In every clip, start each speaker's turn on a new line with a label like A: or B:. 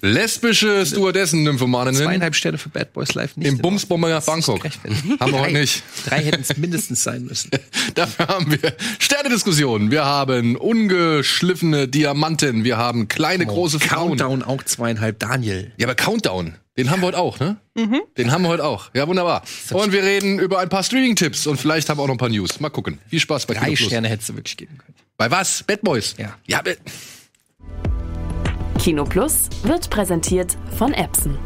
A: Lesbische Stewardessen, Nymphomaninnen.
B: Zweieinhalb Sterne für Bad Boys Live nicht.
A: Im Bumsbomber nach Bangkok.
B: Haben
A: Haben wir heute nicht.
B: Drei hätten es mindestens sein müssen.
A: Dafür haben wir Sternediskussionen. Wir haben ungeschliffene Diamanten. Wir haben kleine, große Frauen.
B: Oh, Countdown auch zweieinhalb. Daniel.
A: Ja, aber Countdown. Den haben wir heute auch, ne? Den haben wir heute auch. Ja, wunderbar. Und wir reden über ein paar Streaming-Tipps und vielleicht haben wir auch noch ein paar News. Mal gucken. Viel Spaß bei
B: Drei
A: Kino Plus.
B: Sterne hättest du wirklich geben können.
A: Bei was? Bad Boys?
B: Ja.
A: Ja, aber-
C: Kino Plus wird präsentiert von Epson.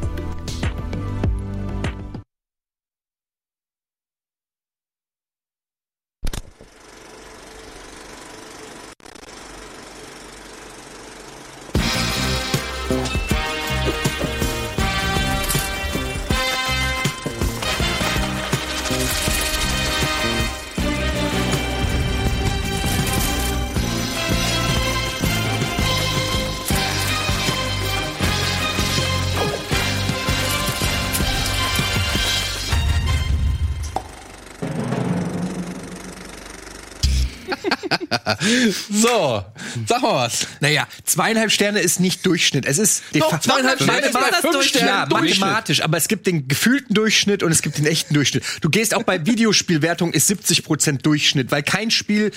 A: So, sag mal was.
B: Naja, zweieinhalb Sterne ist nicht Durchschnitt. Es ist de
A: Doch,
B: facto-
A: zweieinhalb Sterne ist
B: Mathematisch-
A: das Durchschnitt.
B: Ja,
A: Durchschnitt.
B: mathematisch, aber es gibt den gefühlten Durchschnitt und es gibt den echten Durchschnitt. Du gehst auch bei Videospielwertung ist 70% Durchschnitt, weil kein Spiel,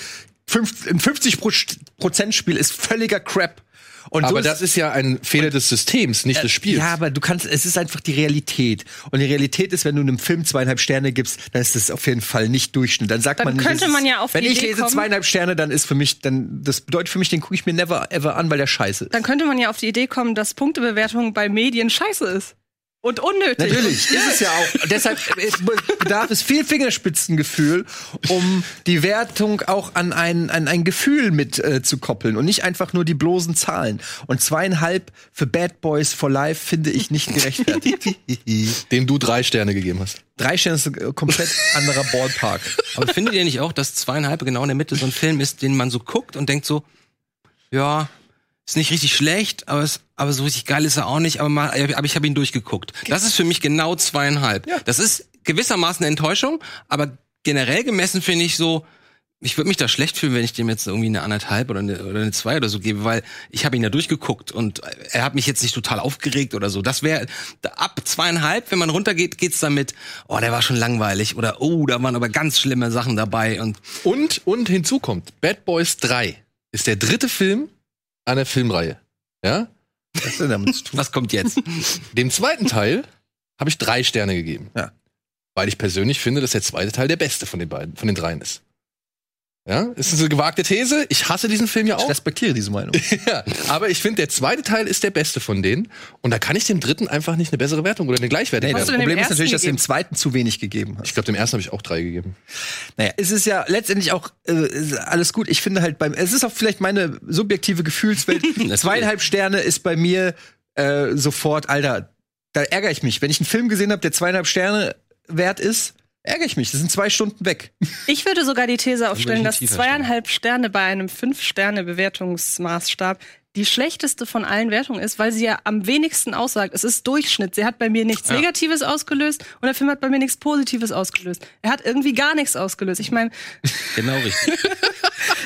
B: fünf, ein 50% Spiel ist völliger Crap. Und
A: Aber
B: ist-
A: das ist ja ein Fehler des Systems, nicht des Spiels.
B: Äh, Ja, aber du kannst, es ist einfach die Realität. Und die Realität ist, wenn du einem Film zweieinhalb Sterne gibst, dann ist das auf jeden Fall nicht Durchschnitt. Dann sagt
D: Dann
B: man,
D: könnte
B: das ist,
D: man ja auf
B: wenn
D: die
B: ich
D: Idee
B: lese
D: kommen.
B: zweieinhalb Sterne, dann ist für mich, dann das bedeutet für mich, den gucke ich mir never ever an, weil der scheiße. ist.
D: Dann könnte man ja auf die Idee kommen, dass Punktebewertung bei Medien scheiße ist. Und unnötig.
B: Natürlich, ist es ja auch. Deshalb äh, bedarf es viel Fingerspitzengefühl, um die Wertung auch an ein, an ein Gefühl mit äh, zu koppeln und nicht einfach nur die bloßen Zahlen. Und zweieinhalb für Bad Boys for Life finde ich nicht gerechtfertigt.
A: Dem du drei Sterne gegeben hast.
B: Drei Sterne ist ein äh, komplett anderer Ballpark.
E: Aber findet ihr nicht auch, dass zweieinhalb genau in der Mitte so ein Film ist, den man so guckt und denkt so, ja, ist nicht richtig schlecht, aber, es, aber so richtig geil ist er auch nicht, aber, mal, aber ich habe ihn durchgeguckt. Das ist für mich genau zweieinhalb. Das ist gewissermaßen eine Enttäuschung, aber generell gemessen finde ich so, ich würde mich da schlecht fühlen, wenn ich dem jetzt irgendwie eine anderthalb oder eine, oder eine zwei oder so gebe, weil ich habe ihn ja durchgeguckt und er hat mich jetzt nicht total aufgeregt oder so. Das wäre ab zweieinhalb, wenn man runtergeht, geht's dann mit, oh, der war schon langweilig oder oh, da waren aber ganz schlimme Sachen dabei und
A: Und, und hinzu kommt, Bad Boys 3 ist der dritte Film einer Filmreihe. Ja?
B: Was denn damit zu tun?
E: was kommt jetzt?
A: Dem zweiten Teil habe ich drei Sterne gegeben.
B: Ja.
A: Weil ich persönlich finde, dass der zweite Teil der beste von den beiden, von den dreien ist. Ja, ist das eine gewagte These. Ich hasse diesen Film ja
B: Ich
A: auch.
B: respektiere diese Meinung.
A: Ja, aber ich finde, der zweite Teil ist der beste von denen. Und da kann ich dem dritten einfach nicht eine bessere Wertung oder eine Gleichwertung
B: Nee,
A: geben.
B: das
D: du denn dem
B: Problem ist
D: ersten
B: natürlich, dass du dem
D: gegeben?
B: zweiten zu wenig gegeben hast.
A: Ich glaube, dem ersten habe ich auch drei gegeben.
B: Naja, es ist ja letztendlich auch äh, ist alles gut. Ich finde halt beim, es ist auch vielleicht meine subjektive Gefühlswelt. Zweieinhalb Sterne ist bei mir äh, sofort, Alter, da ärgere ich mich. Wenn ich einen Film gesehen habe, der zweieinhalb Sterne wert ist, ärgere ich mich. Das sind zwei Stunden weg.
D: Ich würde sogar die These aufstellen,
E: ihn
D: dass
E: tiefer
D: zweieinhalb Sterne bei einem Fünf-Sterne-Bewertungsmaßstab die schlechteste von allen Wertungen ist, weil sie ja am wenigsten aussagt. Es ist Durchschnitt. Sie hat bei mir nichts Negatives ausgelöst und der Film hat bei mir nichts Positives ausgelöst. Er hat irgendwie gar nichts ausgelöst. Ich meine,
E: Genau richtig.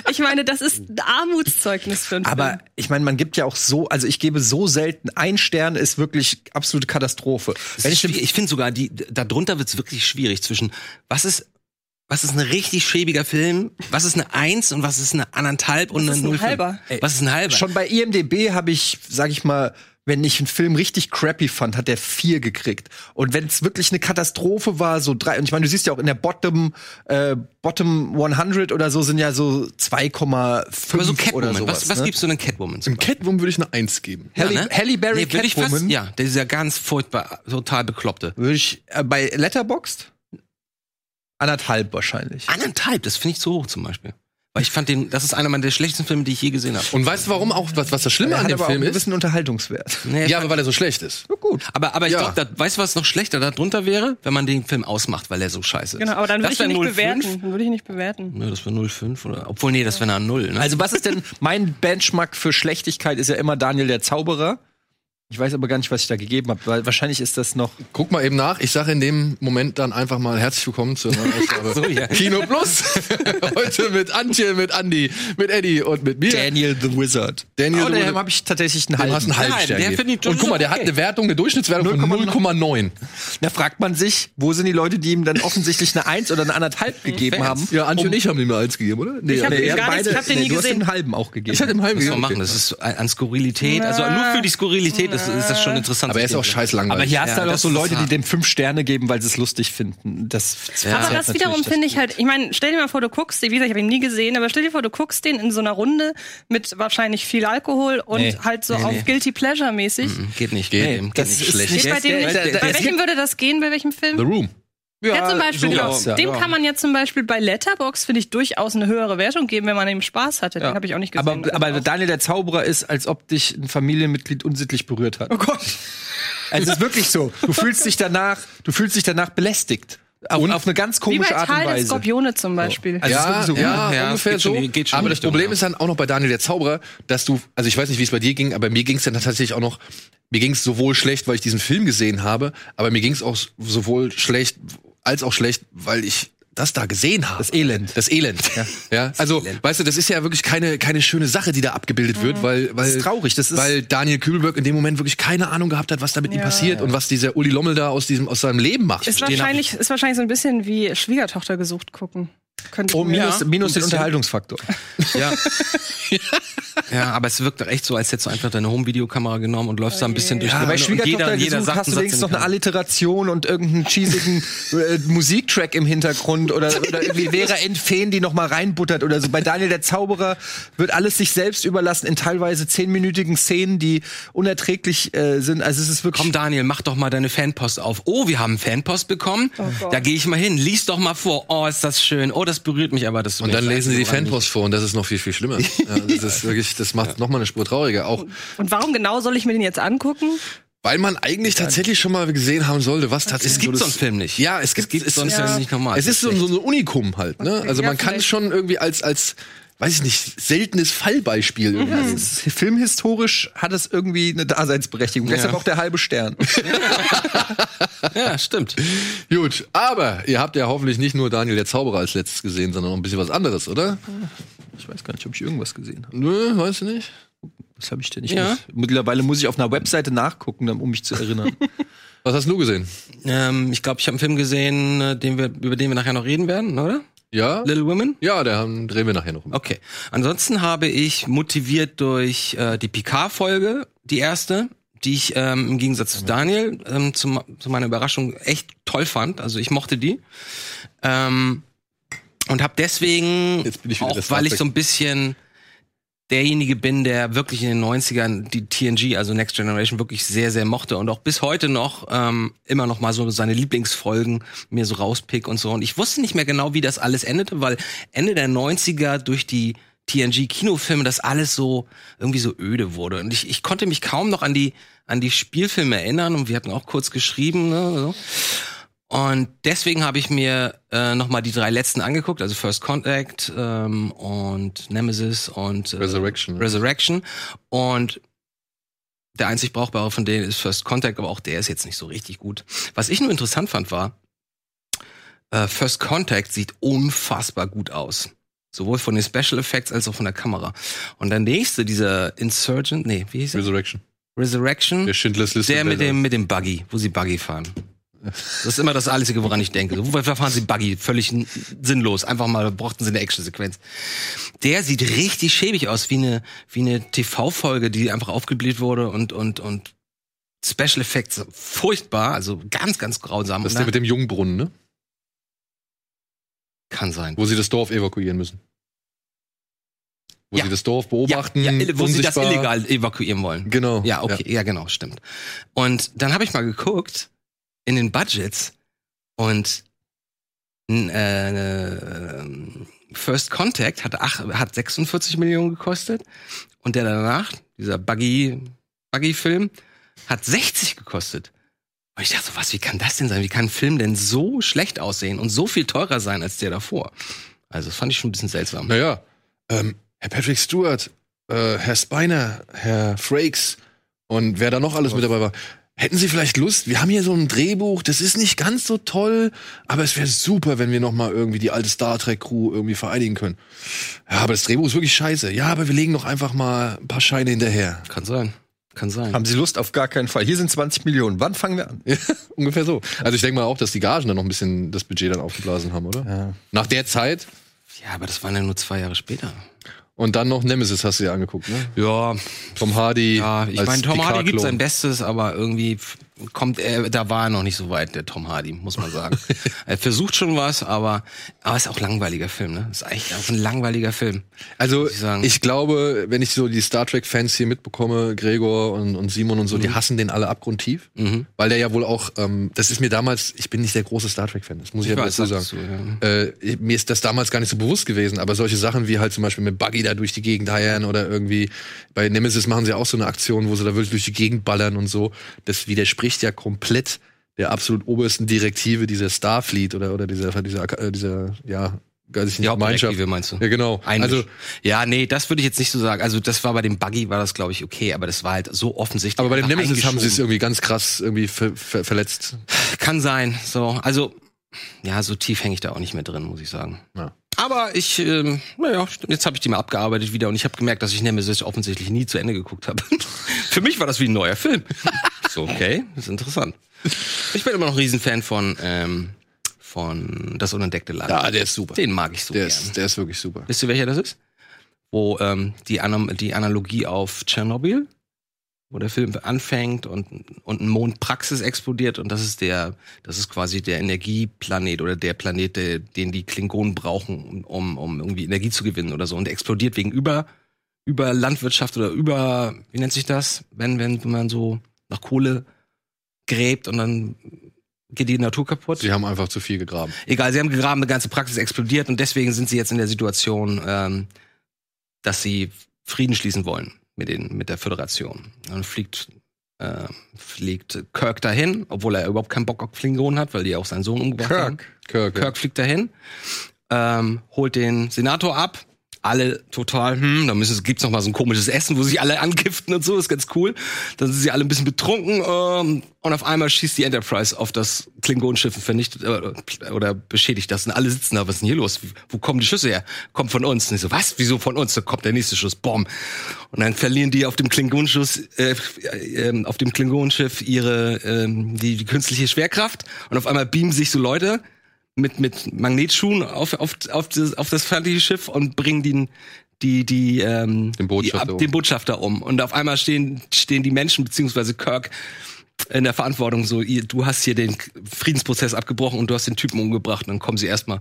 D: ich meine, das ist ein Armutszeugnis für einen
B: Aber
D: Film.
B: ich meine, man gibt ja auch so, also ich gebe so selten, ein Stern ist wirklich absolute Katastrophe.
E: Das
B: Wenn
E: ist
B: ich den
E: schwierig. ich finde sogar, die, darunter wird's wirklich schwierig zwischen, was ist, was ist ein richtig schäbiger Film, was ist eine Eins und was ist eine anderthalb und
D: Was ist
E: eine
D: ein
E: Null.
D: halber?
E: Was ist ein halber?
B: Schon bei IMDB habe ich, sag ich mal, wenn ich einen Film richtig crappy fand, hat der vier gekriegt. Und wenn es wirklich eine Katastrophe war, so drei. Und ich meine, du siehst ja auch in der Bottom äh, Bottom 100 oder so sind ja so 2,5
E: aber so
B: oder
E: Catwoman.
B: sowas.
E: was was
B: ne?
E: gibst du denn Catwoman? zum
A: Im Catwoman würde ich eine Eins geben.
B: Halle,
E: Ja, ne?
B: Halle Berry
E: Nee, würd ich
B: Catwoman
E: fast, ja, der ist ja ganz furchtbar, total bekloppte.
B: würde ich äh, bei Letterboxd anderthalb wahrscheinlich.
E: Anderthalb, das finde ich zu hoch zum Beispiel. Weil ich fand den, das ist einer meiner der schlechtesten Filme, die ich je gesehen habe.
A: Und weißt du, warum auch, was, was das Schlimme
B: Der
A: an
B: hat
A: dem
B: aber auch einen
A: Film ist?
B: gewissen Unterhaltungswert.
E: Nee,
A: Ja, aber weil er so schlecht ist.
B: gut.
E: aber, aber ich
A: Ja.
E: glaube, weißt du, was noch schlechter darunter wäre? Wenn man den Film ausmacht, weil er so scheiße ist.
D: Genau, aber dann würde
E: Das
D: ich ihn
E: wär
D: nicht
E: 0,5.
D: bewerten. Dann würde ich ihn nicht bewerten.
E: Ne, das wäre 0,5 oder, obwohl, nee, das wäre eine Null. Ne?
B: Also was ist denn mein Benchmark für Schlechtigkeit ist ja immer Daniel der Zauberer. Ich weiß aber gar nicht, was ich da gegeben habe, weil wahrscheinlich ist das noch.
A: Guck mal eben nach. Ich sage in dem Moment dann einfach mal herzlich willkommen zur neuen Ausgabe
E: So, ja.
A: Kino Plus. Heute mit Antje, mit Andi, mit Eddie und mit mir.
B: Daniel the Wizard.
A: Daniel
B: oh,
A: the
B: dem
A: Wizard.
B: habe ich tatsächlich einen Halt.
A: Du
B: halben.
A: hast einen Halt. halben
E: Nein,
A: Stern
E: der
A: gegeben.
E: findet- das
A: Und guck mal,
E: ist
A: der hat
E: okay.
A: eine Wertung, eine Durchschnittswertung von 0,9.
B: Da fragt man sich, wo sind die Leute, die ihm dann offensichtlich eine Eins oder eine anderthalb gegeben haben?
A: Ja, Antje und
E: Oh.
A: ich haben ihm eine Eins gegeben, oder? Nee,
D: Ich hab-
A: nee.
D: ich
B: ihr
D: gar
B: habt
D: nichts, ich hab den nie
B: du hast
D: gesehen.
B: den halben auch gegeben.
A: ich hatte im halben
E: Müssen wir
A: gegeben.
E: machen, das ist an Skurrilität. Also nur für die Skurrilität ist, ist das schon interessant.
A: Aber er ist auch scheiß langweilig.
B: aber hier hast
E: Ja,
B: du halt auch
E: das
B: so
E: ist
B: Leute, die
E: hart.
B: dem fünf Sterne geben, weil sie es lustig finden. Das
D: Aber das wiederum finde ich halt, ich meine, stell dir mal vor, du guckst den, wie gesagt, ich habe ihn nie gesehen, aber stell dir vor, du guckst den in so einer Runde mit wahrscheinlich viel Alkohol und
B: Nee.
D: halt so auf Guilty Pleasure mäßig.
E: Geht nicht, geht,
B: Nee,
E: eben, geht
B: das
E: nicht
B: ist
E: schlecht.
B: nicht-
D: Geht bei
B: Der-
D: dem
B: der-
D: nicht.
B: der- der-
D: bei
B: es
D: welchem
B: gibt-
D: würde das gehen? Bei welchem
A: The
D: Film?
A: Room.
D: Ja, zum Beispiel, genau.
E: sowas, ja,
D: dem
E: ja.
D: kann man ja zum Beispiel bei Letterbox, finde ich, durchaus eine höhere Wertung geben, wenn man ihm Spaß hatte. Den habe ich auch nicht gesehen.
B: Aber, aber Daniel der Zauberer ist, als ob dich ein Familienmitglied unsittlich berührt hat.
D: oh Gott.
B: Also es ist wirklich so. Du fühlst dich danach, du fühlst dich danach belästigt. Auf, auf eine ganz
D: Wie bei
B: komische Art und
D: Tal der
B: Weise.
D: Skorpione zum Beispiel.
B: Also es
A: ja,
B: ist wirklich so,
A: ja,
E: ja, ja,
A: ungefähr
E: geht schon-
A: so.
E: geht schon
A: aber das
E: Richtung,
A: Problem
E: ja.
A: ist dann auch noch bei Daniel der Zauberer, dass du, also ich weiß nicht, wie es bei dir ging, aber mir ging es dann tatsächlich auch noch, mir ging es sowohl schlecht, weil ich diesen Film gesehen habe, aber mir ging es auch sowohl schlecht als auch schlecht, weil ich das da gesehen habe.
B: Das Elend.
A: Das Elend. Ja. Also, weißt du, das ist ja wirklich keine, keine schöne Sache, die da abgebildet
D: Mhm.
A: wird, weil, weil.
B: ist traurig, das ist-
A: Weil Daniel Kübelberg in dem Moment wirklich keine Ahnung gehabt hat, was da mit ihm
D: Ja.
A: passiert und was dieser Uli Lommel da aus diesem, aus seinem Leben macht.
D: Ist wahrscheinlich, ist wahrscheinlich so ein bisschen wie Schwiegertochter gesucht gucken. Könnte ich
B: Oh,
D: mir-
B: minus, minus den
E: bisschen.
B: Unterhaltungsfaktor.
E: Ja. ja, aber es wirkt doch echt so, als hättest du einfach deine Home-Videokamera genommen und läufst da ein bisschen durch die
B: Bei
E: Runde und
B: Schwiegertochter
E: genau. jeder, jeder
B: gesucht,
E: sagt
B: hast du
E: einen Satz
B: wenigstens
E: in
B: noch
E: die
B: eine Alliteration und irgendeinen cheesigen äh, Musiktrack im Hintergrund oder, oder irgendwie Vera Entfeen, die noch mal reinbuttert oder so. Bei Daniel der Zauberer wird alles sich selbst überlassen in teilweise zehnminütigen Szenen, die unerträglich äh, sind. Also es ist wirklich
E: Komm, Daniel, mach doch mal deine Fanpost auf. Oh, wir haben Fanpost bekommen.
B: Oh
D: Gott.
E: da gehe ich mal hin. Lies doch mal vor. Oh, ist das schön. Oh, das berührt mich aber. Das
A: Und dann lesen sie die Fanpost vor und das ist noch viel, viel schlimmer. ja, das ist wirklich, das macht noch mal eine Spur trauriger. Auch
D: Und warum genau soll ich mir den jetzt angucken?
A: weil man eigentlich tatsächlich schon mal gesehen haben sollte, was tatsächlich.
E: Es gibt so
A: das-
E: einen Film nicht.
A: Ja, es gibt,
E: Es gibt so einen
A: es,
E: Film nicht normal.
A: Es ist so, so ein Unikum halt, ne?
D: Okay,
A: Also
D: ja,
A: man kann
D: vielleicht.
A: schon irgendwie als, als, weiß ich nicht, seltenes Fallbeispiel
D: Mhm.
A: irgendwie sehen.
B: Es ist- filmhistorisch hat es irgendwie eine Daseinsberechtigung. Deshalb auch der halbe Stern.
E: Ja, stimmt.
A: Gut, aber ihr habt ja hoffentlich nicht nur Daniel der Zauberer als letztes gesehen, sondern auch ein bisschen was anderes, oder?
B: Ich weiß gar nicht, ob ich irgendwas gesehen habe.
A: Nö, weißt du nicht?
B: Was habe ich denn? Ich
E: Ja.
B: muss, mittlerweile muss ich auf einer Webseite nachgucken, um mich zu erinnern.
A: Was hast du gesehen?
E: Ähm, ich glaube, ich habe einen Film gesehen, äh, den wir, über den wir nachher noch reden werden, oder?
A: Ja?
E: Little Women?
A: Ja, da haben- drehen wir nachher noch. um.
E: Okay. Ansonsten habe ich motiviert durch äh, die PK-Folge, die erste, die ich ähm, im Gegensatz zu Daniel ähm, zu, ma- zu meiner Überraschung echt toll fand. Also ich mochte die. Ähm, und habe deswegen,
A: Jetzt bin ich wieder
E: auch
A: der Star
E: weil ich
A: Trek.
E: so ein bisschen derjenige bin, der wirklich in den 90ern die TNG, also Next Generation, wirklich sehr, sehr mochte und auch bis heute noch ähm, immer noch mal so seine Lieblingsfolgen mir so rauspick und so. Und ich wusste nicht mehr genau, wie das alles endete, weil Ende der 90er durch die TNG-Kinofilme das alles so irgendwie so öde wurde. Und ich, ich konnte mich kaum noch an die, an die Spielfilme erinnern und wir hatten auch kurz geschrieben. Ne, so. Und deswegen habe ich mir äh, nochmal die drei letzten angeguckt, also First Contact ähm, und Nemesis und äh,
A: Resurrection.
E: Resurrection. Und der einzig brauchbare von denen ist First Contact, aber auch der ist jetzt nicht so richtig gut. Was ich nur interessant fand, war, äh, First Contact sieht unfassbar gut aus. Sowohl von den Special Effects als auch von der Kamera. Und der nächste, dieser Insurgent, nee, wie hieß er?
A: Resurrection.
E: Resurrection.
A: Der Schindlers Liste.
E: Der mit dem, mit dem Buggy, wo sie Buggy fahren. Das ist immer das Einzige, woran ich denke. So, Wofür fahren sie Buggy? Völlig n- sinnlos. Einfach mal, brauchten sie eine Actionsequenz. Der sieht richtig schäbig aus, wie eine, wie eine TV-Folge, die einfach aufgebläht wurde und, und, und Special Effects furchtbar, also ganz, ganz grausam.
A: Das ist
E: Und
A: der mit dem Jungbrunnen, ne?
E: kann sein.
A: Wo sie das Dorf evakuieren müssen. Wo
E: Ja.
A: sie das Dorf beobachten.
E: ja, ja, wo sie das
A: unsichtbar.
E: illegal evakuieren wollen.
A: Genau.
E: Ja, okay, ja, genau, stimmt. Und dann habe ich mal geguckt in den Budgets und n- äh, ähm, First Contact hat, ach, hat 46 Millionen gekostet und der danach, dieser Buggy, Buggy-Film, hat 60 gekostet. Und ich dachte so, was, wie kann das denn sein? Wie kann ein Film denn so schlecht aussehen und so viel teurer sein als der davor? Also, das fand ich schon ein bisschen seltsam.
A: Naja, ähm, Herr Patrick Stewart, äh, Herr Spiner, Herr Frakes Und wer da noch alles mit dabei war. Hätten Sie vielleicht Lust? Wir haben hier so ein Drehbuch, das ist nicht ganz so toll, aber es wäre super, wenn wir noch mal irgendwie die alte Star Trek Crew irgendwie vereinigen können. Ja, aber das Drehbuch ist wirklich scheiße. Ja, aber wir legen doch einfach mal ein paar Scheine hinterher.
E: Kann sein. Kann sein.
B: Haben Sie Lust? Auf gar keinen Fall. Hier sind 20 Millionen. Wann fangen wir an?
A: Ja, ungefähr so. Also ich denke mal auch, dass die Gagen dann noch ein bisschen das Budget dann aufgeblasen haben, oder? Nach der Zeit
E: Ja, aber das waren ja nur zwei Jahre später.
A: und dann noch Nemesis hast du dir angeguckt, ne?
E: Ja,
A: Tom Hardy.
E: ja ich
A: als
E: meine, Tom Hardy gibt
A: Picard-Klon.
E: sein Bestes, aber irgendwie f- kommt er, da war er noch nicht so weit, der Tom Hardy, muss man sagen. er versucht schon was, aber, aber ist auch ein langweiliger Film, ne? Ist eigentlich auch ein langweiliger Film.
A: Also
E: muss ich sagen.
A: ich, glaube, wenn ich so die Star Trek-Fans hier mitbekomme, Gregor und, und Simon und so,
E: Mhm.
A: die hassen den alle abgrundtief, weil der ja wohl auch, ähm, das ist mir damals, ich bin nicht der große Star Trek-Fan, das muss ich,
E: Ich
A: ja
E: weiß,
A: dazu sagen.
E: sagtest du, Mhm.
A: äh, mir ist das damals gar nicht so bewusst gewesen, aber solche Sachen wie halt zum Beispiel mit Buggy da durch die Gegend heiern oder irgendwie bei Nemesis machen sie auch so eine Aktion, wo sie da wirklich durch die Gegend ballern und so, das widerspricht ja komplett der absolut obersten Direktive dieser Starfleet oder oder dieser dieser äh, dieser ja weiß ich nicht, Gemeinschaft.
E: Direktive meinst du?
A: Ja genau.
E: Also,
A: Also
E: ja, nee, das würde ich jetzt nicht so sagen. Also, das war bei dem Buggy, war das, glaube ich, okay, aber das war halt so offensichtlich.
A: Aber bei dem
E: einfach
A: Nemesis haben sie es
E: eingeschoben.
A: irgendwie ganz krass irgendwie ver ver verletzt.
E: Kann sein. So, also ja, so tief hänge ich da auch nicht mehr drin, muss ich sagen.
A: Ja.
E: Aber ich, ähm, naja, stimmt, jetzt habe ich die mal abgearbeitet wieder und ich habe gemerkt, dass ich Nemesis offensichtlich nie zu Ende geguckt habe. Für mich war das wie ein neuer Film. so, okay, ist interessant. Ich bin immer noch ein Riesenfan von, ähm, von Das Unentdeckte Land.
A: der ist super.
E: Den mag ich so
A: Der
E: gern.
A: ist, der ist wirklich super.
E: Wisst ihr, welcher das ist? Wo ähm, die, Anom die Analogie auf Tschernobyl, wo der Film anfängt und, und ein Mond Praxis explodiert und das ist der, das ist quasi der Energieplanet oder der Planet, der, den die Klingonen brauchen, um, um irgendwie Energie zu gewinnen oder so. Und der explodiert wegen über, über Landwirtschaft oder über, wie nennt sich das, wenn, wenn man so nach Kohle gräbt und dann geht die Natur kaputt.
A: Sie haben einfach zu viel gegraben.
E: Egal, sie haben gegraben, eine ganze Praxis explodiert und deswegen sind sie jetzt in der Situation, ähm, dass sie Frieden schließen wollen mit, den, mit der Föderation. Dann fliegt, äh, fliegt Kirk dahin, obwohl er überhaupt keinen Bock auf Klingonen hat, weil die auch seinen Sohn umgebracht haben.
A: Kirk. ja.
E: Kirk fliegt dahin, ähm, holt den Senator ab. Alle total, hm, da müssen, sie- gibt's noch mal so ein komisches Essen, wo sich alle angiften und so, ist ganz cool. Dann sind sie alle ein bisschen betrunken ähm, und auf einmal schießt die Enterprise auf das Klingonenschiff und vernichtet äh, oder beschädigt das. Und alle sitzen da, was ist denn hier los? Wo kommen die Schüsse her? Kommt von uns. Und ich so, was? Wieso von uns? Da kommt der nächste Schuss, Bomb. Und dann verlieren die auf dem Klingonschuss, äh, äh, auf dem Klingonenschiff ihre, ähm, die, die künstliche Schwerkraft und auf einmal beamen sich so Leute mit, mit Magnetschuhen auf, auf, auf, das, auf das feindliche Schiff und bringen den, die, die, ähm,
A: Den Botschafter
E: die,
A: um.
E: den Botschafter um. Und auf einmal stehen, stehen die Menschen, beziehungsweise Kirk, in der Verantwortung so, ihr, du hast hier den Friedensprozess abgebrochen und du hast den Typen umgebracht. Und dann kommen sie erstmal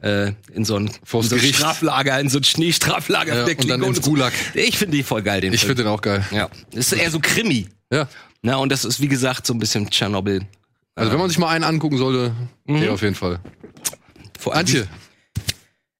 E: äh, in so ein, in
A: Vors
E: so ein
A: Gericht.
E: Straflager, in so ein Schneestraflager
A: Ja,
E: der
A: und dann
E: Klingonen.
A: ins Gulag.
E: Ich finde die voll geil, den
A: Ich
E: Film.
A: finde den auch geil.
E: Ja, das ist eher so Krimi.
A: Ja.
E: Na, und das ist, wie gesagt, so ein bisschen Tschernobyl.
A: Also wenn man sich mal einen angucken sollte, der auf jeden Fall.
E: Vor allem
A: Antje,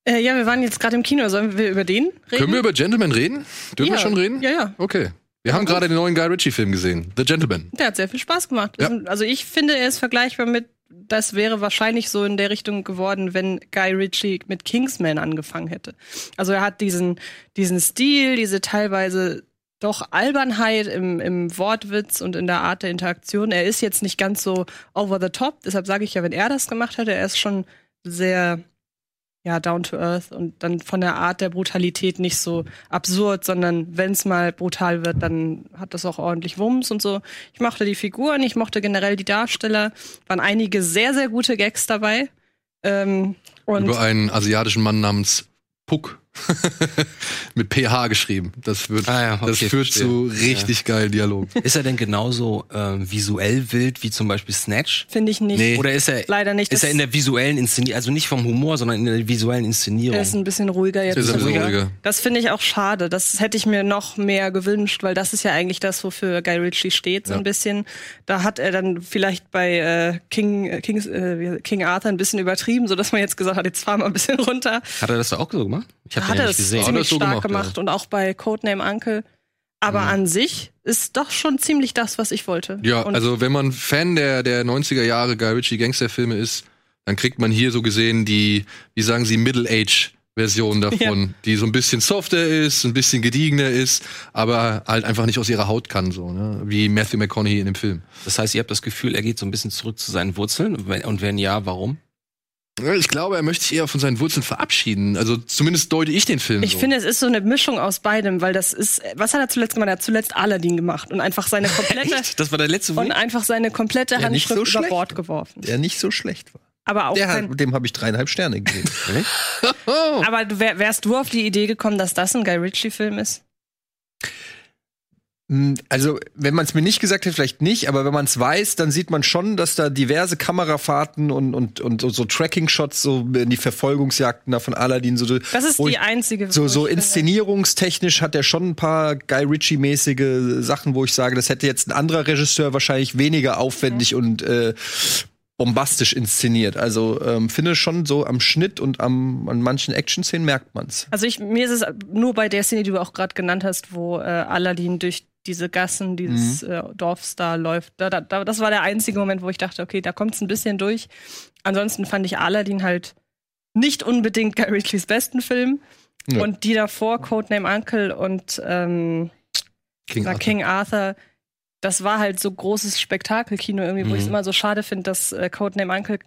D: Äh, ja, wir waren jetzt gerade im Kino. Sollen wir über den reden?
A: können wir über Gentleman reden? Dürfen
D: ja.
A: wir schon reden?
D: Ja, ja.
A: Okay. Wir haben gerade den neuen Guy Ritchie-Film gesehen, The Gentleman.
D: Der hat sehr viel Spaß gemacht.
A: Ja.
D: Also ich finde, er ist vergleichbar mit, das wäre wahrscheinlich so in der Richtung geworden, wenn Guy Ritchie mit Kingsman angefangen hätte. Also er hat diesen, diesen Stil, diese teilweise doch Albernheit im, im Wortwitz und in der Art der Interaktion. Er ist jetzt nicht ganz so over the top, deshalb sage ich ja, wenn er das gemacht hätte, er ist schon sehr ja, down to earth und dann von der Art der Brutalität nicht so absurd, sondern wenn es mal brutal wird, dann hat das auch ordentlich Wumms und so. Ich mochte die Figuren, ich mochte generell die Darsteller, waren einige sehr, sehr gute Gags dabei. Ähm, und
A: Über einen asiatischen Mann namens Puck. Mit PH geschrieben. Das, wird,
E: Ah ja, okay,
A: das führt
E: verstehe.
A: zu richtig geilen Dialogen.
E: Ist er denn genauso ähm, visuell wild wie zum Beispiel Snatch?
D: finde ich nicht.
A: Nee.
E: Oder ist er
D: Leider nicht.
E: Ist
D: Das-
E: er in der visuellen Inszenierung, also nicht vom Humor, sondern in der visuellen Inszenierung?
D: Er ist ein bisschen ruhiger jetzt.
A: Ist ein bisschen
D: Also,
A: ruhiger.
D: Das finde ich auch schade. Das hätte ich mir noch mehr gewünscht, weil das ist ja eigentlich das, wofür Guy Ritchie steht, so
A: Ja.
D: ein bisschen. Da hat er dann vielleicht bei äh, King, äh, Kings, äh, King Arthur ein bisschen übertrieben, sodass man jetzt gesagt hat, jetzt fahren wir ein bisschen runter.
E: hat er das da auch so gemacht? Ich habe
D: hat
E: den ja
D: er
E: nicht
D: das
E: gesehen.
A: Hat er
D: ziemlich
A: das so
D: stark
A: gemacht, Mhm.
D: gemacht und auch bei Codename Uncle. Aber an sich ist doch schon ziemlich das, was ich wollte.
A: Ja,
D: und
A: also wenn man Fan der, der 90er Jahre Guy Ritchie Gangsterfilme ist, dann kriegt man hier so gesehen die, wie sagen sie, Middle Age Version davon, die so ein bisschen softer ist, ein bisschen gediegener ist, aber halt einfach nicht aus ihrer Haut kann, so, ne? Wie Matthew McConaughey in dem Film.
E: Das heißt, ihr habt das Gefühl, er geht so ein bisschen zurück zu seinen Wurzeln. Und wenn- Und wenn ja, warum?
A: Ich glaube, er möchte sich eher von seinen Wurzeln verabschieden. Also zumindest deute ich den Film.
D: Ich
A: so.
D: finde, es ist so eine Mischung aus beidem, weil das ist, was hat er zuletzt gemacht? Er hat zuletzt Aladdin gemacht und einfach seine komplette,
E: Echt? Das war der letzte
D: und
E: Wunsch?
D: einfach seine komplette
B: Ja, nicht
D: Handschrift
B: so
D: über
B: schlecht.
D: Bord geworfen.
B: Der nicht so schlecht war.
D: Aber auch
B: Der Oh.
D: kein,
B: hat, dem habe ich dreieinhalb Sterne gegeben.
D: aber du wär, wärst du auf die Idee gekommen, dass das ein Guy Ritchie-Film ist?
B: Mm, Also, wenn man es mir nicht gesagt hätte, vielleicht nicht, aber wenn man es weiß, dann sieht man schon, dass da diverse Kamerafahrten und, und, und, so Tracking-Shots, so in die Verfolgungsjagden da von Aladdin, so,
D: Das ist
B: wo
D: die
B: Oh, ich-
D: einzige. wo
B: so,
D: ich
B: so
D: finde-
B: inszenierungstechnisch hat er schon ein paar Guy Ritchie-mäßige Sachen, wo ich sage, das hätte jetzt ein anderer Regisseur wahrscheinlich weniger aufwendig und äh, bombastisch inszeniert. Also ähm, finde schon so am Schnitt und am, an manchen Action-Szenen merkt man's.
D: Also ich, mir ist es nur bei der Szene, die du auch gerade genannt hast, wo äh, Aladdin durch diese Gassen
B: Mhm.
D: dieses äh, Dorfs da läuft. Da, da, da, das war der einzige Moment, wo ich dachte, okay, da kommt es ein bisschen durch. Ansonsten fand ich Aladdin halt nicht unbedingt Guy Ritchies besten Film.
B: Nö.
D: Und die davor, Codename Uncle und ähm,
A: King
D: King,
A: Arthur.
D: King Arthur, das war halt so großes Spektakelkino irgendwie,
A: Mhm.
D: wo ich es immer so schade finde, dass äh, Codename Uncle,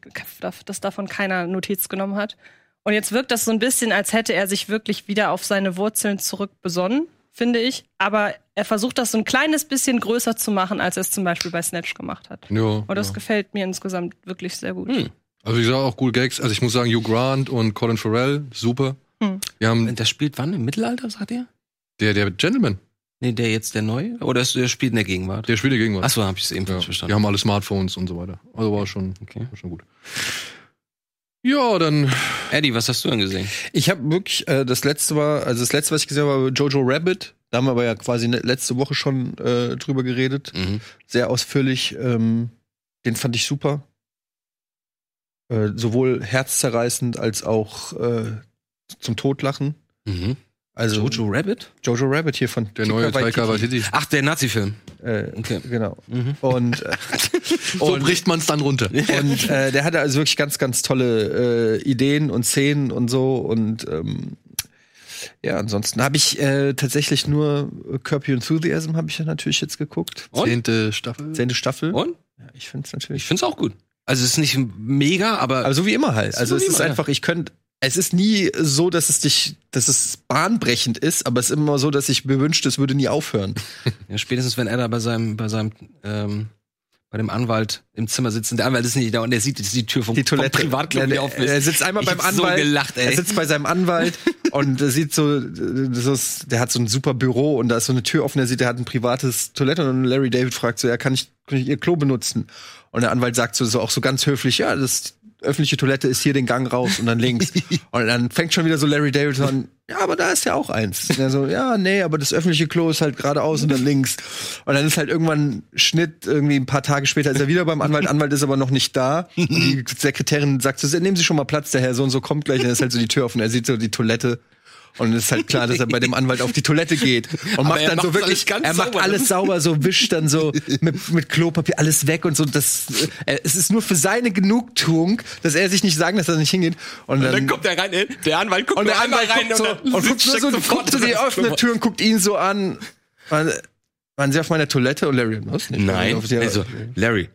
D: dass davon keiner Notiz genommen hat. Und jetzt wirkt das so ein bisschen, als hätte er sich wirklich wieder auf seine Wurzeln zurückbesonnen, finde ich. Aber er versucht das so ein kleines bisschen größer zu machen, als er es zum Beispiel bei Snatch gemacht hat.
A: Ja,
D: Und das
A: ja.
D: gefällt mir insgesamt wirklich sehr gut.
E: Hm.
A: Also ich sage auch cool Gags. Also ich muss sagen, Hugh Grant und Colin Farrell, super.
D: Hm.
A: Wir haben
E: Das spielt wann? Im Mittelalter, sagt ihr?
A: der, der Gentleman,
E: Nee, der jetzt der neue? Oder ist, der spielt in der Gegenwart?
A: der spielt ja gegen was.
E: Achso, habe ich es eben
A: Ja,
E: falsch
A: die
E: verstanden.
A: haben alle Smartphones und so weiter. Also war schon,
E: Okay.
A: war schon gut. Ja, dann
E: Eddie, was hast du denn gesehen?
B: Ich habe wirklich, äh, das letzte war, also das letzte, was ich gesehen habe, war Jojo Rabbit. Da haben wir aber ja quasi ne- letzte Woche schon äh, drüber geredet.
E: Mhm.
B: Sehr ausführlich. Ähm, den fand ich super. Äh, sowohl herzzerreißend als auch äh, zum Totlachen.
E: Mhm.
B: Also
E: Jojo Rabbit?
B: Jojo Rabbit hier von
A: der neue Taika
B: Waititi.
A: Waititi.
E: Ach, der Nazi-Film.
B: Äh,
E: Okay.
B: Genau.
E: Mhm.
B: Und, äh,
A: So
B: und
A: bricht man es dann runter.
B: Und äh, der hatte also wirklich ganz, ganz tolle äh, Ideen und Szenen und so. Und ähm, ja, ansonsten habe ich äh, tatsächlich nur äh, Curb Your Enthusiasm habe ich ja natürlich jetzt geguckt.
E: Und?
A: Zehnte Staffel.
B: Zehnte Staffel.
E: Und?
B: Ja, ich finde es
E: Ich
B: natürlich.
E: find's auch gut. Also es ist nicht mega, aber
B: Aber so wie immer halt.
E: So
B: Also es
E: wie
B: ist
E: immer, ja.
B: einfach, ich könnte. Es ist nie so, dass es dich, dass es bahnbrechend ist, aber es ist immer so, dass ich mir wünschte, es würde nie aufhören.
E: ja, spätestens wenn er da bei seinem, bei seinem, ähm, bei dem Anwalt im Zimmer sitzt und der Anwalt ist nicht da und er sieht die Tür vom,
B: Die Toilette.
E: vom Privatclub
B: Ja,
E: wieder
B: der-
E: offen ist.
B: Er sitzt einmal
E: Ich
B: beim
E: hab so
B: Anwalt.
E: gelacht, ey.
B: Er sitzt bei seinem Anwalt und äh, sieht so, äh, das ist, der hat so ein super Büro und da ist so eine Tür offen. Er sieht, der hat ein privates Toilette und Larry David fragt so, ja, kann ich, kann ich ihr Klo benutzen? Und der Anwalt sagt so, so auch so ganz höflich, ja, das öffentliche Toilette ist hier den Gang raus und dann links. und dann fängt schon wieder so Larry David an, ja, aber da ist ja auch eins. Und er so, ja, nee, aber das öffentliche Klo ist halt geradeaus und dann links. Und dann ist halt irgendwann Schnitt, irgendwie ein paar Tage später ist er wieder beim Anwalt, Anwalt ist aber noch nicht da. Und die Sekretärin sagt so, nehmen Sie schon mal Platz, der Herr so und so kommt gleich. Und dann ist halt so die Tür offen, er sieht so die Toilette. Und es ist halt klar, dass er bei dem Anwalt auf die Toilette geht und macht
E: er
B: dann so
E: macht's
B: wirklich,
E: alles ganz
B: er macht
E: sauber, ne?
B: alles sauber, so wischt dann so mit, mit Klopapier alles weg und so. Das, äh, es ist nur für seine Genugtuung, dass er sich nicht sagen, lässt, dass er nicht hingeht. Und dann,
E: er rein, ey, der Anwalt guckt
B: und der
E: nur einmal
B: Anwalt guckt so,
E: dann
B: und guckt nur
E: steckt
B: so,
E: sofort
B: guckt so
E: das
B: die offene
E: Klo-
B: Tür und guckt ihn so an. Waren, waren Sie auf meiner Toilette? Und Larry, was? Nicht.
E: Nein,
B: Waren Sie auf,
E: also Larry,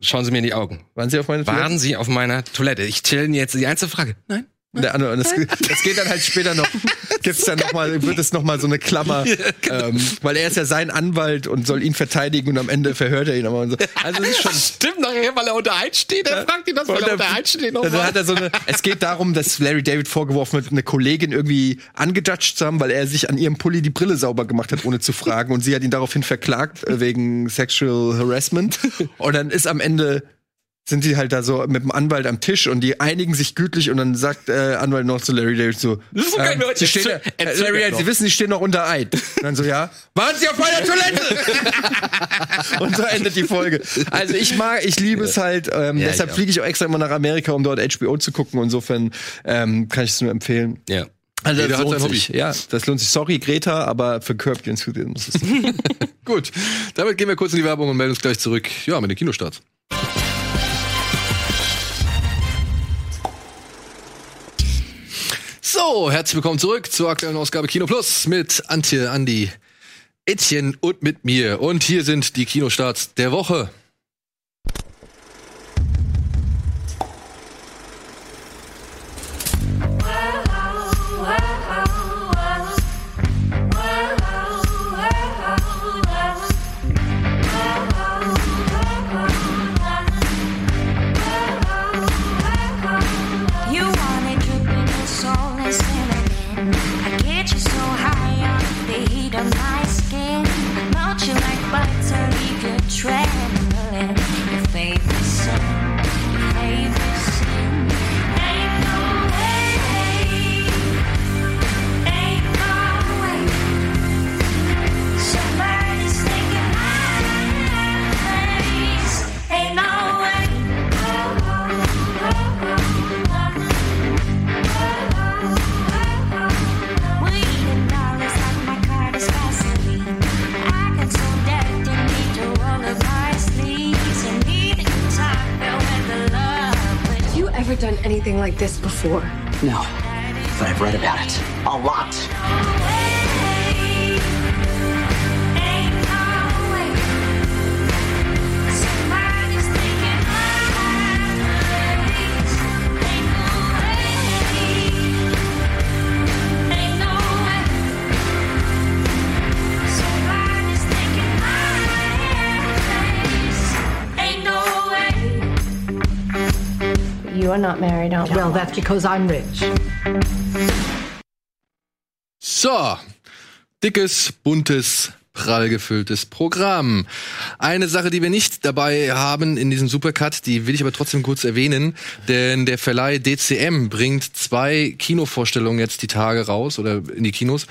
E: schauen Sie mir in die Augen.
B: waren Sie auf meiner Toilette?
E: Waren Sie auf meiner Toilette? Ich stelle Ihnen jetzt die einzige Frage. Nein.
B: Der andere, Ne, also, und das, das geht dann halt später noch, gibt's dann noch mal, wird es noch mal so eine Klammer,
E: genau.
B: ähm, weil er ist ja sein Anwalt und soll ihn verteidigen und am Ende verhört er ihn aber und so. Also es ist schon,
E: Stimmt, nachher, weil er unter Eid steht, er fragt ihn das,
B: Und dann- dann hat er so eine, es geht darum, dass Larry David vorgeworfen wird, eine Kollegin irgendwie angejudged zu haben, weil er sich an ihrem Pulli die Brille sauber gemacht hat, ohne zu fragen. Und sie hat ihn daraufhin verklagt äh, wegen Sexual Harassment. Und dann ist am Ende sind die halt da so mit dem Anwalt am Tisch und die einigen sich gütlich und dann sagt äh, Anwalt noch zu Larry David so,
E: Das ist so geil,
B: ähm,
E: Leute,
B: sie stehen,
E: erzähl-
B: äh,
E: erzähl
B: Larry,
E: doch.
B: Sie wissen, Sie stehen noch unter Eid. Und dann so, ja, waren Sie auf meiner Toilette? und so endet die Folge. Also ich mag, ich liebe es halt, ähm,
E: Ja,
B: deshalb
E: ich auch.
B: fliege ich auch extra immer nach Amerika, um dort HBO zu gucken. Insofern ähm, kann ich es nur empfehlen.
E: Ja.
B: Also
A: Jeder hat sein Hobby.
B: sich. Ja, das lohnt sich. Sorry, Greta, aber für Curb Your Enthusiasm muss es sein.
A: Gut, damit gehen wir kurz in die Werbung und melden uns gleich zurück. Ja, mit den Kinostarts. So, herzlich willkommen zurück zur aktuellen Ausgabe Kino Plus mit Antje, Andi, Etienne und mit mir. Und hier sind die Kinostarts der Woche.
F: You wanted to be the soulless cinnamon. I get you so high on the heat of my skin. I melt you like butter, leave you trembling. Your favorite sin, your favorite sin. Ain't no way, ain't no way. Somebody's taking my place. Ain't no way.
G: Have you ever done anything like this before?
H: No, but I've read about it a lot.
F: You are not married, aren't you?
G: Well, that's because I'm rich.
A: So, dickes, buntes, prall gefülltes Programm. Eine Sache, die wir nicht dabei haben in diesem Supercut, die will ich aber trotzdem kurz erwähnen, denn der Verleih DCM bringt zwei Kinovorstellungen jetzt die Tage raus oder in die Kinos.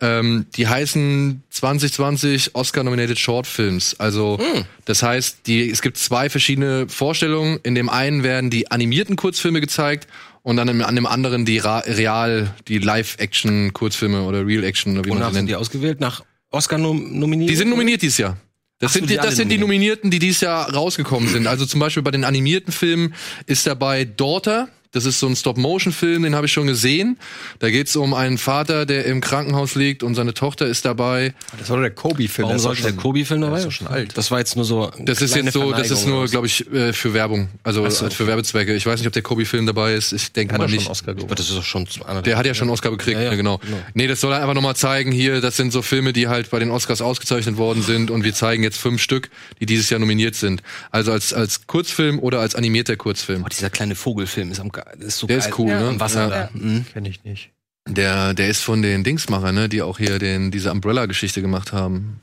A: Ähm, die heißen 2020 Oscar-nominated Shortfilms. Also das heißt, die, es gibt zwei verschiedene Vorstellungen. In dem einen werden die animierten Kurzfilme gezeigt und dann in- an dem anderen die Ra real, die Live-Action-Kurzfilme oder Real-Action oder wie man
E: Wonach
A: sie
E: sind
A: nennt.
E: die ausgewählt? Nach Oscar nom nominiert?
A: Die sind nominiert dieses Jahr. Das,
E: Ach so,
A: sind,
E: die
A: die,
E: alle
A: das sind die Nominierten, die dieses Jahr rausgekommen sind. Also zum Beispiel bei den animierten Filmen ist dabei Daughter. Das ist so ein Stop-Motion-Film, den habe ich schon gesehen. Da geht's um einen Vater, der im Krankenhaus liegt und seine Tochter ist dabei.
B: Das war doch der Kobe-Film.
E: Warum
B: der ist
E: sollte
B: doch
E: der
B: schon-
E: Kobi-Film dabei? Hm.
B: ist doch schon alt.
E: Das war jetzt nur so.
A: Das ist
E: kleine
A: jetzt so, das ist
E: Verneigung
A: nur,
E: oder so.
A: glaube ich, äh, für Werbung. Also
E: so.
A: äh, für Werbezwecke. Ich weiß nicht, ob der Kobi-Film dabei ist. Ich denke
B: Hat
A: mal
B: er schon
A: nicht.
B: Oscar
E: Aber das ist doch schon. zu-
A: Der hat ja schon einen Oscar bekriegt,
E: Ja, ja,
A: ne, genau.
E: genau.
A: Nee, das soll einfach nochmal zeigen, hier, das sind so Filme, die halt bei den Oscars ausgezeichnet worden sind und wir zeigen jetzt fünf Stück, die dieses Jahr nominiert sind. Also als, als Kurzfilm oder als animierter Kurzfilm.
E: Oh, dieser kleine Vogelfilm ist am ge- ist so
A: Der
E: geil.
A: ist cool,
D: Ja.
A: ne?
E: Im Wasser
A: Ja.
E: da. Mhm.
B: Kenn ich nicht.
A: Der, der ist von den Dingsmachern, ne, die auch hier den, diese Umbrella-Geschichte gemacht haben.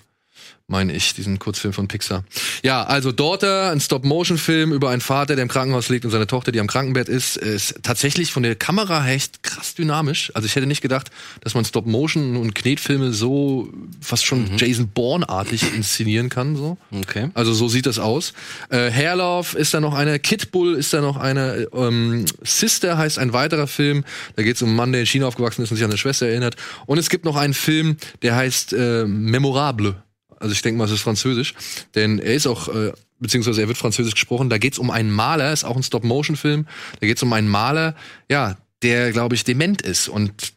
A: Meine ich, diesen Kurzfilm von Pixar. Ja, also Daughter, ein Stop-Motion-Film über einen Vater, der im Krankenhaus liegt und seine Tochter, die am Krankenbett ist, ist tatsächlich von der Kamera her echt krass dynamisch. Also ich hätte nicht gedacht, dass man Stop-Motion und Knetfilme so fast schon Jason Bourne-artig inszenieren kann, so.
E: Okay.
A: Also so sieht das aus. Äh, Hairlove ist da noch eine, Kid Bull ist da noch eine, ähm, Sister heißt ein weiterer Film. Da geht es um einen Mann, der in China aufgewachsen ist und sich an eine Schwester erinnert. Und es gibt noch einen Film, der heißt äh, Memorable. Also ich denke mal, es ist französisch, denn er ist auch, äh, beziehungsweise er wird französisch gesprochen. Da geht es um einen Maler, ist auch ein Stop-Motion-Film. Da geht es um einen Maler, ja, der, glaube ich, dement ist und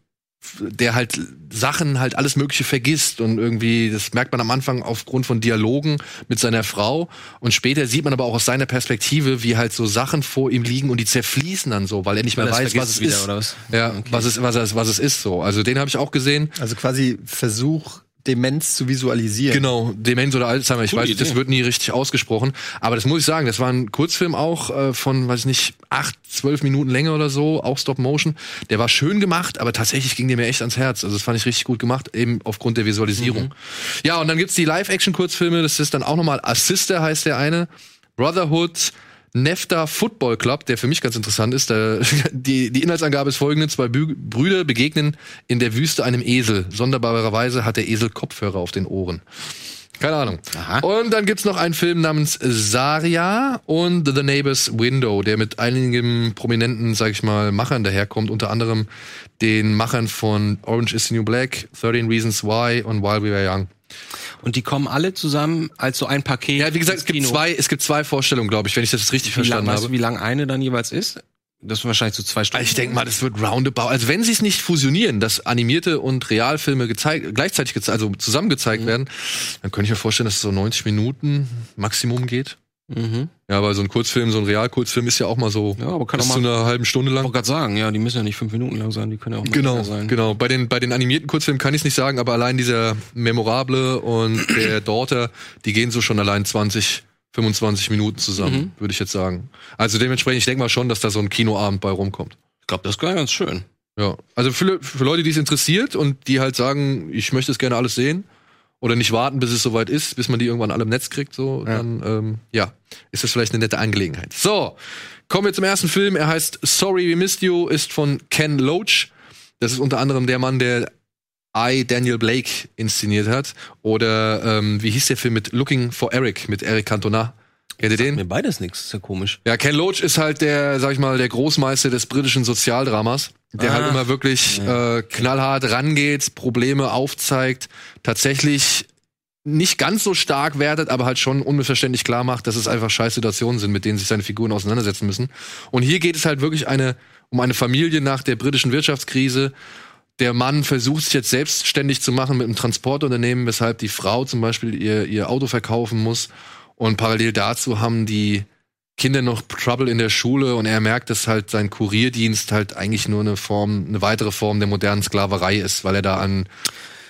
A: der halt Sachen halt alles Mögliche vergisst und irgendwie, das merkt man am Anfang aufgrund von Dialogen mit seiner Frau und später sieht man aber auch aus seiner Perspektive, wie halt so Sachen vor ihm liegen und die zerfließen dann so, weil er nicht mehr
E: Das
A: weiß,
E: vergisst
A: was es
E: wieder,
A: ist.
E: oder was?
A: Ja, was es, was es, was es ist so. Also den habe ich auch gesehen.
B: Also quasi Versuch, Demenz zu visualisieren.
A: Genau, Demenz oder Alzheimer, ich
E: Coole
A: weiß, das
E: Idee.
A: wird nie richtig ausgesprochen. Aber das muss ich sagen, das war ein Kurzfilm auch äh, von, weiß ich nicht, acht, zwölf Minuten Länge oder so, auch Stop Motion. Der war schön gemacht, aber tatsächlich ging der mir echt ans Herz. Also das fand ich richtig gut gemacht, eben aufgrund der Visualisierung. Ja, und dann gibt's die Live-Action-Kurzfilme, das ist dann auch nochmal Assister heißt der eine, Brotherhood, Nefta Football Club, der für mich ganz interessant ist. Da, die, die Inhaltsangabe ist folgende. Zwei Bü Brüder begegnen in der Wüste einem Esel. Sonderbarerweise hat der Esel Kopfhörer auf den Ohren. Keine Ahnung. Und dann gibt's noch einen Film namens Saria und The Neighbor's Window, der mit einigen prominenten, sag ich mal, Machern daherkommt. Unter anderem den Machern von Orange is the New Black, 13 Reasons Why und While We Were Young.
E: Und die kommen alle zusammen als so ein Paket.
A: Ja, wie gesagt,
E: ins
A: es gibt
E: Kino.
A: zwei, es gibt zwei Vorstellungen, glaube ich, wenn ich das richtig
E: Wie lang,
A: verstanden
E: weißt du,
A: habe. Also
E: wie lang eine dann jeweils ist? Das sind wahrscheinlich so zwei Stunden.
A: Ich denke mal, das wird roundabout. Also wenn sie es nicht fusionieren, dass animierte und Realfilme gezeigt, gleichzeitig geze also zusammen
E: Mhm.
A: gezeigt werden, dann könnte ich mir vorstellen, dass es so 90 Minuten Maximum geht.
E: Mhm.
A: Ja, aber so ein Kurzfilm, so ein Realkurzfilm ist ja auch mal so
E: Ja, aber kann
A: bis
E: auch
A: zu
E: mal-
A: einer halben Stunde
E: Ich
A: lang.
E: wollte gerade sagen, ja, die müssen ja nicht fünf Minuten lang sein, die können ja auch mal länger
A: Genau,
E: sein.
A: genau. Bei den, bei den animierten Kurzfilmen kann ich es nicht sagen, aber allein dieser Memorable und der Daughter, die gehen so schon allein 20, 25 Minuten zusammen,
E: Mhm.
A: würde ich jetzt sagen. Also dementsprechend, ich denke mal schon, dass da so ein Kinoabend bei rumkommt.
E: Ich glaube, das ist ganz schön.
A: Ja, also für, Le- für Leute, die es interessiert und die halt sagen, ich möchte es gerne alles sehen oder nicht warten, bis es soweit ist, bis man die irgendwann alle im Netz kriegt, so, dann ähm, ja, ist das vielleicht eine nette Angelegenheit. So, kommen wir zum ersten Film. Er heißt Sorry We Missed You, ist von Ken Loach. Das ist unter anderem der Mann, der I Daniel Blake inszeniert hat. Oder ähm, wie hieß der Film mit Looking for Eric mit Eric Cantona? Kennt ihr den?
E: Mir beides nichts, ist ja komisch.
A: Ja, Ken Loach ist halt der, sag ich mal, der Großmeister des britischen Sozialdramas, der
E: Ah.
A: halt immer wirklich äh, knallhart rangeht, Probleme aufzeigt, tatsächlich nicht ganz so stark wertet, aber halt schon unmissverständlich klar macht, dass es einfach scheiß Situationen sind, mit denen sich seine Figuren auseinandersetzen müssen. Und hier geht es halt wirklich eine, um eine Familie nach der britischen Wirtschaftskrise. Der Mann versucht sich jetzt selbstständig zu machen mit einem Transportunternehmen, weshalb die Frau zum Beispiel ihr, ihr Auto verkaufen muss. Und parallel dazu haben die Kinder noch Trouble in der Schule und er merkt, dass halt sein Kurierdienst halt eigentlich nur eine Form, eine weitere Form der modernen Sklaverei ist, weil er da an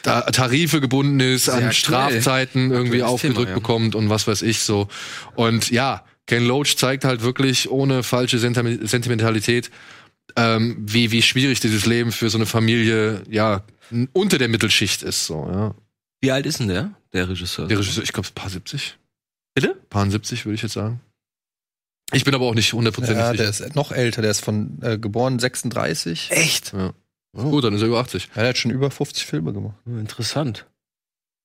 A: Ta- Tarife gebunden ist, an
E: aktuell.
A: Strafzeiten irgendwie
E: Aktuelles
A: aufgedrückt
E: Thema, ja.
A: bekommt und was weiß ich so. Und ja, Ken Loach zeigt halt wirklich ohne falsche Sentiment- Sentimentalität, ähm, wie, wie schwierig dieses Leben für so eine Familie, ja, n- unter der Mittelschicht ist, so, ja.
E: Wie alt ist denn der? Der Regisseur.
A: Der Regisseur, ich glaube, paar 70.
E: Bitte?
A: Paar 70, würde ich jetzt sagen. Ich bin aber auch nicht hundertprozentig
B: Ja, der
A: sicher.
B: ist noch älter, der ist von äh, geboren 36.
E: Echt?
A: Gut, dann ist er über 80.
B: Ja, der hat schon über 50 Filme gemacht.
E: Hm, Interessant.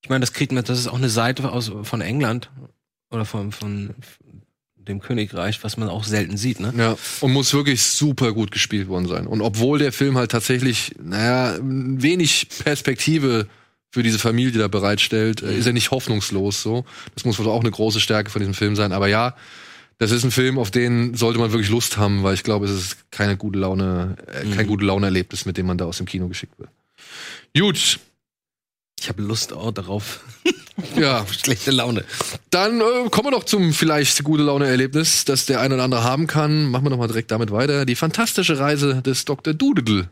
E: Ich meine, das kriegt man, das ist auch eine Seite aus, von England oder von, von dem Königreich, was man auch selten sieht, ne?
A: Ja, und muss wirklich super gut gespielt worden sein. Und obwohl der Film halt tatsächlich, naja, wenig Perspektive für diese Familie da bereitstellt, äh, ist er nicht hoffnungslos so. Das muss wohl auch eine große Stärke von diesem Film sein. Aber ja, das ist ein Film, auf den sollte man wirklich Lust haben, weil ich glaube, es ist keine gute Laune, äh, kein
E: Mhm.
A: gute Laune-Erlebnis, mit dem man da aus dem Kino geschickt wird. Gut,
E: Ich habe Lust auch darauf.
A: ja,
E: Schlechte Laune.
A: dann äh, kommen wir doch zum vielleicht gute Laune-Erlebnis, das der ein oder andere haben kann. Machen wir doch mal direkt damit weiter. Die fantastische Reise des Dr. Doodle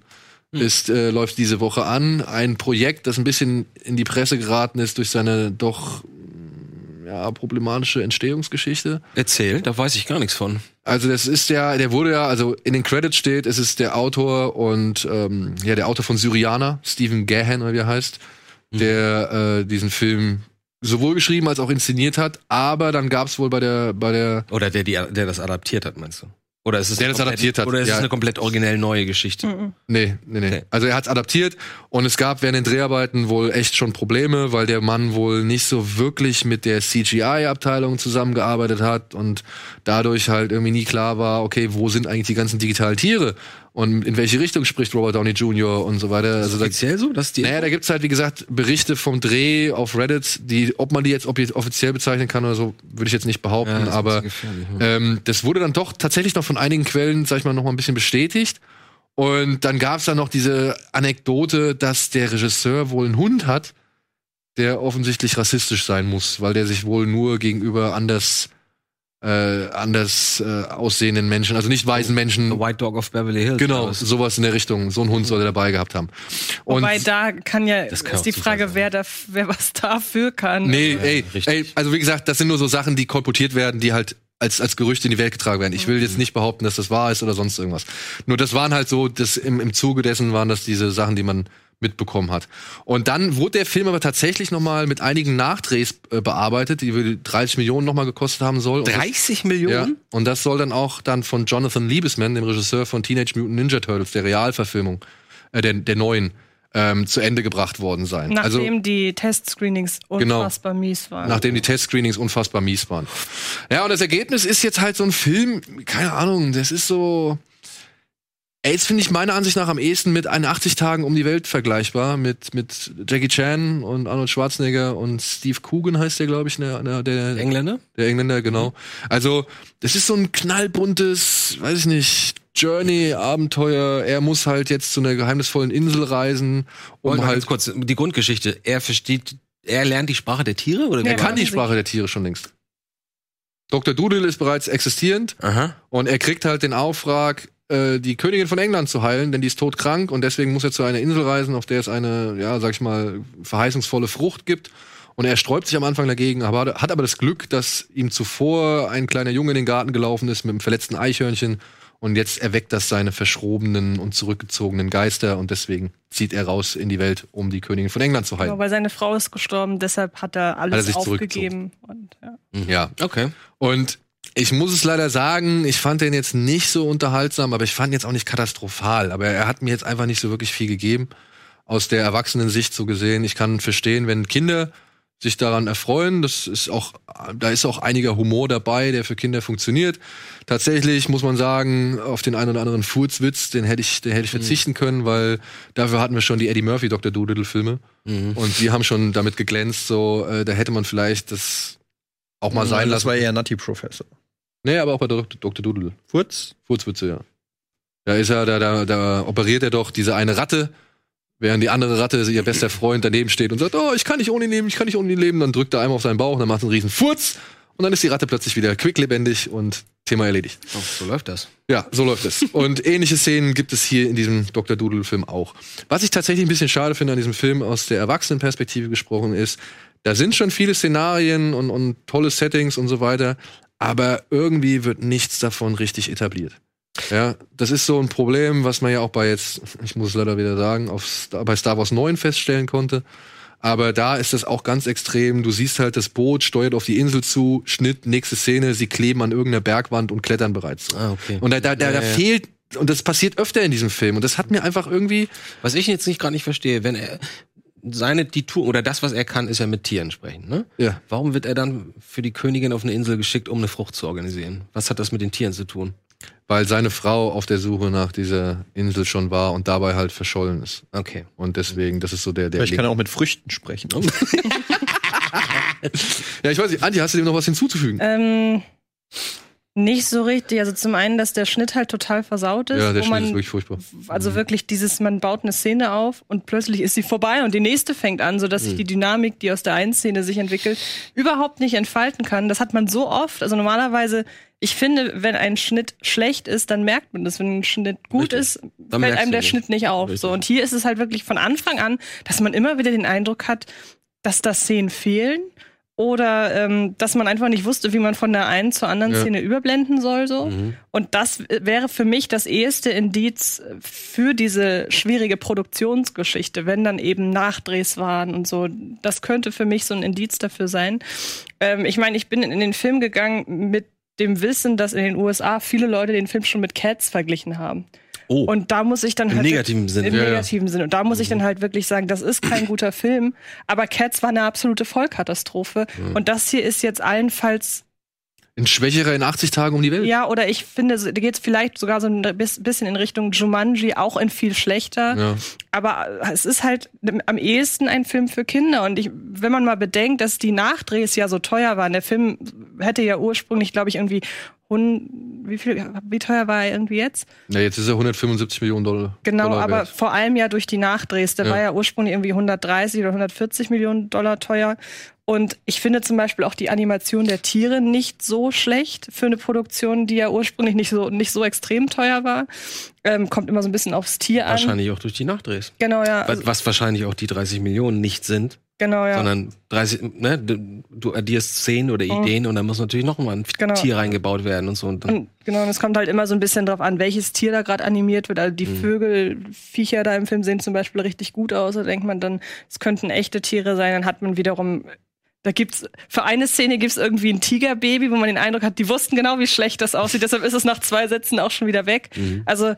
A: ist, äh, läuft diese Woche an. Ein Projekt, das ein bisschen in die Presse geraten ist durch seine doch mm, ja, problematische Entstehungsgeschichte.
E: Erzähl, da weiß ich gar nichts von.
A: Also das ist ja, der wurde ja, also in den Credits steht, es ist der Autor und ähm, ja, der Autor von Syriana, Stephen Gahan oder wie er heißt, der äh, diesen Film sowohl geschrieben als auch inszeniert hat, aber dann gab es wohl bei der, bei der
E: Oder der, die, der das adaptiert hat, meinst du? Oder ist es
A: Der
E: eine
A: das
E: komplett-
A: adaptiert hat,
E: Oder ist
A: ja.
E: es eine komplett originell neue Geschichte?
A: Mhm. Nee, nee, nee.
E: Okay.
A: Also er hat adaptiert und es gab während den Dreharbeiten wohl echt schon Probleme, weil der Mann wohl nicht so wirklich mit der CGI-Abteilung zusammengearbeitet hat und dadurch halt irgendwie nie klar war, okay, wo sind eigentlich die ganzen digitalen Tiere und in welche Richtung spricht Robert Downey Jr. und so weiter. Also da,
E: Offiziell so, dass die.
A: naja, da gibt's halt, wie gesagt, Berichte vom Dreh auf Reddit, die, ob man die jetzt ob die offiziell bezeichnen kann oder so, würde ich jetzt nicht
E: Ja,
A: behaupten,
E: das ist ein
A: aber
E: bisschen gefährlich, ja.
A: ähm, das wurde dann doch tatsächlich noch von einigen Quellen, sag ich mal, noch mal ein bisschen bestätigt. Und dann gab's dann noch diese Anekdote, dass der Regisseur wohl einen Hund hat, der offensichtlich rassistisch sein muss, weil der sich wohl nur gegenüber anders äh, anders äh, aussehenden Menschen, also nicht weißen
E: The
A: Menschen,
E: White Dog of Beverly Hills.
A: genau,
E: oder was?
A: sowas in der Richtung. So einen Hund soll er dabei gehabt haben. Und
D: Wobei da kann ja,
E: Das kann auch
D: ist die
E: Zufall sein.
D: Frage, wer, da, wer was dafür kann.
A: Nee, ey,
E: richtig.
A: ey, also wie gesagt, das sind nur so Sachen, die kolportiert werden, die halt als, als Gerüchte in die Welt getragen werden. Ich will
E: Mhm.
A: jetzt nicht behaupten, dass das wahr ist oder sonst irgendwas. Nur das waren halt so, das im, im Zuge dessen waren das diese Sachen, die man mitbekommen hat. Und dann wurde der Film aber tatsächlich nochmal mit einigen Nachdrehs äh, bearbeitet, die wohl 30 Millionen nochmal gekostet haben soll. Und das-
E: 30
A: ja,
E: Millionen?
A: und das soll dann auch dann von Jonathan Liebesman, dem Regisseur von Teenage Mutant Ninja Turtles, der Realverfilmung, äh, der, der neuen, ähm, zu Ende gebracht worden sein. also,
D: Nachdem die Testscreenings
A: Genau.
D: unfassbar mies waren.
A: Nachdem die Testscreenings unfassbar mies waren. Ja, und das Ergebnis ist jetzt halt so ein Film, keine Ahnung, das ist so. Ey, jetzt finde ich meiner Ansicht nach am ehesten mit 81 Tagen um die Welt vergleichbar, mit, mit Jackie Chan und Arnold Schwarzenegger und Steve Coogan heißt der, glaube ich, ne, ne, der,
E: Engländer?
A: der Engländer, genau. Also, das ist so ein knallbuntes, weiß ich nicht, Journey-Abenteuer. Er muss halt jetzt zu einer geheimnisvollen Insel reisen, um
E: Wollen wir
A: halt.
E: ganz kurz die Grundgeschichte. Er versteht, er lernt die Sprache der Tiere oder wie
A: Er
E: war
A: kann die Sprache der Tiere schon längst. Dr. Doodle ist bereits existierend
E: das? Aha.
A: und er kriegt halt den Auftrag, äh, die Königin von England zu heilen, denn die ist todkrank und deswegen muss er zu einer Insel reisen, auf der es eine, ja, sag ich mal, verheißungsvolle Frucht gibt. Und er sträubt sich am Anfang dagegen, aber hat aber das Glück, dass ihm zuvor ein kleiner Junge in den Garten gelaufen ist mit einem verletzten Eichhörnchen. Und jetzt erweckt das seine verschrobenen und zurückgezogenen Geister und deswegen zieht er raus in die Welt, um die Königin von England zu heilen.
D: Weil seine Frau ist gestorben, deshalb hat er
A: Hat er
D: alles
A: sich
D: aufgegeben. Und, ja.
A: Ja,
E: Okay.
A: Und ich muss es leider sagen, ich fand den jetzt nicht so unterhaltsam, aber ich fand ihn jetzt auch nicht katastrophal. Aber er hat mir jetzt einfach nicht so wirklich viel gegeben. Aus der Erwachsenensicht so gesehen. Ich kann verstehen, wenn Kinder sich daran erfreuen. Das ist auch, da ist auch einiger Humor dabei, der für Kinder funktioniert. Tatsächlich muss man sagen, auf den einen oder anderen Furzwitz, den hätte ich, den hätte ich verzichten können, weil dafür hatten wir schon die Eddie Murphy Dr. Doolittle Filme.
E: Mhm.
A: Und die haben schon damit geglänzt, so, äh, da hätte man vielleicht das auch mal sein
B: das
A: lassen.
B: war eher Nutty Professor.
A: Nee, aber auch bei Dr. Dr. Doodle.
B: Furz?
A: Furzwitze, ja. Da ist er, da, da, da operiert er doch diese eine Ratte, während die andere Ratte, ihr bester Freund, daneben steht und sagt, oh, ich kann nicht ohne ihn leben, ich kann nicht ohne ihn leben. Dann drückt er einem auf seinen Bauch, dann macht einen riesen Furz und dann ist die Ratte plötzlich wieder quicklebendig und Thema erledigt.
E: Oh, so läuft das.
A: Ja, so läuft es. Und ähnliche Szenen gibt es hier in diesem Dr. Doodle-Film auch. Was ich tatsächlich ein bisschen schade finde an diesem Film aus der Erwachsenenperspektive gesprochen ist, da sind schon viele Szenarien und, und tolle Settings und so weiter, aber irgendwie wird nichts davon richtig etabliert. Ja, das ist so ein Problem, was man ja auch bei jetzt, ich muss es leider wieder sagen, auf Star, bei Star Wars 9 feststellen konnte. Aber da ist das auch ganz extrem. Du siehst halt, das Boot steuert auf die Insel zu, Schnitt, nächste Szene, sie kleben an irgendeiner Bergwand und klettern bereits.
E: Ah, okay.
A: Und da, da, da,
E: Ja,
A: da
E: ja.
A: fehlt, und das passiert öfter in diesem Film. Und das hat mir einfach irgendwie,
E: Was ich jetzt nicht gerade nicht verstehe, wenn er seine die Tour oder das, was er kann, ist ja mit Tieren sprechen, ne?
A: Ja.
E: Warum wird er dann für die Königin auf eine Insel geschickt, um eine Frucht zu organisieren? Was hat das mit den Tieren zu tun?
A: weil seine Frau auf der Suche nach dieser Insel schon war und dabei halt verschollen ist.
E: Okay.
A: Und deswegen, das ist so der, der
B: Vielleicht
A: Link.
B: kann er auch mit Früchten sprechen.
A: Oh, Ja, ich weiß nicht, Andi, hast du dem noch was hinzuzufügen?
D: Ähm, nicht so richtig. Also zum einen, dass der Schnitt halt total versaut ist.
A: ja, der
D: wo
A: Schnitt
D: man,
A: ist wirklich mhm. furchtbar.
D: Also wirklich dieses, man baut eine Szene auf und plötzlich ist sie vorbei und die nächste fängt an, sodass
A: Mhm.
D: sich die Dynamik, die aus der einen Szene sich entwickelt, überhaupt nicht entfalten kann. Das hat man so oft. Also normalerweise, ich finde, wenn ein Schnitt schlecht ist, dann merkt man das. Wenn ein Schnitt gut
E: Richtig.
D: ist, fällt
E: Dann merkst
D: einem
E: du
D: der
E: den.
D: Schnitt nicht auf. So.
E: Richtig.
D: Und hier ist es halt wirklich von Anfang an, dass man immer wieder den Eindruck hat, dass da Szenen fehlen. Oder ähm, dass man einfach nicht wusste, wie man von der einen zur anderen
A: Ja.
D: Szene überblenden soll. So.
E: Mhm.
D: Und das äh, wäre für mich das eheste Indiz für diese schwierige Produktionsgeschichte, wenn dann eben Nachdrehs waren und so. Das könnte für mich so ein Indiz dafür sein. Ähm, ich meine, ich bin in den Film gegangen mit dem Wissen, dass in den USA viele Leute den Film schon mit Cats verglichen haben.
E: Oh.
D: Und da muss ich dann
E: Im
D: halt
E: negativen Sinne.
D: im
E: Ja, Mhm. ja.
D: negativen Sinne. Und da muss ich dann halt wirklich sagen, das ist kein guter Film. Aber Cats war eine absolute Vollkatastrophe.
E: Mhm.
D: Und das hier ist jetzt allenfalls
A: Ein Schwächerer in 80 Tagen um die Welt.
D: ja, oder ich finde, so- da geht's vielleicht sogar so ein bis- bisschen in Richtung Jumanji, auch in viel schlechter.
A: Ja.
D: Aber es ist halt am ehesten ein Film für Kinder. Und ich, wenn man mal bedenkt, dass die Nachdrehs ja so teuer waren, der Film hätte ja ursprünglich, glaube ich, irgendwie, hun, wie viel, wie teuer war er irgendwie jetzt?
A: Ja, jetzt ist er 175 Millionen Dollar.
D: Genau,
A: Dollar
D: aber
A: wert.
D: vor allem ja durch die Nachdrehs. Der
A: Ja.
D: war ja ursprünglich irgendwie 130 oder 140 Millionen Dollar teuer. Und ich finde zum Beispiel auch die Animation der Tiere nicht so schlecht für eine Produktion, die ja ursprünglich nicht so, nicht so extrem teuer war. Ähm, kommt immer so ein bisschen aufs Tier an.
E: Wahrscheinlich auch durch die Nachdrehs.
D: Genau, ja.
E: Was-
D: Also,
E: Was wahrscheinlich auch die 30 Millionen nicht sind,
D: genau, ja.
E: sondern 30, ne, du du addierst 10 oder Ideen und dann muss natürlich noch mal ein
D: Mhm. Genau.
E: Tier reingebaut werden und so. Und dann,
D: Und genau, und es kommt halt immer so ein bisschen drauf an, welches Tier da gerade animiert wird. Also die Vögel, Viecher da im Film sehen zum Beispiel richtig gut aus. Da denkt man dann, es könnten echte Tiere sein. Dann hat man wiederum, da gibt's, für eine Szene gibt's irgendwie ein Tigerbaby, wo man den Eindruck hat, die wussten genau, wie schlecht das aussieht. Deshalb ist es nach zwei Sätzen auch schon wieder weg. Also,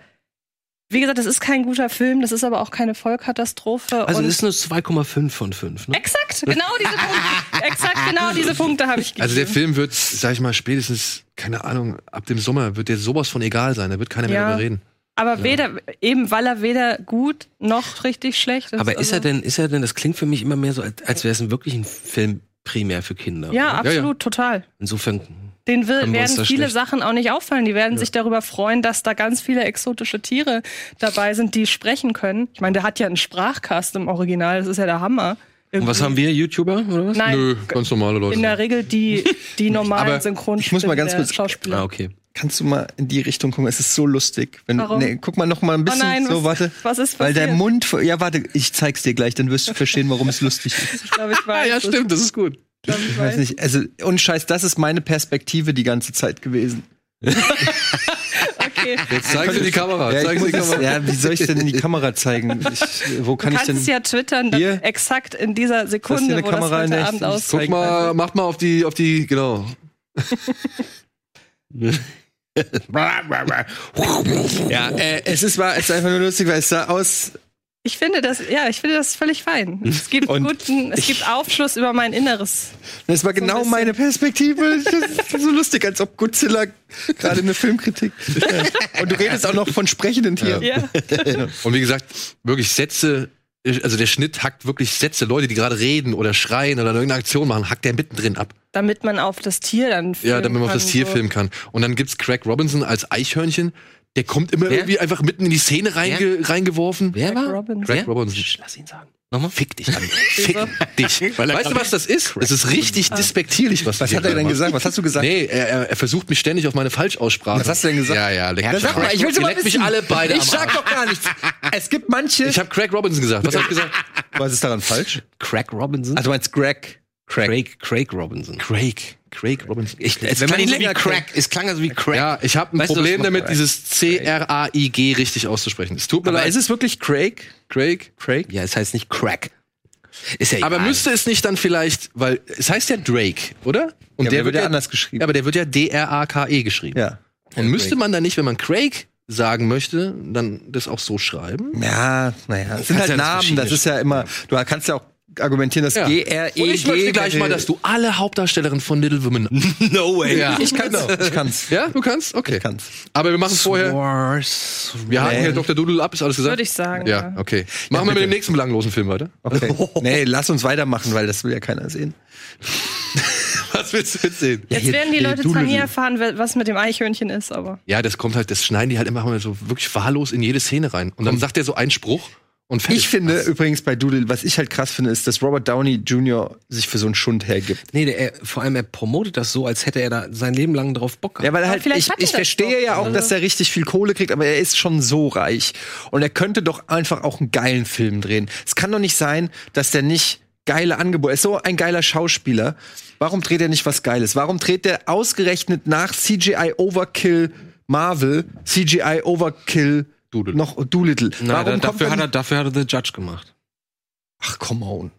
D: wie gesagt, das ist kein guter Film, das ist aber auch keine Vollkatastrophe.
E: also
D: und
E: es ist nur 2,5 von 5, ne?
D: Exakt, genau diese Punkte. exakt genau diese Punkte habe ich gegeben.
A: Also der Film wird, sag ich mal, spätestens, keine Ahnung, ab dem Sommer wird der sowas von egal sein. Da wird keiner mehr
D: Ja.
A: drüber reden.
D: Aber weder, eben weil er weder gut noch richtig schlecht ist.
E: Aber ist
D: also-
E: er denn, ist er denn, das klingt für mich immer mehr so, als, als wäre es ein- wirklich ein Film primär für Kinder.
D: Ja,
E: oder?
D: absolut, total.
E: Insofern
D: Den
E: Können
D: will,
E: wir uns
D: werden
E: da
D: viele
E: schlecht-
D: Sachen auch nicht auffallen. Die werden sich darüber freuen, dass da ganz viele exotische Tiere dabei sind, die sprechen können. Ich meine, der hat ja einen Sprachcast im Original. Das ist ja der Hammer.
E: Und was haben wir, YouTuber oder was?
D: Nein,
A: Nö, ganz normale Leute.
D: in der Regel die, die normalen
B: Aber
D: Synchronstimmen
B: ich muss mal ganz
D: der
B: kurz-
D: Schauspieler.
E: Ah, okay.
B: Kannst du mal in die Richtung gucken? Es ist so lustig. Wenn,
D: Warum? Oh
B: Nee, guck mal noch mal ein bisschen.
D: nein,
B: so,
D: was-
B: warte.
D: was ist
B: Weil der
D: passiert?
B: Mund. Ja, warte, ich zeig's dir gleich, dann wirst du verstehen, warum es lustig ist.
D: Ich glaube, ich
A: Ah,
D: weiß.
A: ja,
D: es.
A: stimmt, das ist gut.
D: Ich glaube, ich
B: Ich weiß
D: weiß.
B: nicht. Also, und Scheiß, das ist meine Perspektive die ganze Zeit gewesen.
D: Okay.
A: Jetzt zeig sie die Kamera.
B: Ja,
A: zeig sie
B: ich muss
A: die
B: es,
A: Kamera.
B: ja, wie soll ich denn in die Kamera zeigen? Ich, wo
D: Du
B: kann ich
D: kannst
B: denn?
D: es ja twittern, dann
B: Hier?
D: exakt in dieser
B: das
D: Sekunde, wo das heute Abend
B: ich
D: aus.
A: Guck
B: zeig-
A: mal, macht mal auf die, auf die, genau.
B: Ja, äh, es ist war, es ist einfach nur lustig, weil es sah aus.
D: Ich finde das, ja, ich finde das völlig fein. Es gibt
B: Und
D: guten, es gibt Aufschluss über mein Inneres.
B: Es war genau
D: bisschen.
B: meine Perspektive. Das ist so lustig, als ob Godzilla gerade eine Filmkritik. Ja. Und du redest auch noch von sprechenden Tieren.
D: Ja.
A: Und wie gesagt, wirklich Sätze, also der Schnitt hackt wirklich Sätze, Leute, die gerade reden oder schreien oder irgendeine Aktion machen, hackt der mittendrin ab.
D: Damit man auf das Tier dann
A: Ja,
D: filmen
A: damit man auf
D: kann,
A: das Tier
D: so.
A: filmen kann. Und dann gibt's Craig Robinson als Eichhörnchen. Der kommt immer irgendwie einfach mitten in die Szene reinge reingeworfen.
E: Wer
D: Craig
E: war?
D: Robinson.
A: Craig
E: Wer?
A: Robinson.
E: Lass ihn sagen. Nochmal? Fick dich an.
A: Fick dich. Weißt du, was das ist? Es ist richtig despektierlich, was
B: Was
A: du
B: hat er
A: gerade
B: denn
A: machst.
B: gesagt? Was hast du gesagt?
A: Nee, er, er, er versucht mich ständig auf meine Falschaussprache.
B: Was hast du denn gesagt?
A: Ja, ja, leck mich
B: sag
A: am
B: mal,
A: Arsch.
B: ich will's
A: Ihr
B: mal
A: leckt mich alle beide
B: Ich
A: am
B: sag
A: Arsch.
B: doch gar nichts. Es gibt manche.
A: Ich habe Craig Robinson gesagt. Was hab ich gesagt?
B: Was ist daran falsch?
E: Craig Robinson?
B: Ah, du meinst Greg.
E: Craig, Craig Robinson.
A: Craig. Craig Robinson.
E: Ich, es
B: Wenn man
E: klang
B: ihn
E: so
B: länger
E: wie Crack. Es klang also wie Crack.
A: Ja, ich habe ein
E: Weißt du,
A: Problem
E: was man-
A: damit, dieses C-R-A-I-G richtig auszusprechen. Es tut mir
B: Aber
A: leid.
B: ist es wirklich Craig?
A: Craig?
B: Craig?
E: Ja, es heißt nicht Crack. Ist ja egal.
A: Aber müsste es nicht dann vielleicht, weil es heißt ja Drake, oder? Und
B: Ja, aber der wird ja anders geschrieben.
A: Ja, aber der wird ja D-R-A-K-E E geschrieben.
B: Ja.
A: Und müsste man dann nicht, wenn man Craig sagen möchte, dann das auch so schreiben?
B: Ja, naja. Es sind halt
E: Kannst ja
B: Namen,
E: das
B: das
E: verschiedene
B: ist ja immer. Du kannst ja auch argumentieren, dass E
A: Ja.
B: G-R-E-G.
A: Und ich möchte gleich mal, dass du alle Hauptdarstellerinnen von Little Women.
E: No way.
A: Ja.
B: Ich kann's. Ich kann's.
A: ja, du kannst? Okay.
B: Genau. Ich kann's.
A: Aber wir machen es vorher.
E: Wars.
A: Wir haken hier Dr. Doodle ab, ist alles gesagt?
D: Würde ich sagen,
A: Ja,
D: ja.
A: okay. Machen wir mit dem nächsten belanglosen Film weiter.
B: Okay.
A: Oh.
B: Nee, lass uns weitermachen, weil das will ja keiner sehen.
A: Was willst du jetzt sehen?
D: Jetzt
B: hier-
D: werden die
B: hier
D: Leute zwar
B: Doolittle.
D: nie erfahren, wer- was mit dem Eichhörnchen ist, aber
A: Ja, das kommt halt, das schneiden die halt immer so wirklich wahllos in jede Szene rein. Und dann sagt er so einen Spruch und fertig.
B: Ich finde übrigens bei Doodle, was ich halt krass finde, ist, dass Robert Downey Jr. sich für so einen Schund hergibt.
E: Nee, der, er, vor allem er promotet das so, als hätte er da sein Leben lang drauf Bock gehabt.
B: Ja, weil er
D: Aber
B: halt,
D: vielleicht
B: ich,
D: hat er
B: ich
D: das
B: verstehe
D: doch. Also
B: ja auch, dass er richtig viel Kohle kriegt, aber er ist schon so reich. Und er könnte doch einfach auch einen geilen Film drehen. Es kann doch nicht sein, dass der nicht geile Angebote, er ist so ein geiler Schauspieler. Warum dreht er nicht was Geiles? Warum dreht er ausgerechnet nach CGI Overkill Marvel, CGI Overkill
A: Doodle.
B: noch Doolittle?
E: Na,
B: Warum
E: da, dafür, hat
B: kommt
E: er, dafür hat er The Judge gemacht.
B: Ach, come on.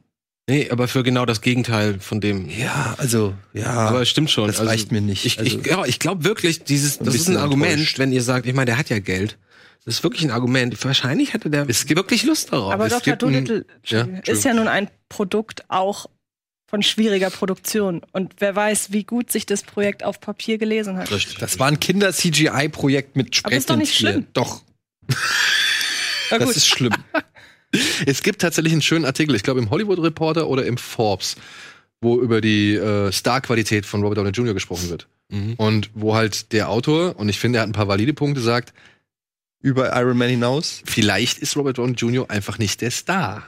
E: Nee, aber für genau das Gegenteil von dem.
B: Ja, also, ja.
E: Aber es stimmt schon.
B: das reicht mir nicht.
E: Ich,
B: Also-
E: ich, ja, ich glaube wirklich, dieses, das ist
B: bisschen
E: ein Argument,
B: enttäuscht.
E: wenn ihr sagt, ich meine, der hat ja Geld. Das ist wirklich ein Argument. Wahrscheinlich hätte der
A: Es gibt-
E: wirklich Lust darauf.
D: aber
A: es
D: Dr.
A: gibt ein-
D: Doolittle
A: Ja,
D: ist ja nun ein Produkt auch von schwieriger Produktion und wer weiß, wie gut sich das Projekt auf Papier gelesen hat.
B: Das war ein Kinder-CGI-Projekt mit
D: Aber ist doch
B: sprechenden
D: nicht
B: Tieren.
D: schlimm.
B: Doch,
D: Na
B: das
D: gut.
B: ist schlimm.
A: Es gibt tatsächlich einen schönen Artikel, ich glaube im Hollywood Reporter oder im Forbes, wo über die äh, Star-Qualität von Robert Downey Jr. gesprochen wird. Und wo halt der Autor, und ich finde, er hat ein paar valide Punkte, sagt,
B: Über Iron Man hinaus.
A: vielleicht ist Robert Downey Jr. einfach nicht der Star.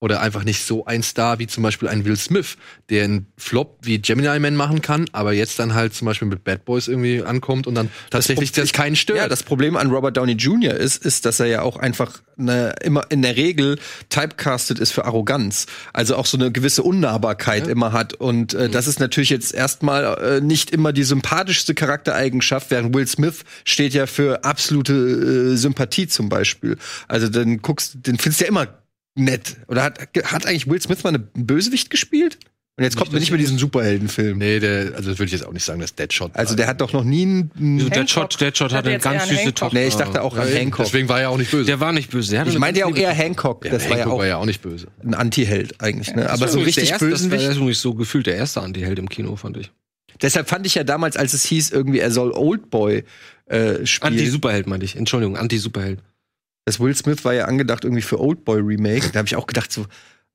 A: Oder einfach nicht so ein Star wie zum Beispiel ein Will Smith, der einen Flop wie Gemini Man machen kann, aber jetzt dann halt zum Beispiel mit Bad Boys irgendwie ankommt und dann tatsächlich das, keinen stört.
B: Ja, das Problem an Robert Downey Jr. ist, ist, dass er ja auch einfach ne, immer in der Regel typecastet ist für Arroganz. Also auch so eine gewisse Unnahbarkeit immer hat. Und
A: Mhm.
B: äh, das ist natürlich jetzt erstmal äh, nicht immer die sympathischste Charaktereigenschaft, während Will Smith steht ja für absolute äh, Sympathie zum Beispiel. Also dann guckst, den findest du ja immer nett. Oder hat, hat eigentlich Will Smith mal einen Bösewicht gespielt? Und jetzt kommt mir nicht mehr diesen Superheldenfilm.
A: nee, der, also das würde ich jetzt auch nicht sagen, dass Deadshot.
B: Also der hat doch noch nie einen. einen
E: Der
D: Hancock.
E: Shot, der Shot
D: Hat
E: hatte
D: er
E: eine
D: jetzt
E: ganz
D: eher einen
E: süße
D: Hancock?
E: Tochter.
B: nee, ich dachte auch an Hancock.
A: Deswegen war er auch nicht böse.
E: Der war nicht böse. Der hatte
B: Ich
E: eine
B: meinte ja
E: ganz
B: auch
E: liebe
B: eher
E: Tochter.
B: Hancock. Das war ja
A: Hancock
B: auch
A: war ja auch nicht böse.
B: ein Anti-Held eigentlich. Ne? Aber
E: Das
B: so
E: war übrigens der
B: richtig
E: erste- Das war
B: Bösenwicht.
E: das übrigens so gefühlt der erste Anti-Held im Kino, fand ich.
B: Deshalb fand ich ja damals, als es hieß, irgendwie er soll Oldboy äh, spielen.
E: Anti-Superheld meinte ich. Entschuldigung, Anti-Superheld.
B: Das Will Smith war ja angedacht irgendwie für Oldboy Remake. Da habe ich auch gedacht so,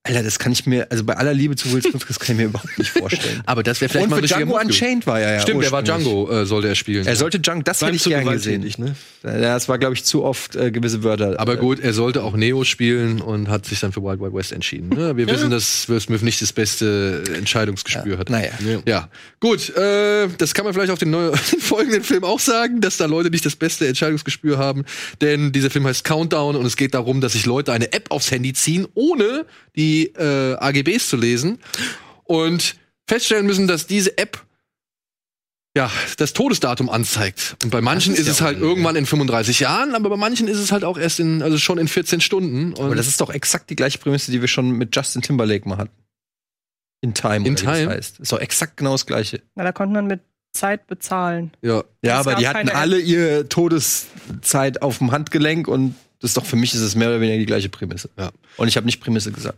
B: Alter, das kann ich mir, also bei aller Liebe zu Will Smith, das kann ich mir überhaupt nicht vorstellen.
A: Aber das wäre vielleicht
B: Und
A: mal ein
B: für
A: richtiger
B: Django
A: Move gewesen.
B: Unchained war er ja.
A: Stimmt, der war
B: ursprünglich.
A: Django, äh, sollte er spielen.
B: Er sollte Django, das hätte ich
E: zu
B: gern gesehen.
E: gewalttätig, ne?
B: Ja, Das war, glaube ich, zu oft äh, gewisse Wörter.
A: Aber gut, er sollte auch Neo spielen und hat sich dann für Wild Wild West entschieden. Ne? Wir wissen, dass Will Smith nicht das beste Entscheidungsgespür hat.
B: naja.
A: Ja, gut. Äh, das kann man vielleicht auf den, neu den folgenden Film auch sagen, dass da Leute nicht das beste Entscheidungsgespür haben. Denn dieser Film heißt Countdown und es geht darum, dass sich Leute eine App aufs Handy ziehen, ohne die äh, AGBs zu lesen und feststellen müssen, dass diese App ja, das Todesdatum anzeigt. Und bei manchen ist, es halt irgendwann in 35 Jahren, aber bei manchen ist es halt auch erst in, also schon in 14 Stunden. Und
B: Aber das ist doch exakt die gleiche Prämisse, die wir schon mit Justin Timberlake mal hatten. In Time.
A: In
B: oder wie das
A: Time?
B: heißt. Ist doch exakt genau das gleiche.
D: Na, da konnte man mit Zeit bezahlen.
A: ja.
B: Ja,
D: Es
B: aber
D: gab
B: die hatten
D: keine App.
B: alle ihre Todeszeit auf dem Handgelenk und das ist doch für mich ist es mehr oder weniger die gleiche Prämisse.
A: Ja.
B: Und ich habe nicht Prämisse gesagt.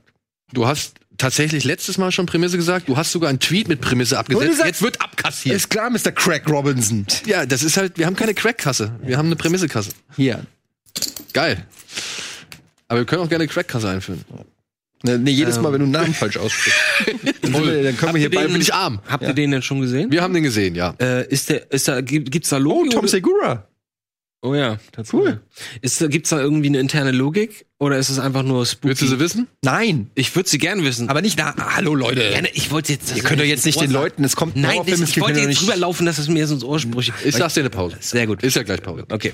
A: Du hast tatsächlich letztes Mal schon Prämisse gesagt. Du hast sogar einen Tweet mit Prämisse
B: Und du
A: abgesetzt.
B: sagst-
A: Jetzt wird abkassiert.
B: Ist klar, Mr. Craig Robinson.
A: ja, das ist halt, wir haben keine Crackkasse. Wir haben eine Prämissekasse.
B: Hier.
A: Geil. Aber wir können auch gerne Crackkasse einführen.
B: Ne, nee, jedes Mal, wenn du einen Namen falsch aussprichst. dann, sind wir, dann können wir hier
A: Dann bin
B: bei.
A: ich arm.
E: Habt ihr den denn schon gesehen?
A: Wir haben den gesehen, ja.
E: Äh, ist der, ist da, gibt, gibt's da Logik? oder-
B: Oh, Segura.
E: oh ja, cool. Ist, da- gibt's da irgendwie eine interne Logik? Oder ist es einfach nur
A: Willst du
E: spooky?
A: sie wissen?
B: Nein,
E: Ich würde sie gerne wissen.
B: aber nicht. Na, hallo Leute.
E: gerne, ne, ich wollte jetzt.
B: Ihr könnt doch jetzt nicht den Leuten, es kommt ein
E: Nein,
B: Horrorfilm,
E: das,
B: es
E: ich
B: geht
E: wollte
B: mir doch
E: jetzt
B: nicht-
E: rüberlaufen, dass es mir so ins Ohrsprüche.
A: Ich sag's dir eine Pause.
E: Sehr gut.
A: Ist ja gleich Pause.
E: Okay.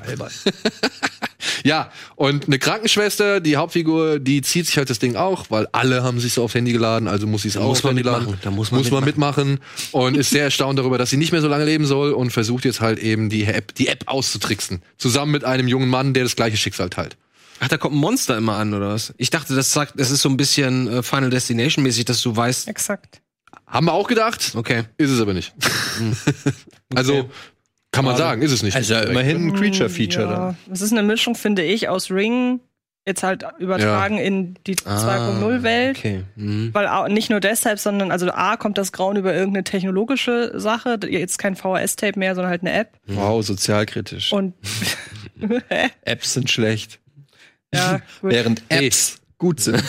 A: Ja, und eine Krankenschwester, die Hauptfigur, die zieht sich halt das Ding auch, weil alle haben sich so aufs Handy geladen, also muss sie es auch
E: muss
A: aufs
E: man
A: Handy
E: mitmachen,
A: laden.
E: da muss man
A: mitmachen. Und ist sehr erstaunt darüber, dass sie nicht mehr so lange leben soll und versucht jetzt halt eben die App, die App auszutricksen. Zusammen mit einem jungen Mann, der das gleiche Schicksal teilt.
E: Ach, da kommt ein Monster immer an, oder was? Ich dachte, das sagt, das ist so ein bisschen äh, Final Destination-mäßig, dass du weißt.
D: Exakt.
A: Haben wir auch gedacht,
E: Okay.
A: ist es aber nicht. Also, kann man sagen, ist es nicht.
B: Also immerhin ein Creature-Feature
D: Hm, ja. Es ist eine Mischung, finde ich, aus Ring, jetzt halt übertragen in die 2.0-Welt.
E: Ah, Okay. Mhm.
D: Weil au- nicht nur deshalb, sondern also A kommt das Grauen über irgendeine technologische Sache, jetzt kein VHS-Tape mehr, sondern halt eine App.
B: dann. Wow, sozialkritisch.
D: Und
B: Apps sind schlecht.
D: ja, gut.
B: Während Apps gut sind.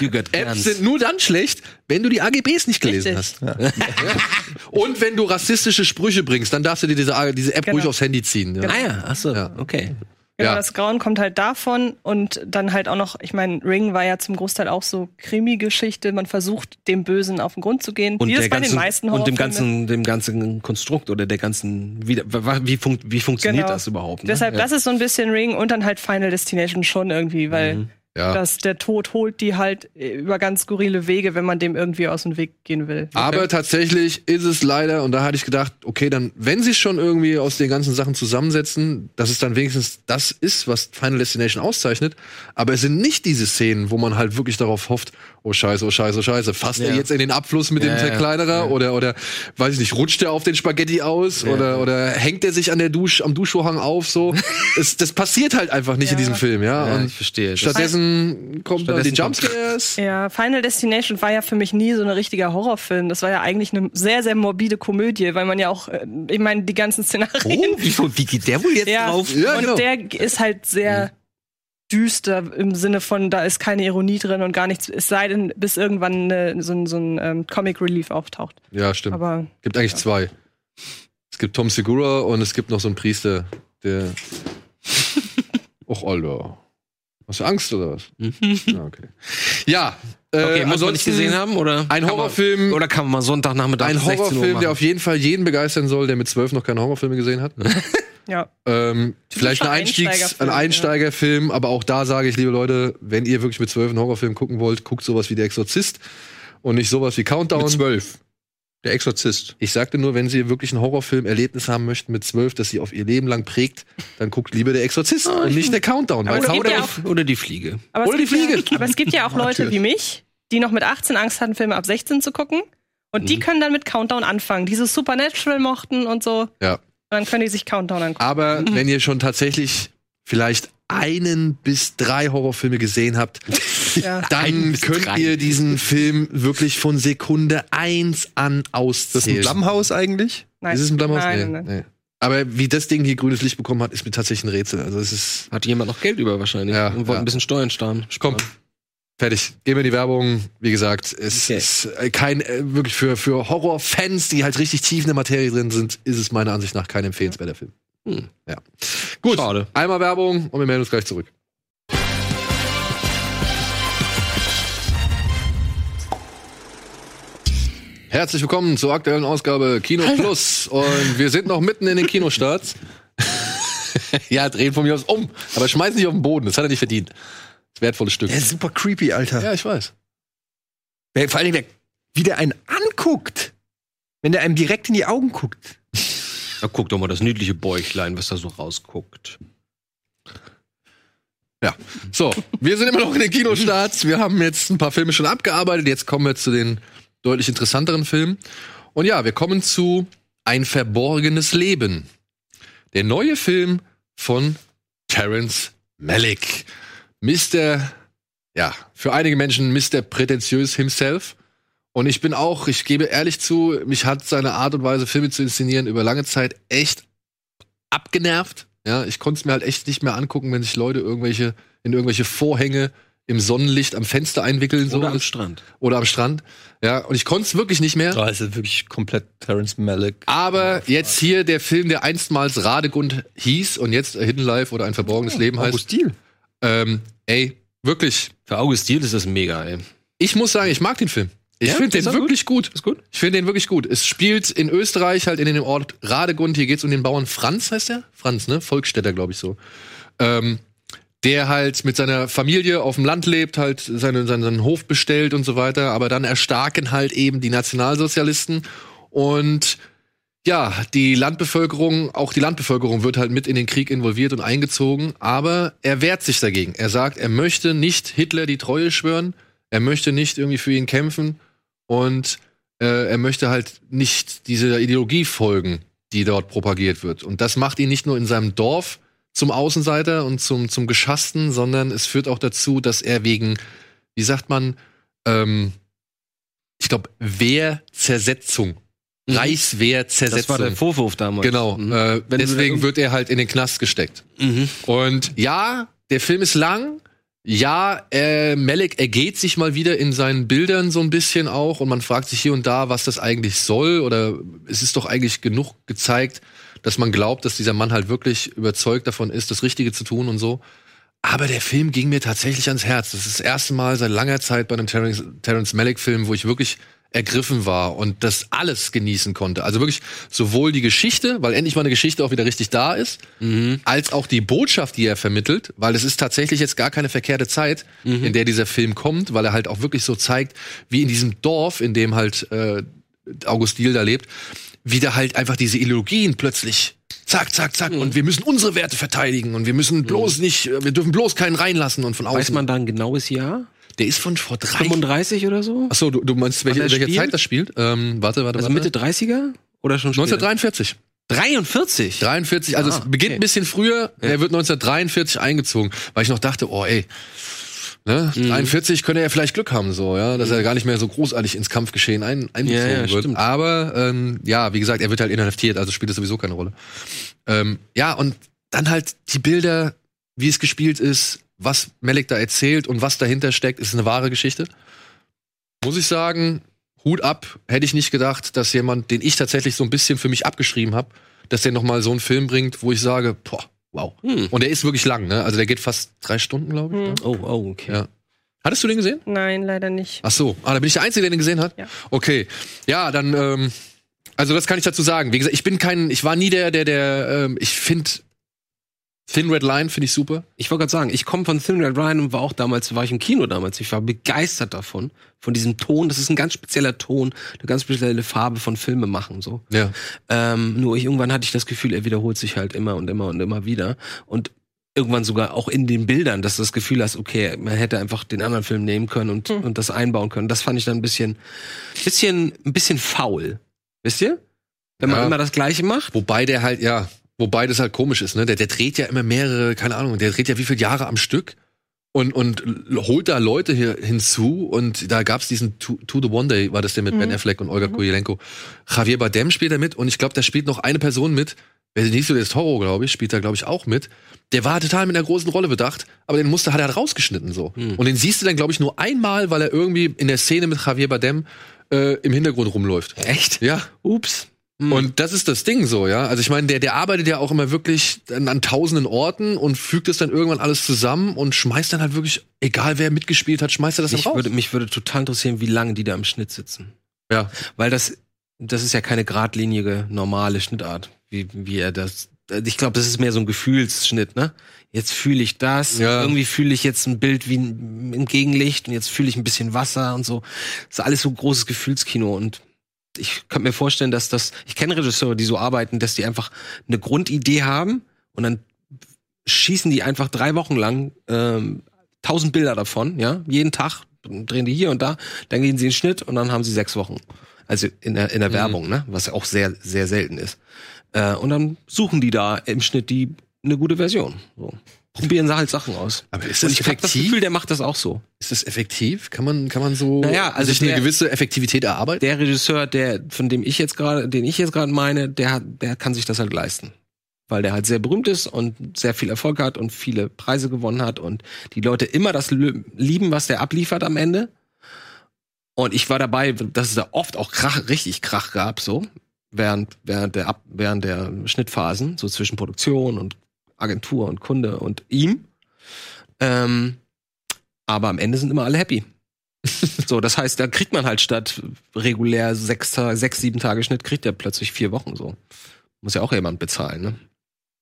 E: You got
A: Apps
E: guns.
A: sind nur dann schlecht, wenn du die AGBs nicht gelesen
D: Richtig.
A: hast. Und wenn du rassistische Sprüche bringst, dann darfst du dir diese, A- diese App
D: Genau.
A: ruhig aufs Handy ziehen. Ja.
E: ah ja, ach so, okay.
D: Genau,
A: Ja.
D: das Grauen kommt halt davon und dann halt auch noch, ich meine, Ring war ja zum Großteil auch so Krimi-Geschichte, man versucht dem Bösen auf den Grund zu gehen,
E: Und,
D: wie
E: der
D: es bei
E: ganzen,
D: den meisten
E: und dem
D: Horrorfilmen
E: ganzen, dem ganzen Konstrukt oder der ganzen, wie, wie, fun wie funktioniert das überhaupt? Ne?
D: Genau. Deshalb,
E: ja.
D: das ist so ein bisschen Ring und dann halt Final Destination schon irgendwie, weil
E: Mhm.
A: Ja.
D: das, der Tod holt die halt äh, über ganz skurrile Wege, wenn man dem irgendwie aus dem Weg gehen will.
A: Aber tatsächlich ist es leider, und da hatte ich gedacht, okay, dann, wenn sie es schon irgendwie aus den ganzen Sachen zusammensetzen, dass es dann wenigstens das ist, was Final Destination auszeichnet. Aber es sind nicht diese Szenen, wo man halt wirklich darauf hofft, oh Scheiße, oh Scheiße, oh Scheiße, fasst er
E: Ja.
A: jetzt in den Abfluss mit
E: Ja,
A: dem
E: ja,
A: Verkleinerer oder, oder, weiß ich nicht, rutscht er auf den Spaghetti aus oder, oder hängt er sich an der Dusch, am Duschvorhang auf, so. es, das passiert halt einfach nicht in diesem Film, ja.
E: Ja,
A: und
E: ich verstehe. Das-
A: stattdessen kommen dann die
E: Stattdessen kommt-
A: Jumpscares.
D: Ja, Final Destination war ja für mich nie so ein richtiger Horrorfilm. Das war ja eigentlich eine sehr, sehr morbide Komödie, weil man ja auch, äh, ich meine, die ganzen Szenarien.
E: Oh, wie, wie geht der wohl jetzt
D: ja,
E: drauf?
A: Ja,
D: und
A: genau.
D: der ist halt
A: Mhm.
D: sehr düster im Sinne von, da ist keine Ironie drin und gar nichts, es sei denn, bis irgendwann eine, so ein, so ein ähm, Comic Relief auftaucht.
A: Ja, stimmt.
D: Aber
A: gibt eigentlich zwei. Es gibt Tom Segura und es gibt noch so einen Priester, der. Och, Alter. Hast du Angst oder was? ja, okay. Ja. Äh,
E: Mhm. Okay, muss man nicht
A: ansonsten
E: gesehen haben? Oder
A: Ein
E: kann man-
A: Horrorfilm.
E: Oder kann man mal Sonntagnachmittag
A: Ein
E: bis 16 Uhr
A: Horrorfilm, der
E: machen?
A: auf jeden Fall jeden begeistern soll, der mit zwölf noch keine Horrorfilme gesehen hat.
D: ja,
A: ähm, vielleicht ein,
D: Typischer
A: Einstiegs-,
D: Einsteigerfilm,
A: ein Einsteigerfilm, aber auch da sage ich, liebe Leute, wenn ihr wirklich mit zwölf einen Horrorfilm gucken wollt, guckt sowas wie Der Exorzist und nicht sowas wie Countdown.
B: zwölf. Der Exorzist.
A: Ich sagte nur, wenn Sie wirklich ein Horrorfilm-Erlebnis haben möchten mit zwölf, das Sie auf Ihr Leben lang prägt, dann guckt lieber der Exorzist
B: Ah,
A: und nicht der Countdown. Weil
D: es gibt
A: Countdown
D: ja
E: Oder, oder die Fliege.
D: Aber
A: Oder
D: es
A: die
D: gibt
A: Fliege.
D: Ja, aber es gibt ja auch Leute wie mich, die noch mit 18 Angst hatten, Filme ab 16 zu gucken. Und
A: Mhm.
D: die können dann mit Countdown anfangen. Die so Supernatural mochten und so.
A: Ja.
D: Dann können die sich Countdown angucken.
A: Aber
B: Mhm.
A: wenn ihr schon tatsächlich vielleicht einen bis drei Horrorfilme gesehen habt,
D: Ja.
A: dann
E: bis
A: könnt
E: drei.
A: ihr diesen Film wirklich von Sekunde eins an
B: Ist das ein
A: auszählen.
B: Blumhaus eigentlich?
D: Nein.
A: Ah, Ist es ein Blumhaus?
D: Nein,
A: nee.
D: nein, nein.
A: nee. Aber wie das Ding hier grünes Licht bekommen hat, ist mir tatsächlich ein Rätsel. Also es ist.
E: Hat jemand noch Geld über wahrscheinlich
A: Ja,
E: und wollte
A: ja.
E: ein bisschen Steuern sparen.
A: Komm. Fertig. Gehen wir in die Werbung. Wie gesagt, es
E: Okay.
A: ist äh, kein, äh, wirklich für, für Horrorfans, die halt richtig tief in der Materie drin sind, ist es meiner Ansicht nach kein empfehlenswerter Film.
E: Hm.
A: Ja. Gut.
E: Schade.
A: Einmal Werbung und wir melden uns gleich zurück. Herzlich willkommen zur aktuellen Ausgabe Kino Plus. Und wir sind noch mitten in den Kinostarts. ja, drehen von mir aus um. Aber schmeiß nicht auf den Boden. Das hat er nicht verdient. Das wertvolle Stück.
B: Der ist super creepy, Alter.
A: Ja, ich weiß.
B: Wer, vor allem, wer, wie der einen anguckt. Wenn der einem direkt in die Augen guckt.
E: Da guck doch mal das niedliche Bäuchlein, was da so rausguckt.
A: Ja. So, wir sind immer noch in den Kinostarts. Wir haben jetzt ein paar Filme schon abgearbeitet. Jetzt kommen wir zu den deutlich interessanteren Filmen. Und ja, wir kommen zu Ein verborgenes Leben. Der neue Film von Terence Malick. Mr. Ja, für einige Menschen Mr. Prätentiös himself. Und ich bin auch, ich gebe ehrlich zu, mich hat seine Art und Weise, Filme zu inszenieren, über lange Zeit echt abgenervt. Ja, ich konnte es mir halt echt nicht mehr angucken, wenn sich Leute irgendwelche, in irgendwelche Vorhänge im Sonnenlicht am Fenster einwickeln. So Das-
E: Strand.
A: oder am Strand. Ja, und ich konnte es wirklich nicht mehr.
B: Oh, das ist wirklich komplett Terrence Malick.
A: Aber jetzt hier der Film, der einstmals Radegund hieß und jetzt A Hidden Life oder ein verborgenes Leben heißt.
B: Augustil.
A: Ähm, ey, wirklich.
E: Für Augustil ist das mega, ey.
A: Ich muss sagen, ich mag den Film. Ich
E: Ja?
A: finde
E: Ist
A: den
E: er gut?
A: wirklich gut.
E: Ist gut?
A: Ich finde den wirklich gut. Es spielt in Österreich, halt in dem Ort Radegund. Hier geht's um den Bauern Franz, heißt der? Franz, ne? Volksstädter, glaube ich so. Ähm, der halt mit seiner Familie auf dem Land lebt, halt seinen, seinen, seinen Hof bestellt und so weiter. Aber dann erstarken halt eben die Nationalsozialisten. Und ja, die Landbevölkerung, auch die Landbevölkerung wird halt mit in den Krieg involviert und eingezogen. Aber er wehrt sich dagegen. Er sagt, er möchte nicht Hitler die Treue schwören. Er möchte nicht irgendwie für ihn kämpfen. Und äh, er möchte halt nicht dieser Ideologie folgen, die dort propagiert wird. Und das macht ihn nicht nur in seinem Dorf zum Außenseiter und zum, zum Geschassten, sondern es führt auch dazu, dass er wegen, wie sagt man, ähm, ich glaube, Wehrzersetzung,
E: Mhm.
A: Reichswehrzersetzung.
E: Das war der Vorwurf damals.
A: Genau.
E: Mhm.
A: Äh,
E: Wenn du
A: deswegen
E: da-
A: wird er halt in den Knast gesteckt.
E: Mhm.
A: Und ja, der Film ist lang. Ja, äh, Malik ergeht sich mal wieder in seinen Bildern so ein bisschen auch und man fragt sich hier und da, was das eigentlich soll oder es ist doch eigentlich genug gezeigt, dass man glaubt, dass dieser Mann halt wirklich überzeugt davon ist, das Richtige zu tun und so. Aber der Film ging mir tatsächlich ans Herz. Das ist das erste Mal seit langer Zeit bei einem Terrence, Terrence Malick-Film, wo ich wirklich ergriffen war und das alles genießen konnte. Also wirklich sowohl die Geschichte, weil endlich mal eine Geschichte auch wieder richtig da ist, als auch die Botschaft, die er vermittelt, weil es ist tatsächlich jetzt gar keine verkehrte Zeit, in der dieser Film kommt, weil er halt auch wirklich so zeigt, wie in diesem Dorf, in dem halt äh, August Diehl da lebt, wie da halt einfach diese Ideologien plötzlich zack, zack,
E: Mhm.
A: zack und wir müssen unsere Werte verteidigen und wir müssen bloß nicht, äh, wir dürfen bloß keinen reinlassen und von außen.
E: Weiß man da ein genaues Jahr?
A: der ist von vor drei.
E: 35 oder so?
A: Achso, du, du meinst, welche,
E: Wann er
A: welche
E: spielt?
A: Zeit das spielt? Ähm, warte, warte,
E: Also
A: warte.
E: Mitte 30er? Oder schon später?
A: 1943.
E: 43?
A: 43, also
E: Ah,
A: es beginnt
E: okay.
A: ein bisschen früher, er wird 1943 eingezogen, weil ich noch dachte, oh ey, ne,
E: Mhm.
A: 43 könnte er vielleicht Glück haben, so, ja, dass er gar nicht mehr so großartig ins Kampfgeschehen ein, einbezogen
E: Ja, ja,
A: wird.
E: stimmt.
A: Aber ähm, ja, wie gesagt, er wird halt inhaftiert, also spielt das sowieso keine Rolle. Ähm, ja, und dann halt die Bilder, wie es gespielt ist, was Malik da erzählt und was dahinter steckt, ist eine wahre Geschichte. Muss ich sagen, Hut ab, hätte ich nicht gedacht, dass jemand, den ich tatsächlich so ein bisschen für mich abgeschrieben habe, dass der noch mal so einen Film bringt, wo ich sage, boah, wow.
E: Hm.
A: Und der ist wirklich lang, ne? Also der geht fast drei Stunden, glaube ich.
D: Hm.
A: Ne?
E: Oh, oh, okay.
A: Ja. Hattest du den gesehen?
D: Nein, leider nicht.
A: Ach so, ah, da bin ich der Einzige, der den gesehen hat.
D: Ja.
A: Okay, ja, dann, ähm, also das kann ich dazu sagen. Wie gesagt, ich bin kein, ich war nie der, der, der, ähm, ich finde Thin Red Line finde ich super.
E: Ich wollte gerade sagen, ich komme von Thin Red Ryan und war auch damals, war ich im Kino damals. Ich war begeistert davon, von diesem Ton. Das ist ein ganz spezieller Ton, eine ganz spezielle Farbe von Filme machen so.
A: Ja.
E: Ähm, nur ich, irgendwann hatte ich das Gefühl, er wiederholt sich halt immer und immer und immer wieder. Und irgendwann sogar auch in den Bildern, dass du das Gefühl hast, okay, man hätte einfach den anderen Film nehmen können und, und das einbauen können. Das fand ich dann ein bisschen, bisschen, ein bisschen faul. Wisst ihr? Wenn man
A: Ja.
E: immer das Gleiche macht.
A: Wobei der halt, ja, wobei das halt komisch ist, ne? Der, der dreht ja immer mehrere, keine Ahnung, der dreht ja wie viele Jahre am Stück und, und l- holt da Leute hier hinzu und da gab's diesen to, to the One Day, war das der mit Ben Affleck und Olga Kurylenko. Javier Bardem spielt da mit und ich glaube, da spielt noch eine Person mit, Benicio del Toro, glaube ich, spielt da, glaube ich, auch mit. Der war total mit einer großen Rolle bedacht, aber den musste hat er halt rausgeschnitten so. Und den siehst du dann, glaube ich, nur einmal, weil er irgendwie in der Szene mit Javier Bardem äh, im Hintergrund rumläuft.
E: Echt?
A: Ja.
E: Ups. Hm.
A: Und das ist das Ding so, ja. Also ich meine, der, der arbeitet ja auch immer wirklich an, an tausenden Orten und fügt das dann irgendwann alles zusammen und schmeißt dann halt wirklich, egal wer mitgespielt hat, schmeißt er das dann
E: Mich
A: raus.
E: würde, mich würde total interessieren, wie lange die da im Schnitt sitzen.
A: ja.
E: Weil das, das ist ja keine geradlinige, normale Schnittart, wie, wie er das. Ich glaube, das ist mehr so ein Gefühlsschnitt, ne? Jetzt fühle ich das,
A: Ja.
E: irgendwie fühle ich jetzt ein Bild wie ein, im Gegenlicht und jetzt fühle ich ein bisschen Wasser und so. Das ist alles so großes Gefühlskino und ich könnte mir vorstellen, dass das, ich kenne Regisseure, die so arbeiten, dass die einfach eine Grundidee haben und dann schießen die einfach drei Wochen lang ähm, tausend Bilder davon, ja, jeden Tag drehen die hier und da, dann gehen sie in den Schnitt und dann haben sie sechs Wochen. Also in der, in
A: Mhm.
E: der Werbung, ne? Was auch sehr, sehr selten ist. Äh, und dann suchen die da im Schnitt die eine gute Version. So. Probieren sie halt Sachen aus.
A: Aber ist
E: Und
A: das
E: ich habe das
A: effektiv?
E: Gefühl, der macht das auch so.
A: Ist das effektiv? Kann man, kann man so
E: Naja, also
A: sich eine
E: der-
A: gewisse Effektivität erarbeiten?
E: Der Regisseur, der, von dem ich jetzt gerade, den ich jetzt gerade meine, der hat, der kann sich das halt leisten. Weil der halt sehr berühmt ist und sehr viel Erfolg hat und viele Preise gewonnen hat und die Leute immer das lö- lieben, was der abliefert am Ende. Und ich war dabei, dass es da oft auch Krach, richtig Krach gab, so, während, während der, Ab- während der Schnittphasen, so zwischen Produktion und Agentur und Kunde und ihm. Ähm, aber am Ende sind immer alle happy. So, das heißt, da kriegt man halt statt regulär sechs, Ta- sechs sieben Tage Schnitt, kriegt der plötzlich vier Wochen so. Muss ja auch jemand bezahlen, ne?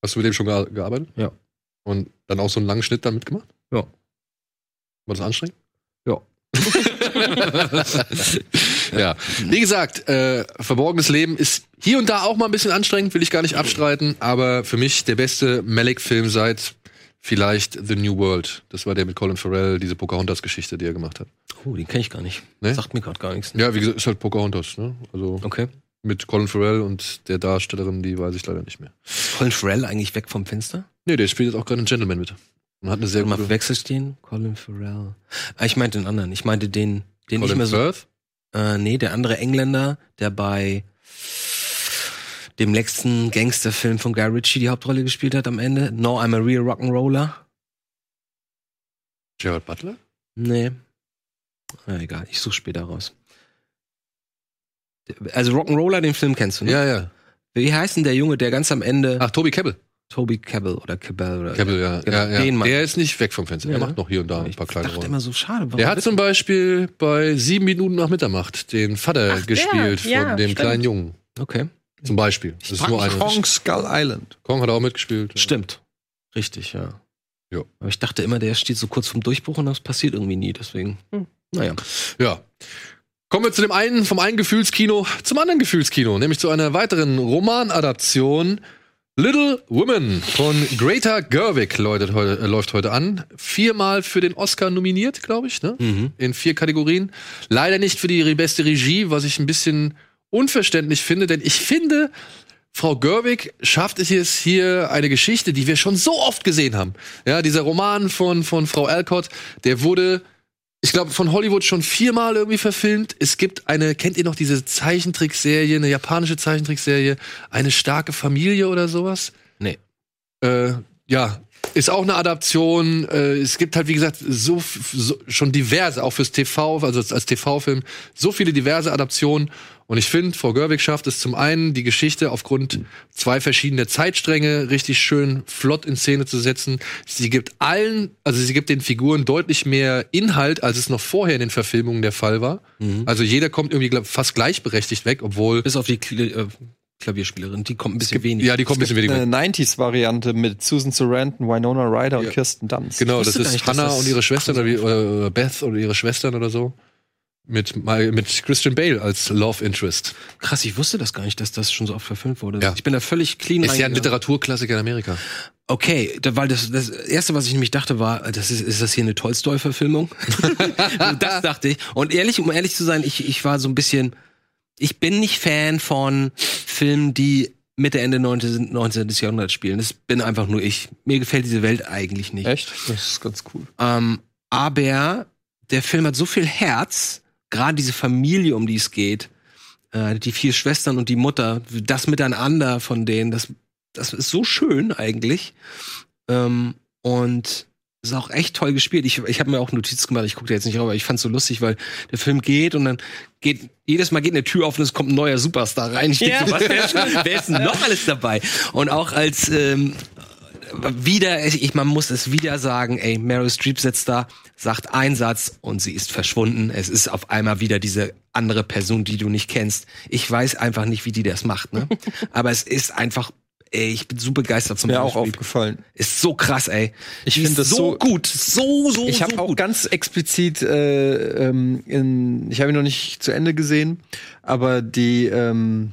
A: Hast du mit dem schon gear- gearbeitet?
E: Ja.
A: Und dann auch so einen langen Schnitt dann mitgemacht?
E: Ja.
A: War das anstrengend?
E: Ja.
A: ja. Wie gesagt, äh, verborgenes Leben ist hier und da auch mal ein bisschen anstrengend, will ich gar nicht abstreiten, aber für mich der beste Malik-Film seit vielleicht The New World. Das war der mit Colin Farrell, diese Pocahontas-Geschichte, die er gemacht hat.
E: Oh, den kenne ich gar nicht.
A: Ne?
E: Sagt mir gerade gar nichts.
A: Ja, wie gesagt, ist halt Pocahontas, ne? Also
E: Okay.
A: mit Colin Farrell und der Darstellerin, die weiß ich leider nicht mehr.
E: Colin Farrell eigentlich weg vom Fenster?
A: Nee, der spielt jetzt auch gerade einen Gentleman mit. Und hat eine sehr
E: Mal
A: gute...
E: verwechselt stehen? Colin Farrell. Ah, ich meinte den anderen. Ich meinte den, den nicht
A: Colin
E: mehr so.
A: Firth?
E: Äh, nee, der andere Engländer, der bei dem letzten Gangsterfilm von Guy Ritchie die Hauptrolle gespielt hat am Ende. No, I'm a real Rock'n'Roller.
A: Gerard Butler?
E: Nee. Na, egal, ich suche später raus. Also Rock'n'Roller, den Film kennst du, ne?
A: Ja, Ah. ja.
E: Wie heißt denn der Junge, der ganz am Ende
A: Ach, Toby Kebbell.
E: Toby Cabell oder Cabell oder
A: Kebbell, ja.
E: Genau,
A: ja, ja.
E: den Mann.
A: der ist nicht weg vom Fenster.
E: Ja,
A: Er
E: ne?
A: macht noch hier und da ein
E: Ich
A: paar kleine
E: dachte
A: Rollen.
E: immer so, schade. Warum
A: Der hat zum Beispiel bei sieben Minuten nach Mitternacht den Vater
D: Ach, der,
A: gespielt von
D: ja,
A: dem
D: stimmt.
A: kleinen Jungen.
E: Okay,
A: Zum Beispiel. Das ist nur eine.
B: Kong Skull Island.
A: Kong hat er auch mitgespielt.
E: stimmt. Richtig, ja.
A: Ja.
E: Aber ich dachte immer, der steht so kurz vom Durchbruch und das passiert irgendwie nie, deswegen.
D: Hm.
E: Naja.
A: Ja. Kommen wir zu dem einen, vom einen Gefühlskino zum anderen Gefühlskino, nämlich zu einer weiteren Romanadaption. Little Women von Greta Gerwig läutet heute, äh, läuft heute an. Viermal für den Oscar nominiert, glaube ich, ne?
E: Mhm.
A: in vier Kategorien. Leider nicht für die beste Regie, was ich ein bisschen unverständlich finde, denn ich finde, Frau Gerwig schafft es jetzt hier eine Geschichte, die wir schon so oft gesehen haben. Ja, dieser Roman von, von Frau Alcott, der wurde, ich glaube, von Hollywood schon viermal irgendwie verfilmt. Es gibt eine, kennt ihr noch diese Zeichentrickserie, eine japanische Zeichentrickserie, eine starke Familie oder sowas?
E: Nee.
A: äh, ja, ist auch eine Adaption. Äh, es gibt halt, wie gesagt, so, f- so schon diverse, auch fürs TV, also als, als TV-Film, so viele diverse Adaptionen. Und ich finde, Frau Görwig schafft es zum einen, die Geschichte aufgrund zwei verschiedener Zeitstränge richtig schön flott in Szene zu setzen. Sie gibt allen, also sie gibt den Figuren deutlich mehr Inhalt, als es noch vorher in den Verfilmungen der Fall war. Also jeder kommt irgendwie glaub, fast gleichberechtigt weg, obwohl.
E: Bis auf die Kl äh, Klavierspielerin, die kommt ein bisschen weniger.
A: Ja, die kommt ein bisschen weniger.
B: Eine 90s-Variante mit Susan Sarandon, Winona Ryder und Kirsten Dunst.
A: Genau, das
E: wusste gar
A: ist
E: nicht, dass
A: Hannah
E: das-
A: und ihre Schwestern oder, wie, oder oder Beth oder ihre Schwestern oder so. Mit, Mal- mit Christian Bale als Love Interest.
E: Krass, ich wusste das gar nicht, dass das schon so oft verfilmt wurde.
A: Ja.
E: Ich bin da völlig clean
A: Ist ja ein
E: reingegangen.
A: Literaturklassiker in Amerika.
E: Okay, da, weil das, das erste, was ich nämlich dachte, war, das ist, ist das hier eine Tolstoi-Verfilmung? das dachte ich. Und ehrlich, um ehrlich zu sein, ich, ich war so ein bisschen, ich bin nicht Fan von Filmen, die Mitte, Ende 19. 19. Jahrhunderts spielen. Das bin einfach nur ich. Mir gefällt diese Welt eigentlich nicht.
B: Echt? Das ist ganz cool.
E: Ähm, aber der Film hat so viel Herz, gerade diese Familie, um die es geht, äh, die vier Schwestern und die Mutter, das miteinander von denen, das das ist so schön eigentlich. Ähm, und ist auch echt toll gespielt. Ich, ich habe mir auch Notizen gemacht, ich gucke da jetzt nicht rauf, aber ich fand's so lustig, weil der Film geht und dann geht, jedes Mal geht eine Tür auf und es kommt ein neuer Superstar rein. Ich denk
D: Ja.
E: so, was, wer, wer ist denn noch alles dabei? Und auch als ähm, wieder, ich, ich- man muss es wieder sagen, ey, Meryl Streep sitzt da, sagt einen Satz und sie ist verschwunden. Es ist auf einmal wieder diese andere Person, die du nicht kennst. Ich weiß einfach nicht, wie die das macht, ne? Aber es ist einfach, ey, ich bin so begeistert zum
B: Mir auch
E: Beispiel.
B: aufgefallen.
E: Ist so krass, ey.
B: Ich
E: Die
B: find
E: ist
B: das so-
E: gut, so so
B: Ich
E: so
B: habe auch
E: gut.
B: ganz explizit, äh, ähm, in, ich habe ihn noch nicht zu Ende gesehen, aber die ähm,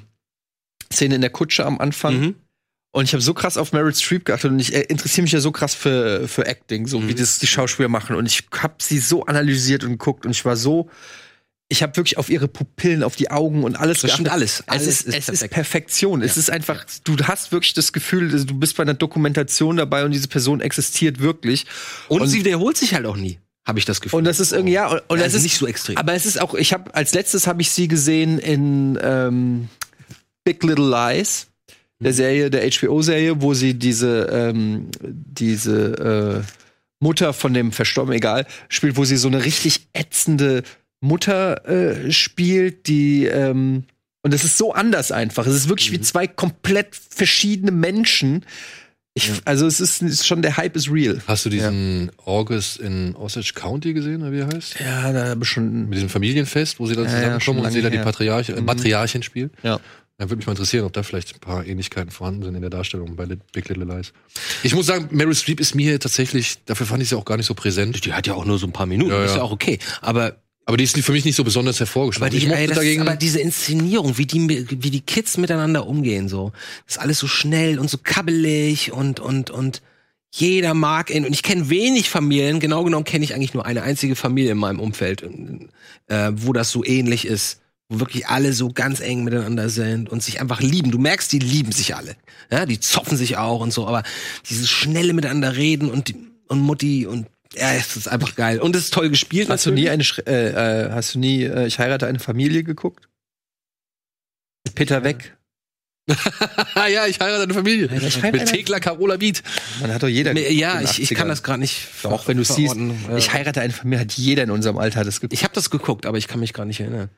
B: Szene in der Kutsche am Anfang.
E: Mhm.
B: Und ich habe so krass auf Meryl Streep geachtet und ich äh, interessiere mich ja so krass für, für Acting, so wie das die Schauspieler machen. Und ich habe sie so analysiert und geguckt und ich war so, ich habe wirklich auf ihre Pupillen, auf die Augen und alles
E: Das stimmt,
B: geachtet.
E: alles. Alles
B: es ist,
E: ist
B: es ist
E: perfekt.
B: Perfektion. Es ist einfach, du hast wirklich das Gefühl, also du bist bei einer Dokumentation dabei und diese Person existiert wirklich.
E: und, sie wiederholt sich halt auch nie, habe ich das Gefühl.
B: Und das ist irgendwie, ja, und, und
E: Also
B: das ist
E: nicht so extrem.
B: Aber es ist auch, ich habe als letztes habe ich sie gesehen in ähm, Big Little Lies, der Serie, der HBO-Serie, wo sie diese, ähm, diese äh, Mutter von dem Verstorbenen, egal, spielt, wo sie so eine richtig ätzende Mutter äh, spielt, die ähm, und es ist so anders einfach. Es ist wirklich wie zwei komplett verschiedene Menschen. Ich, Also es ist, ist schon der Hype ist real.
A: Hast du diesen August in Osage County gesehen, oder wie er heißt?
B: Ja, da habe ich schon.
A: Mit diesem Familienfest, wo sie dann
B: Ja, ja, schon
A: zusammenkommen und
B: lange
A: sie dann die
B: her.
A: Patriarche,
E: Mhm.
A: äh, Matriarchin spielt.
B: Ja.
A: Dann würde mich mal interessieren, ob da vielleicht ein paar Ähnlichkeiten vorhanden sind in der Darstellung bei Lit- Big Little Lies. Ich muss sagen, Meryl Streep ist mir hier tatsächlich, dafür fand ich sie auch gar nicht so präsent.
E: die hat ja auch nur so ein paar Minuten,
A: Ja,
E: ist
A: ja.
E: ja auch okay. Aber
A: Aber die ist für mich nicht so besonders hervorgestellt.
E: aber, die,
A: ich mochte
E: ey, das,
A: dagegen.
E: aber diese Inszenierung, wie die mi- wie die Kids miteinander umgehen, so ist alles so schnell und so kabbelig und und und jeder mag ihn und ich kenne wenig Familien. Genau genommen kenne ich eigentlich nur eine einzige Familie in meinem Umfeld, äh, wo das so ähnlich ist, wo wirklich alle so ganz eng miteinander sind und sich einfach lieben. Du merkst, die lieben sich alle. Ja, die zoffen sich auch und so, aber dieses schnelle miteinander reden und die, und Mutti und ja, es ist einfach geil und es ist toll gespielt.
B: Hast du nie eine Schre- äh, äh, hast du nie äh, ich heirate eine Familie geguckt? Mit Peter
E: äh,
B: Weg.
A: ah ja, ich heirate eine Familie.
B: ich heirate-
A: Mit Thekla Carola Wied.
B: Man hat doch jeder
E: Nee, Ja,
B: in den
E: ich, ich kann
B: 80ern.
E: das äh, gerade nicht. ver-
B: auch wenn du siehst,
E: verorten. Ja.
B: ich heirate eine Familie hat jeder in unserem Alter das geguckt.
E: Ich habe das geguckt, aber ich kann mich gar nicht erinnern.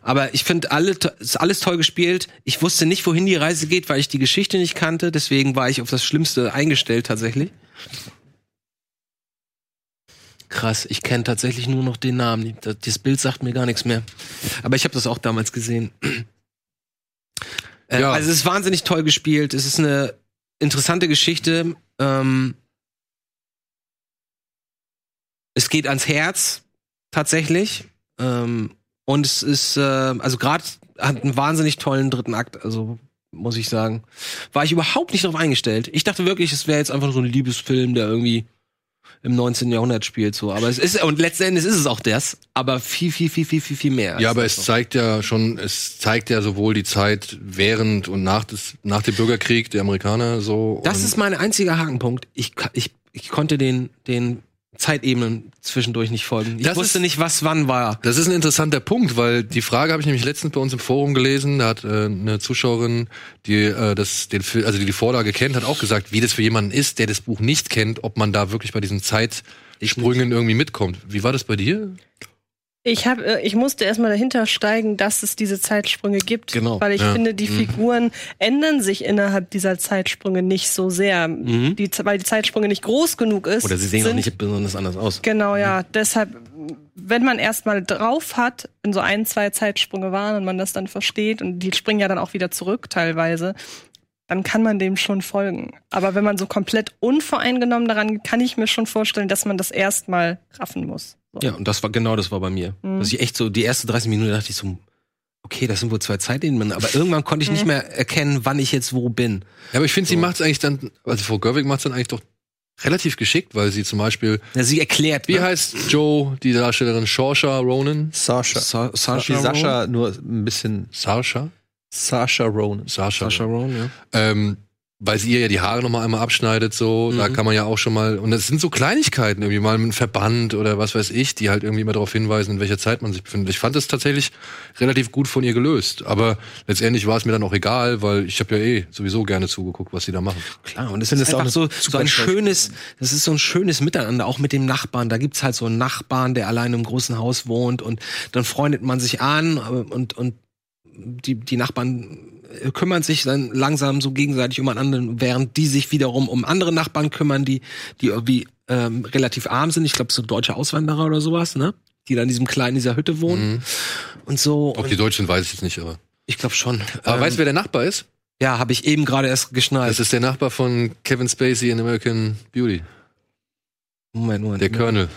E: Aber ich finde alle to- ist alles toll gespielt. Ich wusste nicht, wohin die Reise geht, weil ich die Geschichte nicht kannte. Deswegen war ich auf das Schlimmste eingestellt tatsächlich. Krass, ich kenne tatsächlich nur noch den Namen. Das, das Bild sagt mir gar nichts mehr. Aber ich habe das auch damals gesehen. Äh,
A: Ja.
E: Also es ist wahnsinnig toll gespielt. Es ist eine interessante Geschichte. Ähm, es geht ans Herz tatsächlich. Ähm, und es ist, äh, also gerade hat einen wahnsinnig tollen dritten Akt, also muss ich sagen. War ich überhaupt nicht drauf eingestellt. Ich dachte wirklich, es wäre jetzt einfach so ein Liebesfilm, der irgendwie im 19. Jahrhundert spielt, so. Aber es ist, und letztendlich ist es auch das, aber viel, viel, viel, viel, viel, viel mehr.
A: Ja, aber
E: Also-
A: es zeigt ja schon, es zeigt ja sowohl die Zeit während und nach, des, nach dem Bürgerkrieg der Amerikaner so.
E: Das
A: und
E: ist mein einziger Hakenpunkt. Ich, ka- ich, ich konnte den, den Zeitebenen zwischendurch nicht folgen. Ich
A: Das
E: wusste
A: ist-
E: nicht, was wann war.
A: Das ist ein interessanter Punkt, weil die Frage habe ich nämlich letztens bei uns im Forum gelesen. Da hat äh, eine Zuschauerin, die äh, das, den, Fil- also die die Vorlage kennt, hat auch gesagt, wie das für jemanden ist, der das Buch nicht kennt, ob man da wirklich bei diesen Zeitsprüngen irgendwie mitkommt. Wie war das bei dir?
D: Ich, hab, äh, ich musste erstmal dahinter steigen, dass es diese Zeitsprünge gibt.
E: Genau,
D: Weil ich
A: ja. Mhm.
D: finde, die Figuren ändern sich innerhalb dieser Zeitsprünge nicht so sehr.
A: Mhm.
D: Die, Z- weil die Zeitsprünge nicht groß genug ist. sind-
E: besonders anders aus.
D: Genau, ja. Deshalb, wenn man erstmal drauf hat, wenn so ein, zwei Zeitsprünge waren und man das dann versteht, und die springen ja dann auch wieder zurück teilweise, dann kann man dem schon folgen. Aber wenn man so komplett unvoreingenommen daran geht, kann ich mir schon vorstellen, dass man das erstmal raffen muss. So.
E: Ja, und das war genau das war bei mir. Dass ich echt so die ersten 30 Minuten dachte ich so, okay, das sind wohl zwei Zeitebenen, aber irgendwann konnte ich nicht mehr erkennen, wann ich jetzt wo bin.
A: Ja, aber ich finde, sie macht es eigentlich dann, also Frau Görwig macht es dann eigentlich doch relativ geschickt, weil sie zum Beispiel,
E: Ja, sie erklärt,
A: wie
E: ne?
A: heißt Joe, die Darstellerin Shorsha Ronan?
B: Sascha.
E: Sa
B: Wie
E: Sascha, Ronan?
B: Sascha nur ein bisschen
A: Sascha?
B: Sascha Ronan.
A: Sascha.
E: Sascha Ronan, ja.
A: Ähm, weil sie ihr ja die Haare noch mal einmal abschneidet, so, da kann man ja auch schon mal, und das sind so Kleinigkeiten, irgendwie mal ein Verband oder was weiß ich, die halt irgendwie immer darauf hinweisen, in welcher Zeit man sich befindet. Ich fand es tatsächlich relativ gut von ihr gelöst, aber letztendlich war es mir dann auch egal, weil ich habe ja eh sowieso gerne zugeguckt, was sie da machen.
E: Klar, und es
B: finde,
E: ist
B: das ist auch
E: einfach so,
B: eine
E: so
B: super
E: ein
B: Schauspiel-
E: schönes, das ist so ein schönes Miteinander, auch mit dem Nachbarn. Da gibt's halt so einen Nachbarn, der allein im großen Haus wohnt und dann freundet man sich an äh, und, und die, die Nachbarn äh, kümmern sich dann langsam so gegenseitig um einen anderen, während die sich wiederum um andere Nachbarn kümmern, die, die irgendwie ähm, relativ arm sind. Ich glaube, so deutsche Auswanderer oder sowas, ne? Die dann in diesem kleinen, dieser Hütte wohnen und so.
A: Ob
E: Und
A: Mhm. die Deutschen weiß ich jetzt nicht, aber.
E: ich glaube schon.
A: Aber
E: Ähm,
A: weißt du, wer der Nachbar ist?
E: ja, habe ich eben gerade erst
A: Das
E: geschnallt.
A: ist der Nachbar von Kevin Spacey in American Beauty,
E: Moment, Moment.
A: der Colonel.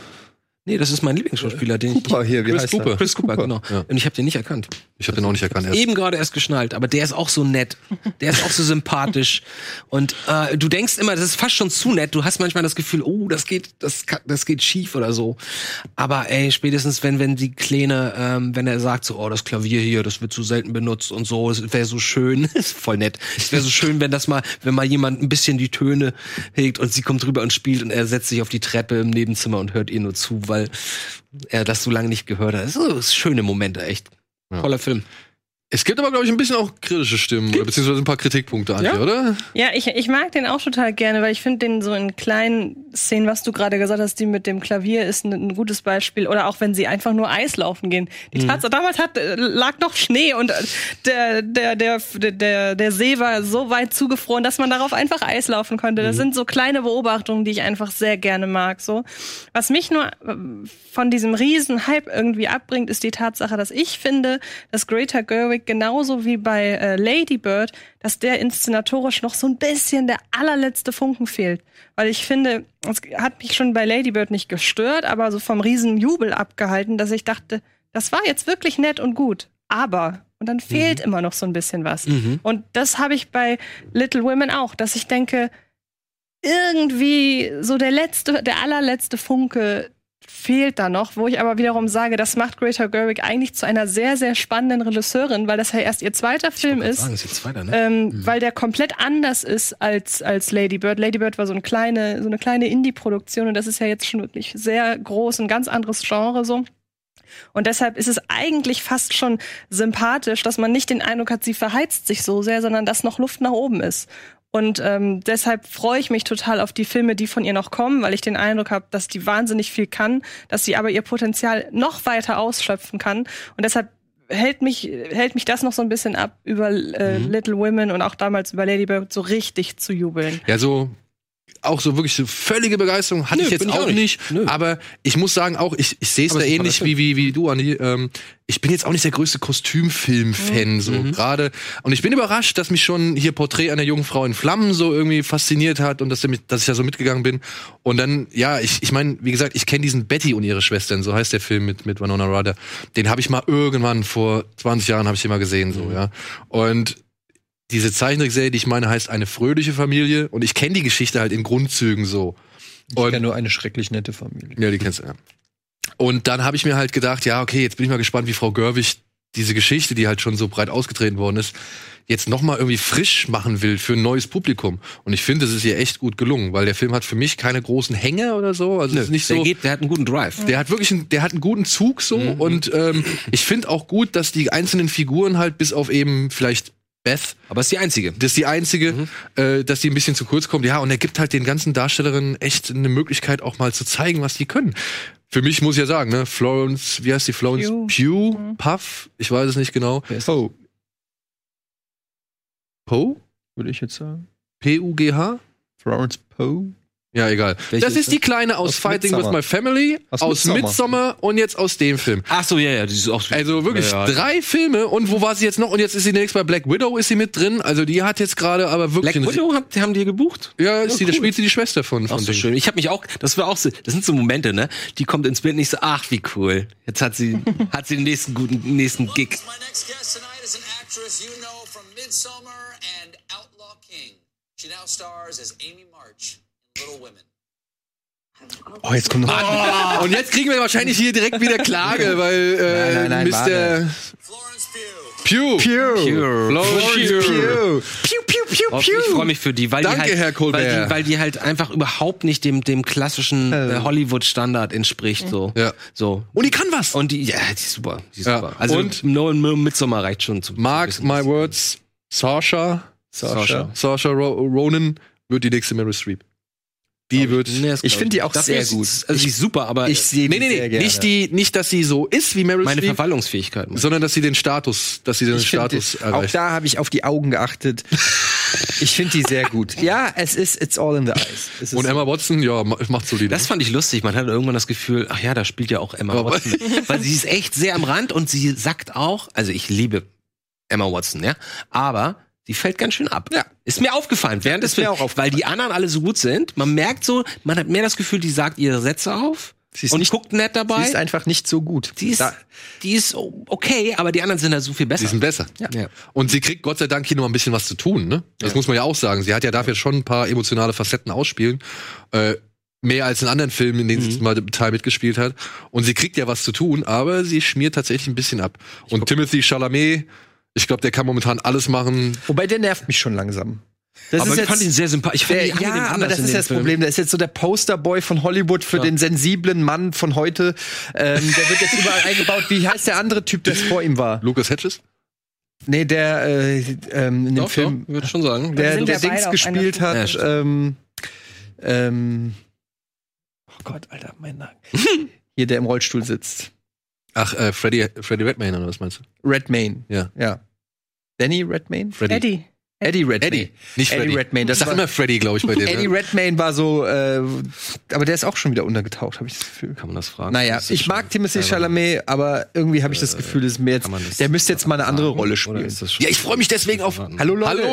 E: Nee, das ist mein Lieblingsschauspieler, den
B: Cooper
E: ich.
B: hier, wie
E: Chris
B: heißt er?
E: Cooper. Chris Cooper,
B: Cooper.
E: genau.
A: Ja.
E: Und ich habe den nicht erkannt.
A: Ich habe den auch nicht erkannt. Er ist
E: Eben gerade erst geschnallt, aber der ist auch so nett. Der ist auch so sympathisch. Und äh, du denkst immer, das ist fast schon zu nett. Du hast manchmal das Gefühl, oh, das geht, das, kann- das geht schief oder so. Aber ey, spätestens wenn wenn die Kleine, ähm, wenn er sagt so, oh, das Klavier hier, das wird zu selten benutzt und so, es wäre so schön, ist voll nett. Es wäre so schön, wenn das mal, wenn mal jemand ein bisschen die Töne hegt und sie kommt rüber und spielt und er setzt sich auf die Treppe im Nebenzimmer und hört ihr nur zu, weil er das so lange nicht gehört hat. Das sind so schöne Momente, echt.
A: Ja.
E: Toller Film.
A: Es gibt aber, glaube ich, ein bisschen auch kritische Stimmen, oder beziehungsweise ein paar Kritikpunkte an dir, oder?
D: Ja, ich, ich mag den auch total gerne, weil ich finde den so in kleinen Szenen, was du gerade gesagt hast, die mit dem Klavier ist ein, ein gutes Beispiel. Oder auch wenn sie einfach nur Eis laufen gehen. Die Tatsache, damals hat, äh, lag noch Schnee und äh, der, der, der, der, der See war so weit zugefroren, dass man darauf einfach Eis laufen konnte. Das sind so kleine Beobachtungen, die ich einfach sehr gerne mag. So. Was mich nur ähm, von diesem riesen Hype irgendwie abbringt, ist die Tatsache, dass ich finde, dass Greta Gerwig genauso wie bei äh, Lady Bird, dass der inszenatorisch noch so ein bisschen der allerletzte Funken fehlt. Weil ich finde, es hat mich schon bei Lady Bird nicht gestört, aber so vom riesen Jubel abgehalten, dass ich dachte, das war jetzt wirklich nett und gut. Aber, und dann fehlt immer noch so ein bisschen was.
E: Mhm.
D: Und das habe ich bei Little Women auch, dass ich denke, irgendwie so der letzte, der allerletzte Funke fehlt da noch, wo ich aber wiederum sage, das macht Greta Gerwig eigentlich zu einer sehr, sehr spannenden Regisseurin, weil das ja erst ihr zweiter Film ist.
E: Sagen, ist jetzt weiter, ne?
D: Ähm, Weil der komplett anders ist als, als Lady Bird. Lady Bird war so eine kleine, so eine kleine Indie-Produktion und das ist ja jetzt schon wirklich sehr groß, ein ganz anderes Genre so. Und deshalb ist es eigentlich fast schon sympathisch, dass man nicht den Eindruck hat, sie verheizt sich so sehr, sondern dass noch Luft nach oben ist. Und ähm, deshalb freue ich mich total auf die Filme, die von ihr noch kommen, weil ich den Eindruck habe, dass die wahnsinnig viel kann, dass sie aber ihr Potenzial noch weiter ausschöpfen kann. Und deshalb hält mich, hält mich das noch so ein bisschen ab, über äh,
B: Mhm.
D: Little Women und auch damals über Lady Bird so richtig zu jubeln.
A: Ja, so auch so wirklich so völlige Begeisterung hatte
E: Nö,
A: ich jetzt
E: bin ich
A: auch
E: auch nicht.
A: nicht.
E: Nö.
A: Aber ich muss sagen, auch ich, ich sehe es
E: Aber
A: da
E: es ist ein
A: ähnlich
E: toller
A: wie, wie, wie du, Andi. Ähm, ich bin jetzt auch nicht der größte Kostümfilm-Fan,
E: Mhm.
A: so gerade. Und ich bin überrascht, dass mich schon hier Porträt einer jungen Frau in Flammen so irgendwie fasziniert hat und dass, der mich, dass ich da so mitgegangen bin. Und dann, ja, ich, ich meine, wie gesagt, ich kenne diesen Betty und ihre Schwestern, so heißt der Film mit, mit Winona Ryder. Den habe ich mal irgendwann vor 20 Jahren, habe ich den mal gesehen,
E: Mhm.
A: so, ja. Und diese Zeichentrickserie, die ich meine, heißt eine fröhliche Familie und ich kenne die Geschichte halt in Grundzügen so. Und
B: ja nur eine schrecklich nette Familie.
A: ja, die kennst du, ja. Und dann habe ich mir halt gedacht, ja, okay, jetzt bin ich mal gespannt, wie Frau Görwig diese Geschichte, die halt schon so breit ausgetreten worden ist, jetzt noch mal irgendwie frisch machen will für ein neues Publikum. Und ich finde, es ist ihr echt gut gelungen, weil der Film hat für mich keine großen Hänge oder so. Also es ist nicht so.
E: der geht, Mhm. der hat einen guten Drive.
A: Der hat wirklich einen, der hat einen guten Zug so und ähm, ich finde auch gut, dass die einzelnen Figuren halt bis auf eben vielleicht Beth
E: Aber ist die einzige.
A: das ist die einzige, äh, dass die ein bisschen zu kurz kommt. Ja, und er gibt halt den ganzen Darstellerinnen echt eine Möglichkeit, auch mal zu zeigen, was die können. Für mich muss ich ja sagen, ne, Florence, wie heißt die Florence
D: Pugh.
A: Pugh, Puff, ich weiß es nicht genau.
B: Oh,
A: Poe?
B: würde ich jetzt sagen.
A: P-U-G-H?
B: Florence Poe.
A: Ja, egal.
E: Welche
A: das
E: ist
A: ist die kleine aus,
B: Aus
A: Fighting with
B: Midsommar.
A: My Family,
B: Aus
A: aus, Midsommar. und jetzt aus dem Film.
E: Ach so, ja, ja, die ist auch.
A: Also wirklich
E: Ja, ja.
A: drei Filme und wo war sie jetzt noch? Und jetzt ist sie nächstes bei Black Widow ist sie mit drin. Also die hat jetzt gerade aber wirklich
E: Black
A: einen-
E: Widow habt- haben die gebucht?
A: Ja, ist
E: Ja,
A: sie, da
E: cool.
A: spielt sie die Schwester von
E: Auch
A: von
E: so
A: Ding.
E: schön. Ich habe mich auch, das war auch so, das sind so Momente, ne? Die kommt ins Bild nicht so, ach, wie cool. Jetzt hat sie, hat sie den nächsten guten, nächsten Gig.
I: My next guest tonight is an actress you know from Midsummer and Outlaw King. She now stars as Amy March in Little Women.
B: Oh, jetzt kommt noch.
A: Und jetzt kriegen wir wahrscheinlich hier direkt wieder Klage, weil äh,
B: Nein, nein, nein,
A: Mr.
B: warte.
I: Florence Pugh.
A: Pugh.
B: Pew.
A: Florence Pugh.
B: Pew. Pew, pew, piu,
E: Auf-
B: piu.
E: Oh, Ich freue mich für die, weil
A: Danke,
E: die halt,
A: Herr Colbert.
E: Weil die, weil die halt einfach überhaupt nicht dem, dem klassischen äh, Hollywood-Standard entspricht. So.
A: Ja.
E: so.
A: Und die kann was.
E: Und die, ja, die ist super. Die ist
A: Ja.
E: super. Also
A: Und-
E: No and Midsommar reicht schon zum
A: Mark
E: zum
A: my
E: wissen.
A: words, Sasha,
E: Saoirse.
A: Sasha Ro Ronan wird die nächste Mary Streep. Die wird.
E: Nee, das
B: Ich
E: glaub
B: finde die auch
E: Dafür
B: sehr
E: ist-
B: gut.
E: Also die ist super, aber
B: Ich sehe
A: Nee, nee, nee, nicht die, nicht, dass sie so ist wie Mary
E: meine
A: Streep,
E: Verwallungsfähigkeit.
A: sondern dass sie den Status, dass sie den
B: Ich find,
A: Status
B: auch
A: erreicht.
B: da habe ich auf die Augen geachtet. Ich finde die sehr gut. Ja, es ist It's All in the Eyes. Es ist
A: Und Emma Watson, ja, ma- macht solide.
E: Das fand ich lustig. Man hatte irgendwann das Gefühl, ach ja, da spielt ja auch Emma
A: Aber-
E: Watson. mit. Weil sie ist echt sehr am Rand und sie sagt auch, also ich liebe Emma Watson, ja, aber sie fällt ganz schön ab.
B: Ja.
E: Ist mir aufgefallen während des
B: Ist mir
E: Films,
B: auch aufgefallen.
E: weil die anderen alle so gut sind. Man merkt so, man hat mehr das Gefühl, die sagt ihre Sätze auf
B: Sie ist
E: und
B: nicht-
E: guckt nett dabei.
B: die ist einfach nicht so gut.
E: die, ist,
B: Da-
E: die ist okay, aber die anderen sind da so viel
A: Die
E: besser.
A: sind besser.
E: Ja.
A: Und sie kriegt Gott sei Dank hier noch ein bisschen was zu tun, ne? Das muss man ja auch sagen. Sie hat ja dafür schon ein paar emotionale Facetten ausspielen. Äh, mehr als in anderen Filmen, in denen
B: Mhm.
A: sie mal Teil mitgespielt hat. Und sie kriegt ja was zu tun, aber sie schmiert tatsächlich ein bisschen ab. Und Timothy Chalamet, ich glaube, der kann momentan alles machen.
B: wobei der nervt mich schon langsam. Das
E: aber ich fand ihn sehr sympathisch. Ich fand
B: der,
E: die angenehm
B: ja, aber
E: anders
B: das
E: in
B: ist
E: dem
B: ja das
E: Film.
B: Problem. Der ist jetzt so der Posterboy von Hollywood für den sensiblen Mann von heute. Ähm, der wird jetzt überall eingebaut. Wie heißt der andere Typ, der vor ihm war?
A: Lucas Hedges?
B: Nee, der äh, ähm, in dem
E: Doch,
B: Film,
E: doch, würde schon sagen.
B: der,
D: sind
B: der
D: ja beide
B: Dings
D: auf einer
B: gespielt
E: Ja,
B: hat.
E: stimmt.
B: ähm, ähm, oh Gott, Alter, mein Name. Hier, der im Rollstuhl sitzt.
A: Ach, äh, Freddy, Freddy Redmayne, oder was meinst du?
B: Redmayne.
A: Ja.
B: Ja. Danny Redmayne?
A: Freddy.
D: Eddie.
B: Eddie Redmayne.
A: Eddie. Nicht
B: Eddie
A: Freddy.
B: Redmayne, das
A: ich sag
B: war-
A: immer Freddy, glaube ich, bei dem.
B: Eddie
A: ne?
B: Redmayne war so, äh, aber der ist auch schon wieder untergetaucht, habe ich das Gefühl.
E: Kann man das fragen?
B: Naja,
E: Das ist
B: ich
E: schon-
B: mag Timothy
E: Ja,
B: Chalamet, aber irgendwie habe ich das Gefühl, dass mir jetzt,
E: kann man das
B: der müsste jetzt mal eine andere
E: sagen?
B: Rolle
E: Oder
B: spielen.
E: ist das schon-
A: Ja, ich freue mich deswegen auf.
E: Hallo?
A: Hallo
B: was geht ab?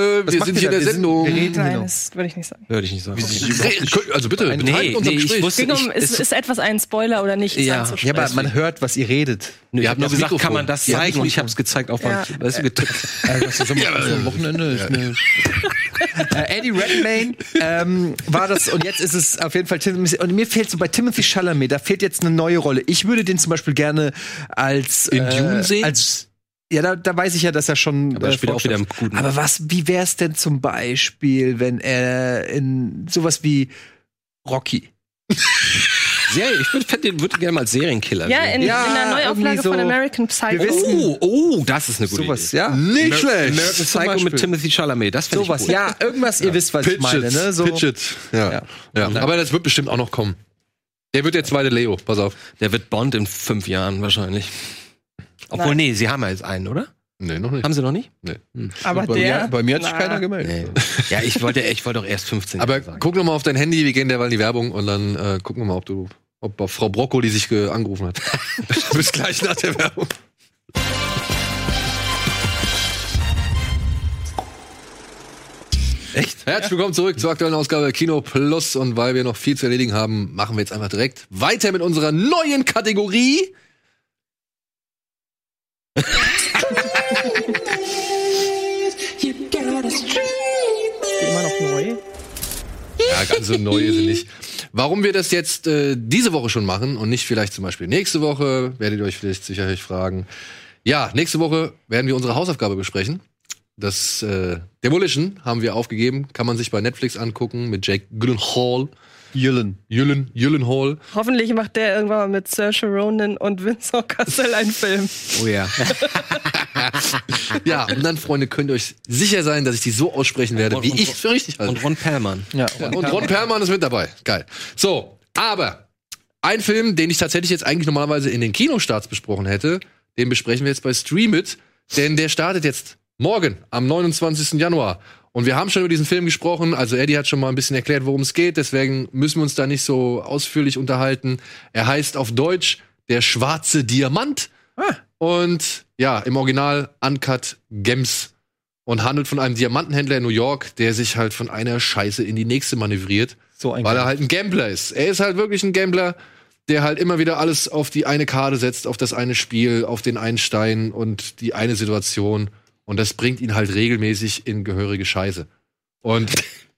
A: Leute,
B: Was
A: wir
B: macht
A: sind
B: ihr
A: hier in der
B: da? Wir sind-
A: Sendung.
B: Wir reden
D: Nein,
B: hier noch.
D: das würde ich nicht sagen.
E: Würde ich nicht sagen.
A: Re- Also bitte,
E: Nee, nee, ich
A: Gespräch.
E: wusste
D: Ging um,
E: ich,
D: ist, ist etwas ein Spoiler oder nicht? ist
E: Ja.
B: Ja,
D: anzusprechen.
B: aber man hört, was ihr redet.
E: Nö,
A: Ihr
E: ich
A: habt
E: habe nur
A: das
E: gesagt,
A: Mikrofon.
E: kann man das
A: Ihr habt
E: zeigen?
A: das
E: Und ich habe es gezeigt auf meinem
D: Ja.
E: weißt du, getippt. Äh,
B: Wochenende ist mir. Äh, Eddie Redmayne ähm, war das und jetzt ist es auf jeden Fall Timothy. Und mir fehlt so bei Timothy Chalamet, da fehlt jetzt eine neue Rolle. Ich würde den zum Beispiel gerne als äh,
A: In Dune sehen?
B: Als, ja, da, da weiß ich ja, dass er schon.
E: Aber er spielt auch
B: Vorstand-
E: wieder im Guten.
B: Aber was? Wie wäre es denn zum Beispiel, wenn er in sowas wie Rocky?
E: Serie, ich würde den würde gerne mal als Serienkiller.
D: ja,
E: sehen.
D: in,
B: Ja,
D: in der Neuauflage
B: irgendwie so-
D: von American Psycho.
B: Wir wissen-
E: oh, oh, das ist eine gute
B: Sowas,
E: Idee.
B: ja.
A: Nicht schlecht.
E: American
B: Zum
E: Psycho
B: Beispiel.
E: mit Timothy Chalamet, das finde ich
B: Sowas,
E: gut.
B: ja, irgendwas, ihr wisst, was ich meine,
A: Pitchet.
B: ne? So,
A: Pitchet. Ja.
B: Ja.
A: Ja. Aber das wird bestimmt auch noch kommen. Der wird der zweite Leo, pass auf.
E: Der wird Bond in fünf Jahren wahrscheinlich. Obwohl,
D: Nein.
E: nee, sie haben ja jetzt einen, oder?
A: Nee, noch nicht.
E: Haben sie noch nicht?
A: Hm.
D: Oh, aber
B: Bei
D: der.
B: mir, bei mir hat sich
D: Na.
B: keiner gemeldet.
E: Nee. ja, ich wollte, ich wollte auch erst 15
A: Aber
E: Jahre sagen.
A: guck noch mal auf dein Handy, wir gehen derweil in die Werbung und dann äh, gucken wir mal, ob du, ob Frau Broccoli sich äh, angerufen hat. Bis gleich nach der Werbung. Echt? Herzlich willkommen zurück zur aktuellen Ausgabe Kino Plus und weil wir noch viel zu erledigen haben, machen wir jetzt einfach direkt weiter mit unserer neuen Kategorie.
D: Immer noch neu.
A: Ja, ganz so neu ist sie nicht. Warum wir das jetzt äh, diese Woche schon machen und nicht vielleicht zum Beispiel nächste Woche, werdet ihr euch vielleicht sicherlich fragen. Ja, nächste Woche werden wir unsere Hausaufgabe besprechen. Das äh, Demolition haben wir aufgegeben, kann man sich bei Netflix angucken mit Jake Gyllenhaal. Jüllen. Jüllen, Gyllenhaal.
D: Hoffentlich macht der irgendwann mal mit Saoirse Ronan und Vincent Cassel einen Film.
E: Oh ja.
A: Ja, und dann, Freunde, könnt ihr euch sicher sein, dass ich die so aussprechen werde,
E: Und-
A: wie
E: und-
A: ich es für richtig halte.
E: Und Ron Perlmann.
B: Ja,
A: Ja, und Ron Perlmann ist mit dabei. Geil. So, aber ein Film, den ich tatsächlich jetzt eigentlich normalerweise in den Kinostarts besprochen hätte, den besprechen wir jetzt bei Streamit, denn der startet jetzt morgen am 29. Januar. Und wir haben schon über diesen Film gesprochen, also Eddie hat schon mal ein bisschen erklärt, worum es geht, deswegen müssen wir uns da nicht so ausführlich unterhalten. Er heißt auf Deutsch Der schwarze Diamant. Und ja, im Original Uncut Gems und handelt von einem Diamantenhändler in New York, der sich halt von einer Scheiße in die nächste manövriert,
B: so ein
A: weil er halt ein Gambler ist. Er ist halt wirklich ein Gambler, der halt immer wieder alles auf die eine Karte setzt, auf das eine Spiel, auf den einen Stein und die eine Situation. Und das bringt ihn halt regelmäßig in gehörige Scheiße. Und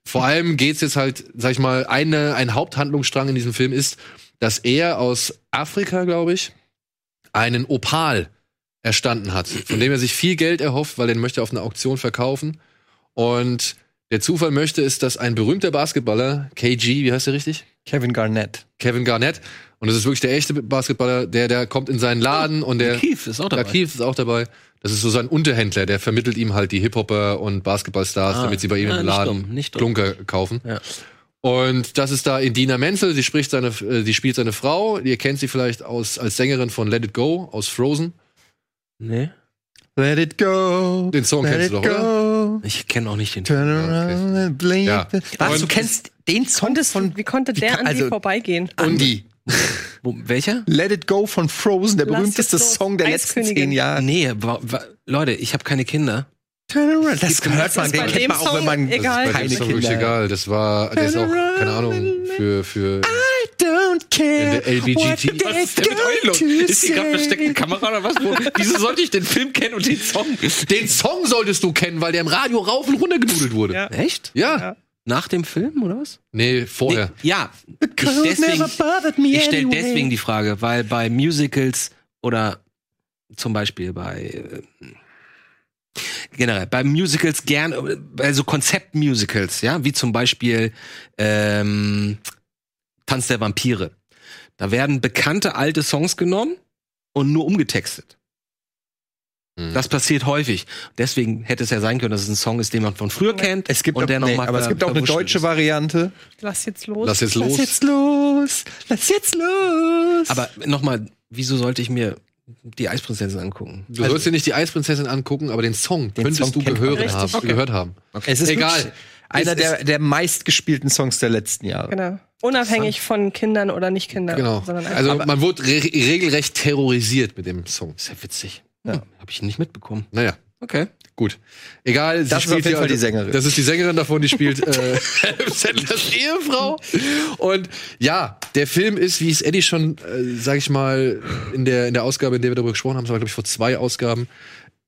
A: vor allem geht's jetzt halt, sag ich mal, eine, ein Haupthandlungsstrang in diesem Film ist, dass er aus Afrika, glaube ich, einen Opal erstanden hat, von dem er sich viel Geld erhofft, weil den möchte er auf einer Auktion verkaufen. Und der Zufall möchte es, dass ein berühmter Basketballer, KG, wie heißt der richtig?
B: Kevin Garnett.
A: Kevin Garnett. Und das ist wirklich der echte Basketballer, der, der kommt in seinen Laden und der.
E: Keith Oh, ist auch dabei.
A: Lakeith ist auch dabei. Das ist so sein Unterhändler, der vermittelt ihm halt die Hip-Hopper und Basketballstars,
E: Ah.
A: damit sie bei ihm
E: Ja,
A: im
E: nicht
A: Laden
E: dumm, nicht dumm.
A: Klunker kaufen.
E: Ja.
A: Und das ist da Indina Menzel, die spricht seine, äh, die spielt seine Frau. Ihr kennt sie vielleicht aus, als Sängerin von Let It Go aus Frozen.
E: Nee.
B: Let it go.
A: Den Song
B: let
A: kennst
B: it
A: du doch,
B: go.
E: Ich kenne auch nicht den
B: Turn
A: Ja, okay.
B: around and blink.
A: Ja.
B: Was,
A: Und-
B: du kennst den Song
D: Konntest,
B: von
D: wie konnte
B: wie
D: der
B: kann-
D: an
B: also-
D: dir vorbeigehen?
B: Andy?
E: Wo, welcher?
B: Let it go von Frozen, der
D: Lass
B: berühmteste
D: es los,
B: Song der letzten
D: Eiskönigin.
B: zehn Jahre.
E: Nee, wa, wa, Leute, ich habe keine Kinder.
B: Turn around. Das
E: Gibt-
B: hört man,
D: ist
B: den
D: bei
B: kennt
D: dem
B: man auch, wenn
D: Song
B: man
D: egal.
A: Bei dem
B: keine
A: ist doch wirklich
B: Kinder.
A: egal. Das war, der ist auch, keine Ahnung, für, für
B: I don't care.
A: Der LGBT.
B: what they're
A: Was ist
B: going to say.
E: Kamera oder was? Wo, wieso sollte ich den Film kennen und den Song?
A: Den Song solltest du kennen, weil der im Radio rauf und runter genudelt wurde. Ja.
D: Ja.
E: Echt? Nach dem Film oder was?
A: Nee,
E: Nee,
A: vorher.
E: ja. Ich,
B: Could
E: deswegen,
B: never bothered me
E: ich stelle
B: anyway.
E: deswegen die Frage, weil bei Musicals oder zum Beispiel bei äh, generell bei Musicals gern, äh, also Konzeptmusicals, ja, wie zum Beispiel ähm, Tanz der Vampire. Da werden bekannte alte Songs genommen und nur umgetextet.
A: Hm.
E: Das passiert häufig. Deswegen hätte es ja sein können, dass es ein Song ist, den man von früher kennt.
B: Es gibt,
E: und
B: auch,
E: der noch
B: nee,
E: mal
B: aber es
E: ver-
B: gibt auch eine
E: verwurschtelt
B: deutsche
E: ist.
B: Variante.
D: Lass jetzt los.
A: Lass jetzt los.
B: Lass jetzt los. Lass jetzt los.
E: Aber nochmal, wieso sollte ich mir die Eisprinzessin angucken?
A: Du sollst dir nicht die Eisprinzessin angucken, aber den Song
B: Den
A: könntest
B: Song
A: du
B: kennt man.
A: gehören
D: Richtig.
A: haben,
D: Okay.
A: gehört haben.
B: es ist
A: Egal.
B: wirklich Einer
A: Es ist-
B: der, der meistgespielten Songs der letzten Jahre.
D: Genau. Unabhängig von Kindern oder nicht Kindern.
A: Genau.
D: Sondern
A: Also
D: also,
A: man wurde re regelrecht terrorisiert mit dem Song.
E: Ist ja witzig. Hm, Hab ich nicht mitbekommen.
A: Naja,
E: Okay.
A: gut. Egal, sie
B: Das ist auf jeden
A: hier-
B: Fall die Sängerin.
A: Das ist die Sängerin davon, die spielt äh, Sandlers Ehefrau. Und ja, der Film ist, wie es Eddie schon, äh, sag ich mal, in der, in der Ausgabe, in der wir darüber gesprochen haben, es war, glaube ich, vor zwei Ausgaben,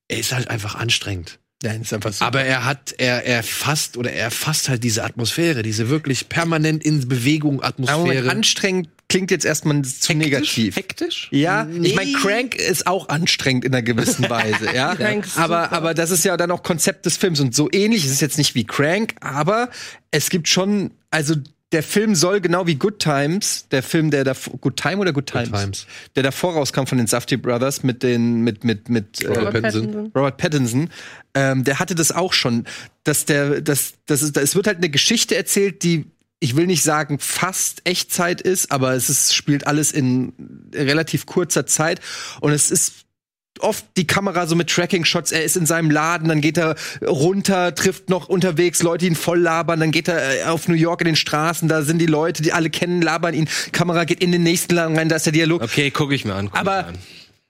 A: er ist halt einfach anstrengend.
B: Nein, ist einfach so.
A: Aber er hat, er, er fasst oder er fasst halt diese Atmosphäre, diese wirklich permanent in Bewegung
B: Aber Moment,
A: Atmosphäre.
B: anstrengend klingt jetzt erstmal zu negativ.
E: Hektisch?
B: Ja, ich meine, Crank ist auch anstrengend in einer gewissen Weise, ja.
D: Crank ist
B: aber,
D: super.
B: aber das ist ja dann auch Konzept des Films und so ähnlich ist es jetzt nicht wie Crank, aber es gibt schon, also der Film soll genau wie Good Times, der Film, der da Good Time oder Good Times,
A: Times.
B: der davor rauskam von den Safety Brothers mit den mit mit mit äh,
A: Robert Pattinson.
B: Robert Pattinson, ähm, der hatte das auch schon, dass der, dass, dass es, es wird halt eine Geschichte erzählt, die ich will nicht sagen fast Echtzeit ist, aber es ist, spielt alles in relativ kurzer Zeit und es ist oft die Kamera so mit Tracking-Shots, er ist in seinem Laden, dann geht er runter, trifft noch unterwegs Leute, die ihn voll labern, dann geht er äh, auf New York in den Straßen, da sind die Leute, die alle kennen, labern ihn, Kamera geht in den nächsten Laden rein, da ist der Dialog.
E: Okay, gucke ich mir an. guck
B: Aber-
E: ich mir an.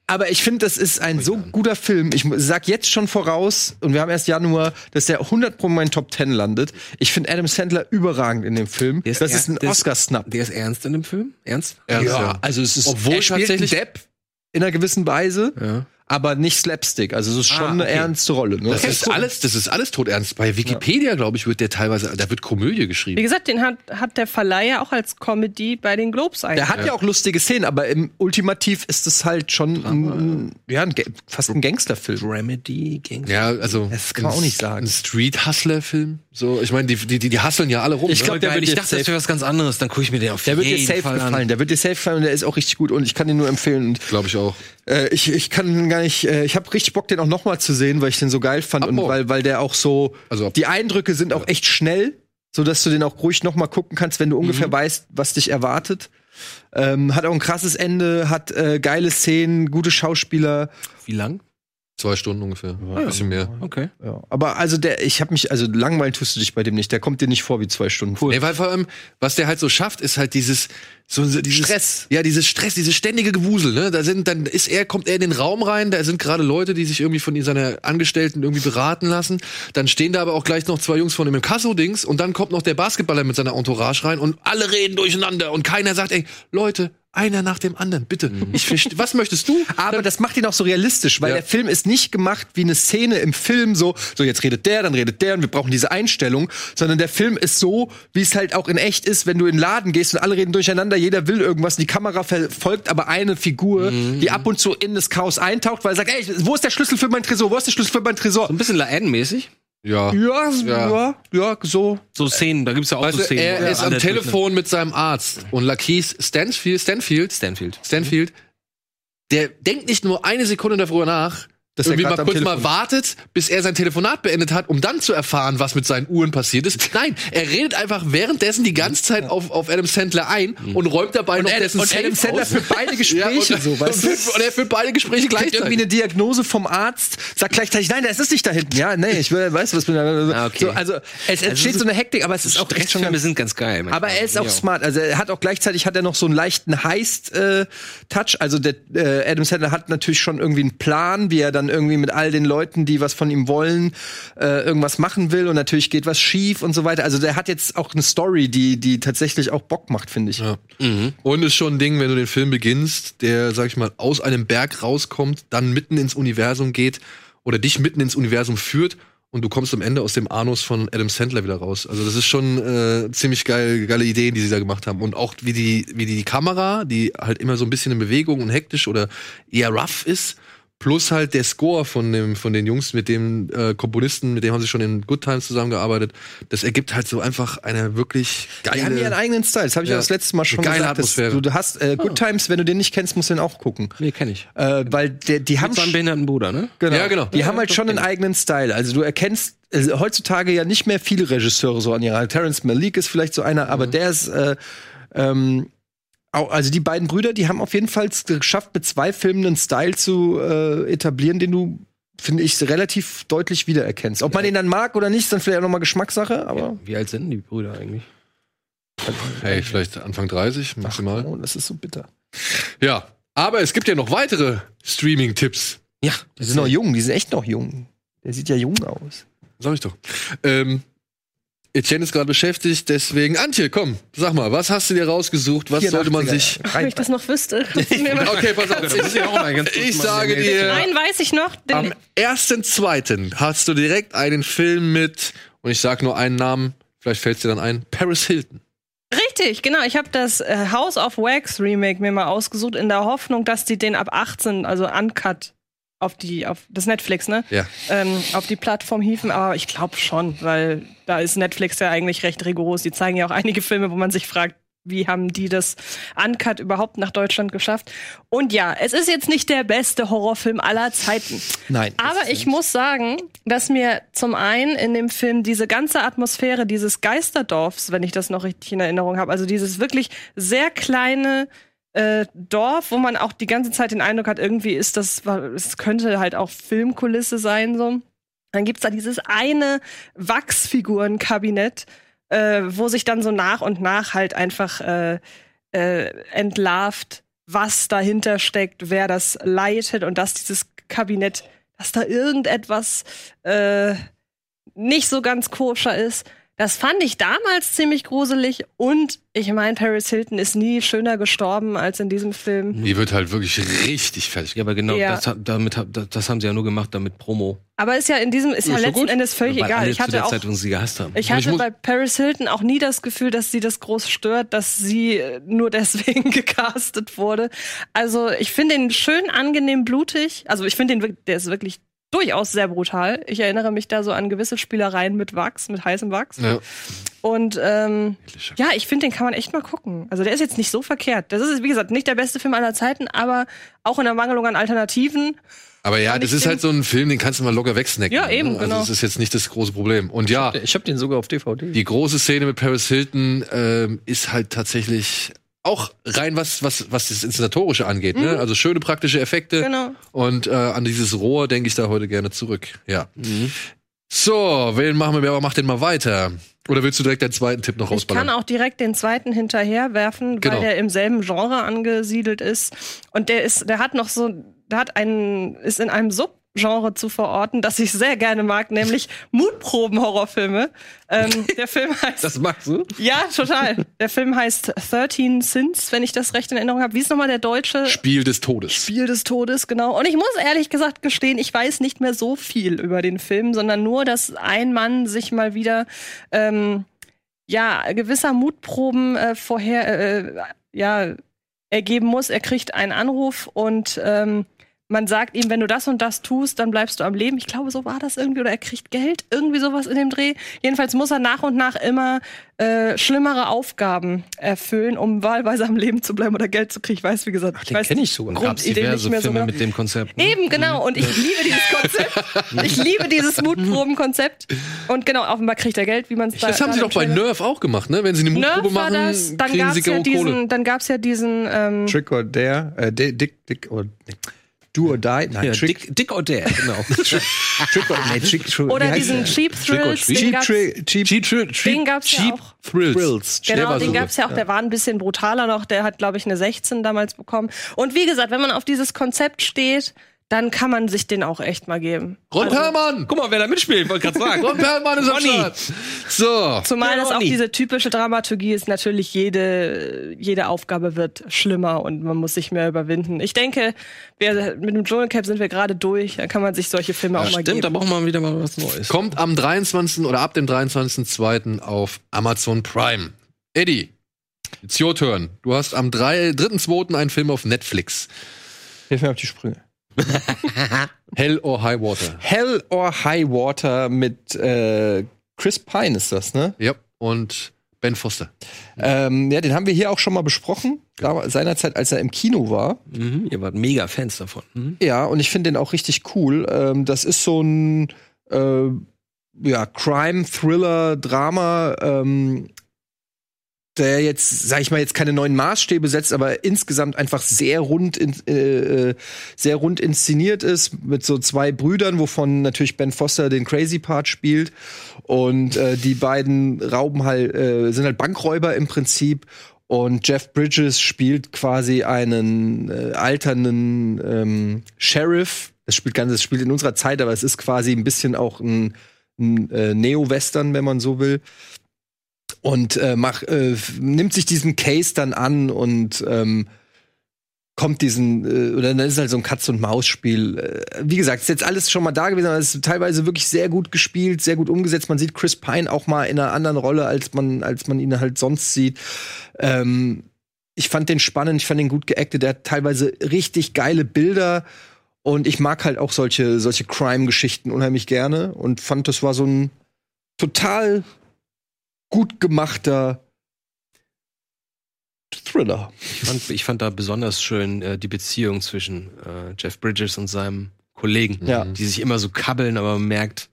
B: Aber ich finde, das ist ein so guter Film. Ich mu- sag jetzt schon voraus, und wir haben erst Januar, dass der 100 pro mein Top 10 landet. Ich finde Adam Sandler überragend in dem Film.
E: Der
B: das
E: er-
B: ist ein
E: der
B: Oscar-Snap.
E: Der ist ernst in dem Film? Ernst?
A: Ja,
B: also es ist
A: Obwohl
B: er spielt
A: tatsächlich-
B: einen Depp in einer gewissen Weise,
E: Ja.
B: aber nicht Slapstick. Also es ist schon
E: Ah,
B: eine
E: okay.
B: ernste Rolle. Ne?
A: Das ist alles, das ist alles todernst. Bei Wikipedia, glaube ich, wird der teilweise, da wird Komödie
D: wie
A: geschrieben.
D: gesagt, den hat, hat der Verleiher auch als Comedy bei den Globes ein.
B: Der hat ja. auch lustige Szenen, aber im ultimativ ist es halt schon ein, ja, ein, Ga- fast ein Gangsterfilm.
E: Remedy, Gangster.
A: Ja, also
B: Das kann man
A: ein-
B: auch nicht sagen.
A: Ein Street Hustler Film, so ich meine, die die die, die hustlen ja alle rum.
B: Ich glaub,
A: ne?
B: der
E: Geil,
B: wird
E: ich
B: dir
E: dachte,
B: safe-
E: das wäre was ganz anderes. Dann gucke ich mir den auf
B: Der wird dir
E: jeden
B: safe
E: Fall
B: gefallen. Der wird dir safe gefallen und der ist auch richtig gut und ich kann den nur empfehlen. Und
A: glaube ich auch.
B: Äh, ich, ich kann gar nicht, äh, ich habe richtig Bock, den auch nochmal zu sehen, weil ich den so geil fand
A: Ab
B: und
A: morgen.
B: weil, weil der auch so,
A: Also ab-
B: die Eindrücke sind auch echt schnell, so dass du den auch ruhig nochmal gucken kannst, wenn du ungefähr weißt, was dich erwartet. Ähm, hat auch ein krasses Ende, hat äh, geile Szenen, gute Schauspieler.
E: an. Wie lang?
A: Zwei Stunden ungefähr, ein bisschen mehr.
E: Okay.
B: Ja. Aber also der, ich habe mich, also langweilen tust du dich bei dem nicht. Der kommt dir nicht vor wie zwei Stunden.
A: Nee, weil vor allem, was der halt so schafft, ist halt dieses, so, so dieses
B: Stress.
A: Ja, dieses Stress, dieses ständige Gewusel. Ne? Da sind, dann ist er, kommt er in den Raum rein, da sind gerade Leute, die sich irgendwie von seiner Angestellten irgendwie beraten lassen. Dann stehen da aber auch gleich noch zwei Jungs von dem Kasso-Dings und dann kommt noch der Basketballer mit seiner Entourage rein und alle reden durcheinander und keiner sagt, ey, Leute, einer nach dem anderen, bitte.
B: Mhm.
A: Ich verste- was möchtest du?
B: Aber das macht ihn auch so realistisch, weil
A: Ja.
B: der Film ist nicht gemacht wie eine Szene im Film, so, so jetzt redet der, dann redet der und wir brauchen diese Einstellung, sondern der Film ist so, wie es halt auch in echt ist, wenn du in den Laden gehst und alle reden durcheinander, jeder will irgendwas, die Kamera verfolgt aber eine Figur, die ab und zu in das Chaos eintaucht, weil er sagt, ey, wo ist der Schlüssel für mein Tresor, wo ist der Schlüssel für mein Tresor?
E: Ein bisschen Laden-mäßig.
A: Ja.
B: Ja,
A: Ja.
B: ja, ja, so.
E: So Szenen, da gibt's ja auch
A: Weißt
E: so
A: du,
E: Szenen.
A: er
E: wo
A: ist am
E: alle
B: ne?
E: durch eine-
A: Telefon mit seinem Arzt und Lakeith Stanfield, Stanfield,
E: Stanfield.
A: Stanfield, der denkt nicht nur eine Sekunde darüber nach, dass
B: er
A: irgendwie
B: grad
A: mal
B: am
A: kurz mal
B: Telefon-
A: wartet, bis er sein Telefonat beendet hat, um dann zu erfahren, was mit seinen Uhren passiert ist. Nein, er redet einfach währenddessen die ganze Zeit auf, auf Adam Sandler ein und räumt dabei noch dessen
B: Mhm. und
A: Safe
B: Adam Sandler
A: aus.
B: führt beide Gespräche
A: und,
B: so, weißt du?
A: und, und er führt beide Gespräche
B: kriegt irgendwie
A: gleichzeitig.
B: eine Diagnose vom Arzt, sagt gleichzeitig, nein, das ist nicht da hinten. Ja, nee, ich will- weiß, was bin da.
E: Ah, okay.
B: so, also es entsteht
E: so-
B: so eine Hektik, aber es ist auch echt schon
E: Stressfilme sind ganz geil. manchmal.
B: aber er ist auch
E: Ja.
B: smart. Also er hat auch gleichzeitig hat er noch so einen leichten Heist-Touch. also der äh, Adam Sandler hat natürlich schon irgendwie einen Plan, wie er dann irgendwie mit all den Leuten, die was von ihm wollen, äh, irgendwas machen will. Und natürlich geht was schief und so weiter. Also der hat jetzt auch eine Story, die die tatsächlich auch Bock macht, finde ich.
A: Ja.
B: Mhm.
A: Und ist schon ein Ding, wenn du den Film beginnst, der, sag ich mal, aus einem Berg rauskommt, dann mitten ins Universum geht oder dich mitten ins Universum führt und du kommst am Ende aus dem Anus von Adam Sandler wieder raus. Also das ist schon äh, ziemlich geil, geile Ideen, die sie da gemacht haben. Und auch wie die, wie die Kamera, die halt immer so ein bisschen in Bewegung und hektisch oder eher rough ist, plus halt der Score von, dem, von den Jungs mit dem äh, Komponisten, mit dem haben sie schon in Good Times zusammengearbeitet. Das ergibt halt so einfach eine wirklich geile...
B: Die haben ihren eigenen Style. Das habe ich
A: Ja.
B: ja. das letzte Mal schon
A: Geile
B: gesagt. dass
A: Atmosphäre.
B: Du, du hast äh, Good Times, wenn du den nicht kennst, musst du den auch gucken.
E: Nee, kenne ich.
B: Äh, weil der, die haben
E: Mit seinem
B: sch-
E: behinderten Bruder, ne?
B: Genau.
A: Ja, genau.
B: Die haben halt schon einen eigenen Style. Also du erkennst äh, heutzutage ja nicht mehr viele Regisseure so an ihrer. Terrence Malik ist vielleicht so einer,
A: Mhm.
B: aber der ist, äh, ähm, au- also die beiden Brüder, die haben auf jeden Fall es geschafft, mit zwei Filmen einen Style zu äh, etablieren, den du finde ich relativ deutlich wiedererkennst. Ob man den dann mag oder nicht, ist dann vielleicht auch nochmal Geschmackssache, aber
E: Wie alt sind die Brüder eigentlich?
A: Hey, vielleicht Anfang 30 maximal.
B: oh, das ist so bitter.
A: Ja, aber es gibt ja noch weitere Streaming-Tipps.
E: Ja.
B: Die sind noch jung, die sind echt noch jung. Der sieht ja jung aus.
A: Sag ich doch. Ähm, Etienne ist gerade beschäftigt, deswegen. Antje, komm, sag mal, was hast du dir rausgesucht? Was sollte man
B: 84er
A: sich.
B: Jahre.
D: Wenn ich das noch wüsste. kannst du mir mal-
A: Okay, pass auf. Ich, ich sage dir,
D: Einen weiß ich noch. Den,
A: am 1.2. hast du direkt einen Film mit, und ich sag nur einen Namen, vielleicht fällt es dir dann ein: Paris Hilton.
D: richtig, genau. Ich habe das äh, House of Wax Remake mir mal ausgesucht, in der Hoffnung, dass die den ab 18, also uncut, auf die, auf das Netflix, ne?
A: Ja.
D: ähm, auf die Plattform hieven, aber ich glaube schon, weil da ist Netflix ja eigentlich recht rigoros. Die zeigen ja auch einige Filme, wo man sich fragt, wie haben die das Uncut überhaupt nach Deutschland geschafft? Und ja, es ist jetzt nicht der beste Horrorfilm aller Zeiten.
B: Nein.
D: Aber ich muss sagen, dass mir zum einen in dem Film diese ganze Atmosphäre dieses Geisterdorfs, wenn ich das noch richtig in Erinnerung habe, also dieses wirklich sehr kleine äh, Dorf, wo man auch die ganze Zeit den Eindruck hat, irgendwie ist das, es könnte halt auch Filmkulisse sein so. Dann gibt's da dieses eine Wachsfigurenkabinett, äh, wo sich dann so nach und nach halt einfach äh, äh, entlarvt, was dahinter steckt, wer das leitet und dass dieses Kabinett, dass da irgendetwas äh, nicht so ganz koscher ist. Das fand ich damals ziemlich gruselig und ich meine, Paris Hilton ist nie schöner gestorben als in diesem Film.
A: Die wird halt wirklich richtig fertig.
E: Ja, aber genau,
D: Ja.
E: Das, hat- damit, hat- das, das haben sie ja nur gemacht, damit Promo.
D: Aber ist ja in diesem, ist ja,
E: Ist ja
D: letzten
E: gut.
D: Endes völlig
E: Weil
D: egal.
E: alle
D: Ich
E: zu der
D: hatte auch
E: Zeit uns sie gehasst haben.
D: Ich
A: Aber
D: hatte
A: ich muss-
D: bei Paris Hilton auch nie das Gefühl, dass sie das groß stört, dass sie äh, nur deswegen gecastet wurde. Also ich finde ihn schön angenehm blutig. Also ich finde ihn wirklich, der ist wirklich durchaus sehr brutal. Ich erinnere mich da so an gewisse Spielereien mit Wachs, mit heißem Wachs.
A: Ja.
D: Und ähm, ja, ich finde, den kann man echt mal gucken. Also der ist jetzt nicht so verkehrt. Das ist, wie gesagt, nicht der beste Film aller Zeiten, aber auch in der Mangelung an Alternativen.
A: Aber ja,
D: Und
A: das
D: ich
A: ist halt so ein Film, den kannst du mal locker wegsnacken.
D: Ja, eben,
A: ne? Also,
D: genau.
A: das ist jetzt nicht das große Problem. Und ja,
B: ich habe den sogar auf DVD.
A: Die große Szene mit Paris Hilton ähm, ist halt tatsächlich auch rein was was was das inszenatorische angeht, ne? Also schöne praktische Effekte
D: Mhm. Genau.
A: und äh, an dieses Rohr denke ich da heute gerne zurück. Ja.
D: Mhm.
A: So, wen machen wir? Aber mach den mal weiter. Oder willst du direkt deinen zweiten Tipp noch
D: Ich kann
A: rausballern?
D: auch direkt den zweiten hinterherwerfen,
A: Genau.
D: weil der im selben Genre angesiedelt ist. Und der ist, der hat noch so, der hat einen, ist in einem Subgenre zu verorten, das ich sehr gerne mag, nämlich Mutproben-Horrorfilme. Ähm, der Film heißt.
E: das magst du?
D: ja, total. Der Film heißt 13 Sins, wenn ich das recht in Erinnerung habe. Wie ist nochmal der deutsche?
A: Spiel des Todes.
D: Spiel des Todes, genau. Und ich muss ehrlich gesagt gestehen, ich weiß nicht mehr so viel über den Film, sondern nur, dass ein Mann sich mal wieder ähm, ja gewisser Mutproben äh, vorher äh, ja ergeben muss. Er kriegt einen Anruf und ähm, man sagt ihm, wenn du das und das tust, dann bleibst du am Leben. Ich glaube, so war das irgendwie. Oder er kriegt Geld, irgendwie sowas in dem Dreh. Jedenfalls muss er nach und nach immer äh, schlimmere Aufgaben erfüllen, um wahlweise am Leben zu bleiben oder Geld zu kriegen. Ich weiß, wie gesagt,
B: Den
D: weiß
B: kenne ich sogar noch.
D: Grund-
E: Gab's
D: Idee nicht
E: diverse
D: mehr
E: Filme
D: so genau.
E: mit dem Konzept. ne?
D: Eben, genau. Und ich liebe dieses Konzept. Ich liebe dieses Mutprobenkonzept. Und genau, offenbar kriegt er Geld, wie man es da
A: Das haben sie
D: gerade
A: doch bei
D: im Trailer-
A: Nerf auch gemacht, ne? Wenn sie eine Mutprobe
D: Nerf war
A: machen,
D: das. Dann
A: kriegen
D: gab's
A: sie
D: ja
A: Kohle.
D: diesen, dann gab's ja diesen, ähm,
B: Trick or Dare, äh, Di- Dick, Dick or nee. Do or Die, nein,
E: Ja,
B: Trick,
E: Dick, Dick O'Dare, genau.
B: Trick or nee, Trick, Trick
D: oder diesen Cheap Thrills. den
B: Cheap,
D: gab's-
B: Tri Cheap,
A: Cheap, Cheap,
D: Den gab's ja
A: Cheap
D: auch.
A: Thrills.
B: Thrills.
A: Der
D: Genau,
A: war
D: den
A: so.
D: gab's ja auch, der war ein bisschen brutaler noch, der hat, glaube ich, eine 16 damals bekommen. Und wie gesagt, wenn man auf dieses Konzept steht, dann kann man sich den auch echt mal geben.
A: Ron Perlmann!
E: Guck mal, wer da mitspielt, wollte gerade sagen.
A: Ron Perlmann ist am
E: Ronny.
A: Start. So.
D: Zumal
E: Ja,
D: das auch
E: Ronny.
D: diese typische Dramaturgie ist, natürlich jede, jede Aufgabe wird schlimmer und man muss sich mehr überwinden. Ich denke, wir, mit dem Dschungelcamp sind wir gerade durch, da kann man sich solche Filme auch mal
E: Stimmt, da
D: geben.
E: brauchen wir wieder mal was Neues.
A: Kommt am 23. oder ab dem 23.02. auf Amazon Prime. Eddie, it's your turn. Du hast am 3- 3.2. einen Film auf Netflix.
B: Hilf mir auf die Sprünge.
A: Hell or High Water.
B: Hell or High Water mit äh, Chris Pine ist das, ne?
A: Ja. Und Ben Foster.
B: Ähm, ja, den haben wir hier auch schon mal besprochen, da, seinerzeit, als er im Kino war.
E: Mhm, ihr wart mega Fans davon. Mhm.
B: Ja, und ich finde den auch richtig cool. Ähm, das ist so ein äh, ja, Crime, Thriller, Drama, ähm, der jetzt, sag ich mal, jetzt keine neuen Maßstäbe setzt, aber insgesamt einfach sehr rund, in, äh, äh, sehr rund inszeniert ist, mit so zwei Brüdern, wovon natürlich Ben Foster den Crazy Part spielt. Und äh, die beiden rauben halt, äh, sind halt Bankräuber im Prinzip. Und Jeff Bridges spielt quasi einen äh, alternden ähm, Sheriff. Das spielt ganz, das spielt in unserer Zeit, aber es ist quasi ein bisschen auch ein, ein äh, Neo-Western, wenn man so will. Und äh, mach, äh, f- nimmt sich diesen Case dann an und ähm, kommt diesen, äh, oder dann ist halt so ein Katz-und-Maus-Spiel. Äh, wie gesagt, ist jetzt alles schon mal da gewesen, aber es ist teilweise wirklich sehr gut gespielt, sehr gut umgesetzt. Man sieht Chris Pine auch mal in einer anderen Rolle, als man, als man ihn halt sonst sieht. Ähm, ich fand den spannend, ich fand den gut geactet, der hat teilweise richtig geile Bilder und ich mag halt auch solche, solche Crime-Geschichten unheimlich gerne und fand, das war so ein total gut gemachter Thriller.
E: Ich, fand, ich fand da besonders schön äh, die Beziehung zwischen äh, Jeff Bridges und seinem Kollegen,
B: Ja.
A: Mhm.
E: die sich immer so kabbeln, aber man merkt,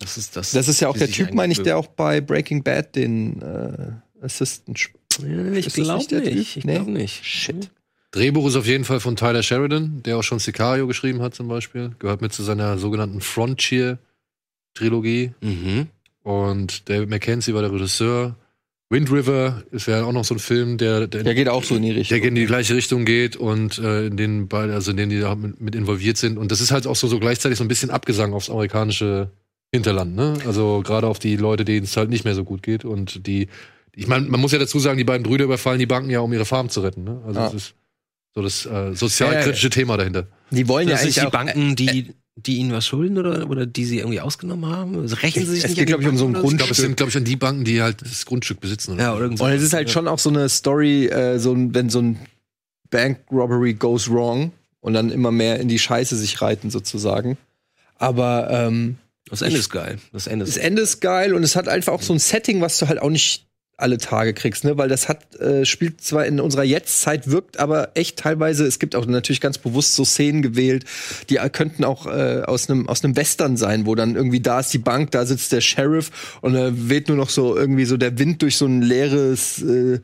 E: das ist das.
B: Das ist ja auch
E: die
B: der
E: sich
B: Typ, meine ich,
E: eigentlich
B: der auch bei Breaking Bad den äh, Assistant spielt.
E: mögen. Ich
B: Ist das
E: glaube
B: nicht der Typ?
E: nicht. Ich
B: Nee.
E: glaube nicht. Shit.
A: Drehbuch ist auf jeden Fall von Tyler Sheridan, der auch schon Sicario geschrieben hat zum Beispiel. Gehört mit zu seiner sogenannten Frontier-Trilogie.
E: Mhm.
A: Und David Mackenzie war der Regisseur. Wind River ist ja auch noch so ein Film, der, der,
B: Der geht auch so in die Richtung.
A: der in die gleiche Richtung geht und äh, in den beide, also in denen die da mit, mit involviert sind. Und das ist halt auch so, so gleichzeitig so ein bisschen Abgesang aufs amerikanische Hinterland, ne? Also gerade auf die Leute, denen es halt nicht mehr so gut geht und die, ich meine, man muss ja dazu sagen, die beiden Brüder überfallen die Banken ja, um ihre Farm zu retten, ne? Also
B: Ja.
A: das ist so das äh, sozialkritische Thema dahinter.
B: die wollen ja
E: Das
B: eigentlich
E: sind also die
B: auch, äh,
E: Banken, die, die ihnen was schulden oder, oder die sie irgendwie ausgenommen haben? Also Rächen sie sich
B: Es
E: nicht
B: geht,
E: an die
B: glaub ich, um so einen
E: Banken
A: Ich
E: oder
A: glaube, es sind, glaube ich, an die Banken, die halt das Grundstück besitzen. Oder?
E: Ja, oder irgend
B: Und es ist halt
E: sowas.
B: schon auch so eine Story, äh, so ein, wenn so ein Bank Robbery goes wrong und dann immer mehr in die Scheiße sich reiten sozusagen. Aber ähm,
E: Das Ende ist geil. Das Ende
B: das
E: ist
B: Ende ist geil und es hat einfach auch so ein Setting, was du halt auch nicht alle Tage kriegst, ne? Weil das hat äh, spielt zwar in unserer Jetztzeit, wirkt aber echt teilweise. Es gibt auch natürlich ganz bewusst so Szenen gewählt, die äh, könnten auch äh, aus einem aus einem Western sein, wo dann irgendwie da ist die Bank, da sitzt der Sheriff und da weht nur noch so irgendwie so der Wind durch so ein leeres äh,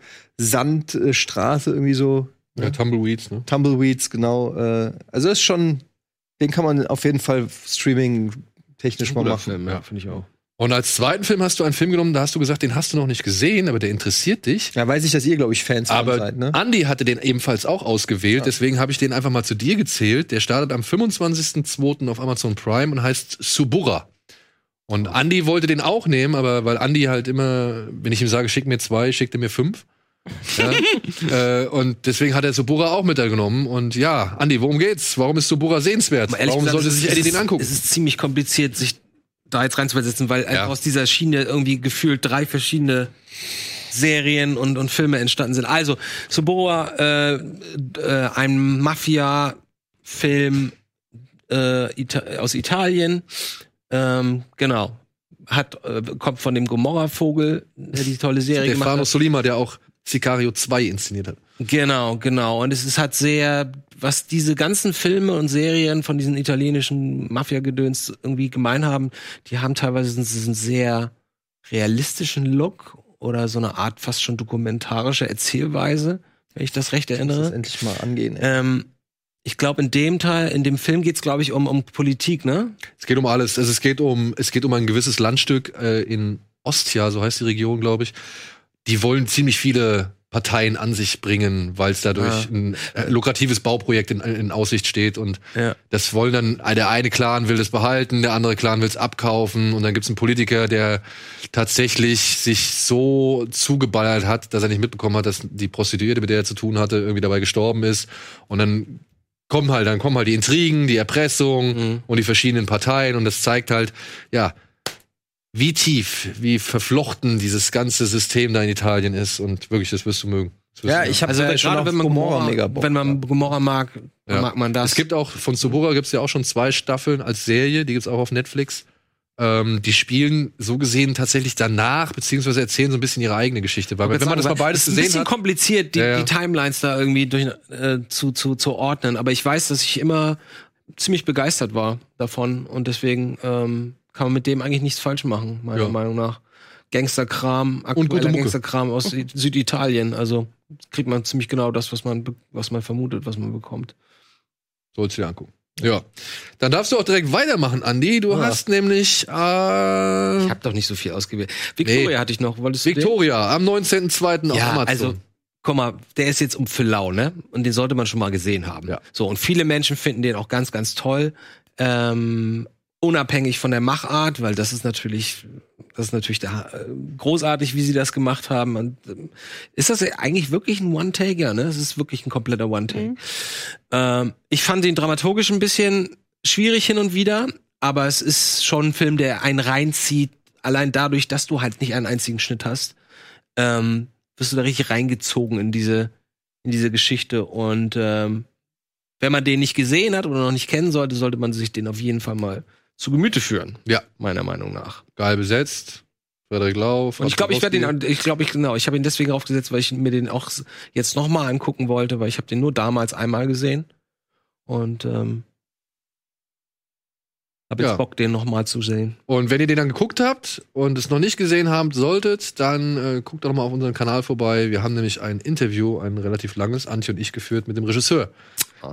B: Sandstraße irgendwie so
A: Ja, Tumbleweeds, ne?
B: Tumbleweeds genau. Äh, also das ist schon, den kann man auf jeden Fall Streaming technisch mal
E: guter
B: machen.
E: Film, ja, finde ich auch.
A: Und als zweiten Film hast du einen Film genommen, da hast du gesagt, den hast du noch nicht gesehen, aber der interessiert dich.
B: Ja, weiß ich, dass ihr, glaube ich, Fans von
A: Aber
B: seid, ne?
A: Andy hatte den ebenfalls auch ausgewählt, deswegen habe ich den einfach mal zu dir gezählt. Der startet am 25.02. auf Amazon Prime und heißt Suburra. Und Andy wollte den auch nehmen, aber weil Andy halt immer, wenn ich ihm sage, schick mir zwei, schickt er mir fünf. Ja, äh, und deswegen hat er Suburra auch mit da genommen. Und ja, Andy, worum geht's? Warum ist Suburra sehenswert?
E: Aber ehrlich
A: Warum
E: gesagt,
A: sollte
E: es ist-
A: sich Eddie
E: es ist-
A: den angucken?
E: Es ist ziemlich kompliziert, sich da jetzt reinzuversetzen, weil einfach aus dieser Schiene irgendwie gefühlt drei verschiedene Serien und, und Filme entstanden sind. Also, Subora, äh, d- äh, ein Mafia, Film äh, Ita aus Italien. Ähm, genau. Hat, äh, kommt von dem Gomorra-Vogel, der die tolle Serie gemacht hat.
A: Stefano Solima, der auch Sicario 2 inszeniert hat.
E: Genau, genau. Und es ist halt sehr, was diese ganzen Filme und Serien von diesen italienischen Mafia-Gedöns irgendwie gemein haben, die haben teilweise diesen sehr realistischen Look oder so eine Art fast schon dokumentarische Erzählweise, wenn ich das recht
B: Ich muss das
E: erinnere.
B: endlich mal angehen. ey.
E: Ähm, ich glaube, in dem Teil, in dem Film geht's glaube ich, um, um Politik, ne?
A: Es geht um alles. Also es geht um, es geht um ein gewisses Landstück äh, in Ostia, so heißt die Region, glaube ich. Die wollen ziemlich viele Parteien an sich bringen, weil es dadurch
E: Ja.
A: ein äh, lukratives Bauprojekt in, in Aussicht steht und
E: Ja.
A: das wollen dann, äh, der eine Clan will das behalten, der andere Clan will es abkaufen und dann gibt es einen Politiker, der tatsächlich sich so zugeballert hat, dass er nicht mitbekommen hat, dass die Prostituierte, mit der er zu tun hatte, irgendwie dabei gestorben ist. Und dann kommen halt, dann kommen halt die Intrigen, die Erpressung
E: Mhm.
A: und die verschiedenen Parteien und das zeigt halt, ja, wie tief, wie verflochten dieses ganze System da in Italien ist und wirklich, das wirst du mögen. Das wirst
B: ja,
A: du mögen.
B: ich habe
E: Also
B: ja schon
E: gerade
B: auf
E: wenn man
B: Gomorra
E: Gomorra,
B: mega Bock
E: wenn man Gomorra mag,
A: Ja.
E: mag man das.
A: Es gibt auch von Subura gibt es ja auch schon zwei Staffeln als Serie, die gibt es auch auf Netflix. Ähm, die spielen so gesehen tatsächlich danach, beziehungsweise erzählen so ein bisschen ihre eigene Geschichte. Weil wenn man das mal beides
E: ist ein
A: gesehen
E: bisschen
A: hat,
E: kompliziert, die,
A: Ja, ja.
E: die Timelines da irgendwie durch, äh, zu, zu, zu ordnen. Aber ich weiß, dass ich immer ziemlich begeistert war davon und deswegen ähm, kann man mit dem eigentlich nichts falsch machen, meiner
A: Ja.
E: Meinung nach. Gangsterkram,
A: gute
E: aktueller
A: Mucke.
E: Gangsterkram aus Süd- Süditalien. Also kriegt man ziemlich genau das, was man, be- was man vermutet, was man bekommt.
A: sollst du dir angucken. Ja. Dann darfst du auch direkt weitermachen, Andi. Du
E: Ah.
A: hast nämlich äh,
E: Ich habe doch nicht so viel ausgewählt. Victoria hatte ich noch. Wolltest du den?
A: Victoria am 19.02. auf
E: ja,
A: Amazon.
E: also guck mal, der ist jetzt um Fillau, ne? Und den sollte man schon mal gesehen haben.
A: Ja.
E: So und viele Menschen finden den auch ganz, ganz toll, ähm, unabhängig von der Machart, weil das ist natürlich, das ist natürlich da, äh, großartig, wie sie das gemacht haben. Und, ähm, ist das eigentlich wirklich ein One-Take, ja? Ne, es ist wirklich ein kompletter One-Take. Ähm, ich fand den dramaturgisch ein bisschen schwierig hin und wieder, aber es ist schon ein Film, der einen reinzieht. Allein dadurch, dass du halt nicht einen einzigen Schnitt hast ähm, wirst du da richtig reingezogen in diese, in diese Geschichte. Und ähm, wenn man den nicht gesehen hat oder noch nicht kennen sollte, sollte man sich den auf jeden Fall mal zu Gemüte führen,
A: ja,
E: meiner Meinung nach.
A: geil besetzt. Frederik Lauf.
E: Und ich glaube, ich werde
A: Rafalowski.
E: den, ich glaube, ich genau, ich habe ihn deswegen aufgesetzt, weil ich mir den auch s- jetzt nochmal angucken wollte, weil ich habe den nur damals einmal gesehen und ähm, habe jetzt
A: Ja.
E: Bock, den nochmal zu sehen.
A: Und wenn ihr den dann geguckt habt und es noch nicht gesehen haben solltet, dann äh, guckt doch mal auf unseren Kanal vorbei. Wir haben nämlich ein Interview, ein relativ langes, Antje und ich geführt mit dem Regisseur,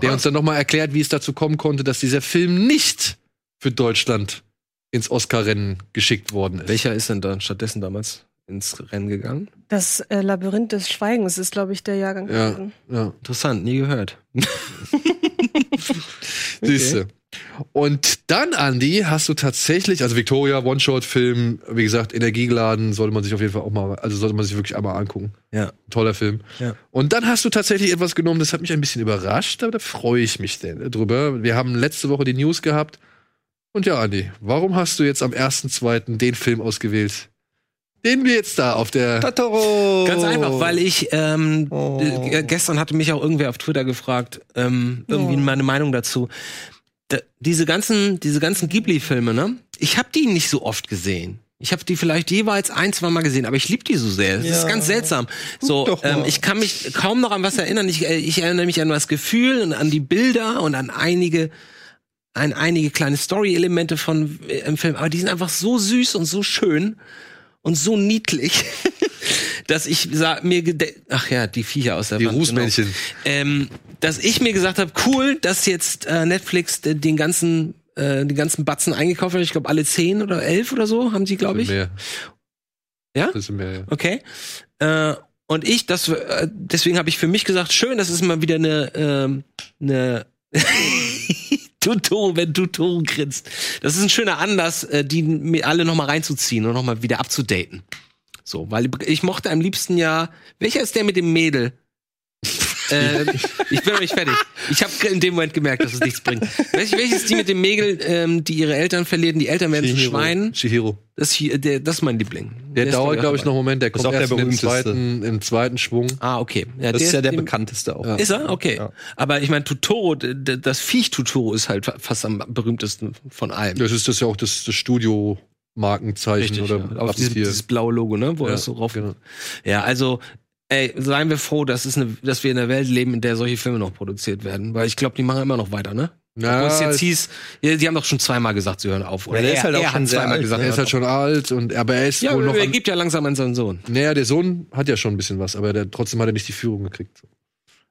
A: der uns dann nochmal erklärt, wie es dazu kommen konnte, dass dieser Film nicht für Deutschland ins Oscar-Rennen geschickt worden ist.
E: Welcher ist denn dann stattdessen damals ins Rennen gegangen?
D: Das äh, Labyrinth des Schweigens ist, glaube ich, der Jahrgang.
A: Ja,
D: gewesen.
A: ja.
E: Interessant, nie gehört.
A: Siehste. Und dann, Andy, hast du tatsächlich, also Victoria, One-Shot-Film, wie gesagt, energiegeladen, sollte man sich auf jeden Fall auch mal, also sollte man sich wirklich einmal angucken.
E: Ja.
A: Toller Film.
E: Ja.
A: Und dann hast du tatsächlich etwas genommen, das hat mich ein bisschen überrascht, aber da freue ich mich denn äh, drüber. Wir haben letzte Woche die News gehabt. Und ja, Andi, warum hast du jetzt am 1.2. den Film ausgewählt, den wir jetzt da auf der.
B: Totoro!
E: Ganz einfach, weil ich ähm,
B: Oh.
E: äh, gestern hatte mich auch irgendwer auf Twitter gefragt, ähm, irgendwie
B: Oh.
D: Ja.
E: meine Meinung dazu. Da, diese ganzen, diese ganzen Ghibli-Filme, ne? Ich habe die nicht so oft gesehen. Ich habe die vielleicht jeweils ein, zwei Mal gesehen, aber ich liebe die so sehr. Das ist
B: Ja.
E: ganz seltsam. So,
B: doch mal.
E: ähm, ich kann mich kaum noch an was erinnern. Ich, äh, ich erinnere mich an das Gefühl und an die Bilder und an einige an einige kleine Story-Elemente von äh, im Film, aber die sind einfach so süß und so schön und so niedlich, dass ich sa- mir gede- ach ja die Viecher aus der
A: Die
E: Wand, genau.
A: Rußmännchen.
E: ähm, dass ich mir gesagt habe, cool, dass jetzt äh, Netflix äh, den ganzen äh, den ganzen Batzen eingekauft hat. Ich glaube alle zehn oder elf oder so haben sie, glaube ich.
A: Bisschen Mehr.
E: Ja?
A: Bisschen mehr, ja.
E: Okay. Äh, und ich, das, äh, deswegen habe ich für mich gesagt, schön, das ist mal wieder eine, ähm, eine Tutoro, wenn Tutoro grinst. Das ist ein schöner Anlass, äh, die mir alle nochmal reinzuziehen und nochmal wieder abzudaten. So, weil ich mochte am liebsten ja, welcher ist der mit dem Mädel? Äh, ich bin noch nicht fertig. Ich habe in dem Moment gemerkt, dass es nichts bringt. Welches, welches die mit dem Mädel, ähm, die ihre Eltern verlieren, die Eltern werden zu Schweinen?
A: Chihiro.
E: Das, hier, der, das ist mein Liebling.
A: Der,
E: ist,
A: dauert,
E: ich,
A: glaube ich, noch einen Moment. Der kommt
J: auch der
A: erst im,
J: berühmteste.
A: zweiten, im zweiten Schwung.
E: Ah, okay. Ja,
J: Das ist ja der
E: dem-
J: bekannteste auch.
E: Ist er? Okay.
J: Ja.
E: Aber ich meine, Tutoro, d- d- das Viech Tutoro ist halt fa- fast am berühmtesten von allem.
A: Das ist das ja auch das, das Studio-Markenzeichen
E: Richtig,
A: oder
E: ja. auf dieses,
A: Abziel.
E: dieses blaue Logo, ne, wo das so rauf.
A: genau.
E: Ja, also ey, seien wir froh, dass, es eine, dass wir in einer Welt leben, in der solche Filme noch produziert werden, weil ich glaube, die machen immer noch weiter, ne? Wo
A: Na,
E: es jetzt
A: ist-
E: hieß, ja, die haben doch schon zweimal gesagt, sie hören auf. Oder
J: Ja, der ist halt auch
E: er
J: schon
E: hat
J: sehr
E: zweimal
J: alt,
E: gesagt,
A: er ist halt schon alt und aber er ist
E: ja,
A: wohl noch.
E: er
A: An,
E: gibt ja langsam an seinen Sohn.
A: naja, der Sohn hat ja schon ein bisschen was, aber der, trotzdem hat er nicht die Führung gekriegt.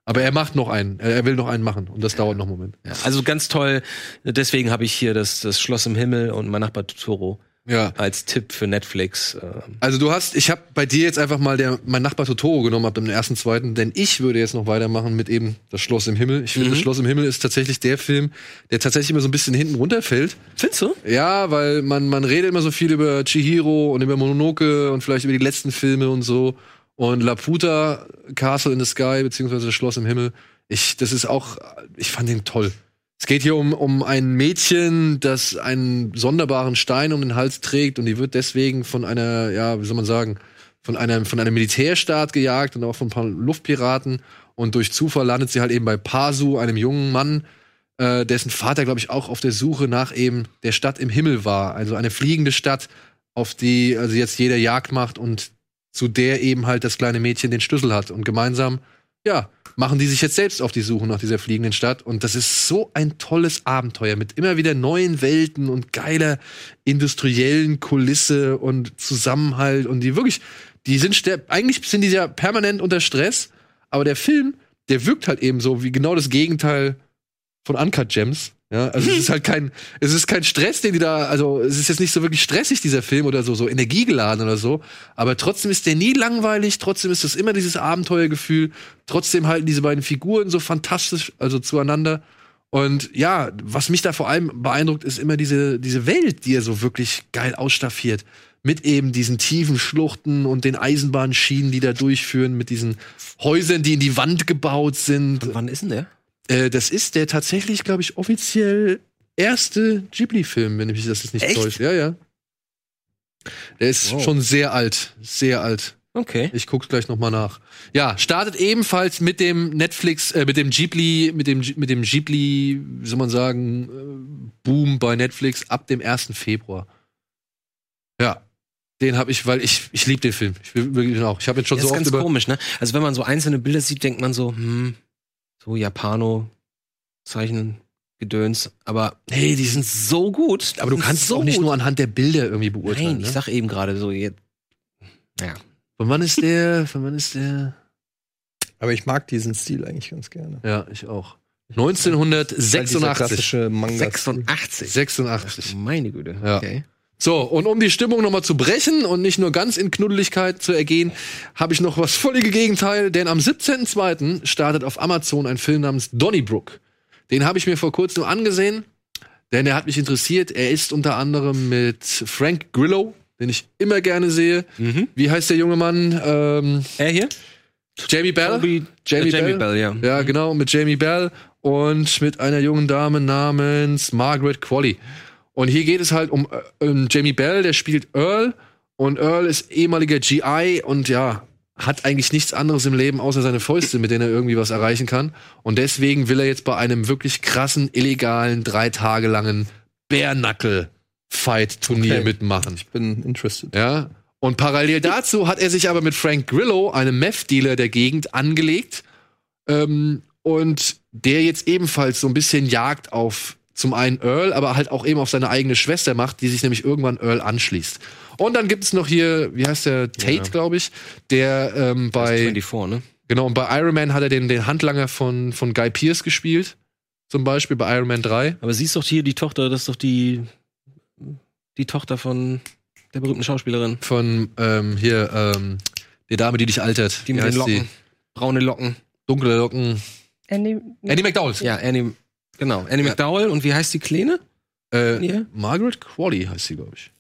A: Aber er macht noch einen. Er er will noch einen machen und das dauert noch einen Moment.
E: Ja, also ganz toll. Deswegen habe ich hier das, das Schloss im Himmel und mein Nachbar Tutoro
A: Ja.
E: als Tipp für Netflix. Äh,
A: Also du hast, ich habe bei dir jetzt einfach mal der, mein Nachbar Totoro genommen ab dem ersten, zweiten, denn ich würde jetzt noch weitermachen mit eben das Schloss im Himmel. Ich finde, das Schloss im Himmel ist tatsächlich der Film, der tatsächlich immer so ein bisschen hinten runterfällt.
E: findest du?
A: Ja, weil man, man redet immer so viel über Chihiro und über Mononoke und vielleicht über die letzten Filme und so. Und Laputa, Castle in the Sky, beziehungsweise das Schloss im Himmel. Ich, das ist auch, ich fand den toll. Es geht hier um, um ein Mädchen, das einen sonderbaren Stein um den Hals trägt und die wird deswegen von einer, ja, wie soll man sagen, von einem, von einem Militärstaat gejagt und auch von ein paar Luftpiraten. Und durch Zufall landet sie halt eben bei Pasu, einem jungen Mann, äh, dessen Vater, glaube ich, auch auf der Suche nach eben der Stadt im Himmel war. Also eine fliegende Stadt, auf die also jetzt jeder Jagd macht und zu der eben halt das kleine Mädchen den Schlüssel hat. Und gemeinsam, ja, machen die sich jetzt selbst auf die Suche nach dieser fliegenden Stadt. Und das ist so ein tolles Abenteuer mit immer wieder neuen Welten und geiler industriellen Kulisse und Zusammenhalt. Und die wirklich, die sind, ster- eigentlich sind die ja permanent unter Stress, aber der Film, der wirkt halt eben so wie genau das Gegenteil von Uncut Gems. Ja, also es ist halt kein, es ist kein Stress, den die da, also es ist jetzt nicht so wirklich stressig, dieser Film oder so, so energiegeladen oder so. Aber trotzdem ist der nie langweilig, trotzdem ist es immer dieses Abenteuergefühl, trotzdem halten diese beiden Figuren so fantastisch, also zueinander. Und ja, was mich da vor allem beeindruckt, ist immer diese, diese Welt, die er so wirklich geil ausstaffiert. Mit eben diesen tiefen Schluchten und den Eisenbahnschienen, die da durchführen, mit diesen Häusern, die in die Wand gebaut sind.
E: Wann ist denn der?
A: Äh, das ist der tatsächlich, glaube ich, offiziell erste Ghibli-Film, wenn ich mich das jetzt nicht
E: Echt?
A: täusche. Ja, ja. Der ist schon sehr alt, sehr alt.
E: Okay.
A: Ich guck's gleich noch mal nach. Ja, startet ebenfalls mit dem Netflix, äh, mit dem Ghibli, mit dem G- mit dem Ghibli, wie soll man sagen, äh, Boom bei Netflix ab dem 1. Februar. Ja, den habe ich, weil ich ich liebe den Film. Ich will wirklich auch. Ich habe ihn schon
E: Das
A: so
E: ist
A: oft
E: ganz
A: über
E: komisch, ne? Also wenn man so einzelne Bilder sieht, denkt man so, hm, so Japano, Zeichnen, Gedöns. Aber hey, die sind so gut.
A: aber du
E: Die sind
A: kannst es
E: so
A: auch nicht
E: gut.
A: nur anhand der Bilder irgendwie beurteilen.
E: Nein, ich
A: ne?
E: sag eben gerade so, jetzt.
A: Von wann ist der? Von wann ist der?
J: Aber ich mag diesen Stil eigentlich ganz gerne.
A: Ja, ich auch.
J: Weil dieser
A: 1986.
J: klassische Manga.
E: 86.
A: 86.
E: Meine Güte.
A: Ja.
E: Okay.
A: So, und um die Stimmung nochmal zu brechen und nicht nur ganz in Knuddeligkeit zu ergehen, habe ich noch was völlige Gegenteil, denn am 17.02. startet auf Amazon ein Film namens Donnybrook. Den habe ich mir vor kurzem angesehen, denn er hat mich interessiert. Er ist unter anderem mit Frank Grillo, den ich immer gerne sehe. Wie heißt der junge Mann? Ähm,
E: Er Äh, hier?
A: Jamie Bell?
E: Toby-
A: Jamie,
E: äh, Jamie
A: Bell.
E: Bell, ja.
A: Ja, genau, mit Jamie Bell und mit einer jungen Dame namens Margaret Qualley. Und hier geht es halt um, äh, um Jamie Bell, der spielt Earl. Und Earl ist ehemaliger GI und ja, hat eigentlich nichts anderes im Leben außer seine Fäuste, mit denen er irgendwie was erreichen kann. Und deswegen will er jetzt bei einem wirklich krassen, illegalen, drei Tage langen Bare-Knuckle-Fight-Turnier
J: Okay.
A: mitmachen.
J: Ich bin interested.
A: Ja. Und parallel dazu hat er sich aber mit Frank Grillo, einem Meth-Dealer der Gegend, angelegt. Ähm, und der jetzt ebenfalls so ein bisschen Jagd auf zum einen Earl, aber halt auch eben auf seine eigene Schwester macht, die sich nämlich irgendwann Earl anschließt. Und dann gibt es noch hier, wie heißt der, Tate, glaube ich, der ähm, bei
E: 24, ne?
A: Genau, und bei Iron Man hat er den, den Handlanger von, von Guy Pierce gespielt. Zum Beispiel bei Iron Man 3.
E: Aber siehst doch hier die Tochter, das ist doch die, die Tochter von der berühmten Schauspielerin.
A: Von ähm, hier, ähm, die Dame, die dich altert.
E: Die
A: Wie
E: mit den
A: heißt
E: Locken. Braune Locken.
A: Dunkle Locken.
D: Andy,
A: Andy McDowell.
E: Ja, Annie, genau. Annie McDowell und wie heißt die Kleine?
A: Äh,
E: Ja.
A: Margaret Qualley heißt sie, glaube ich.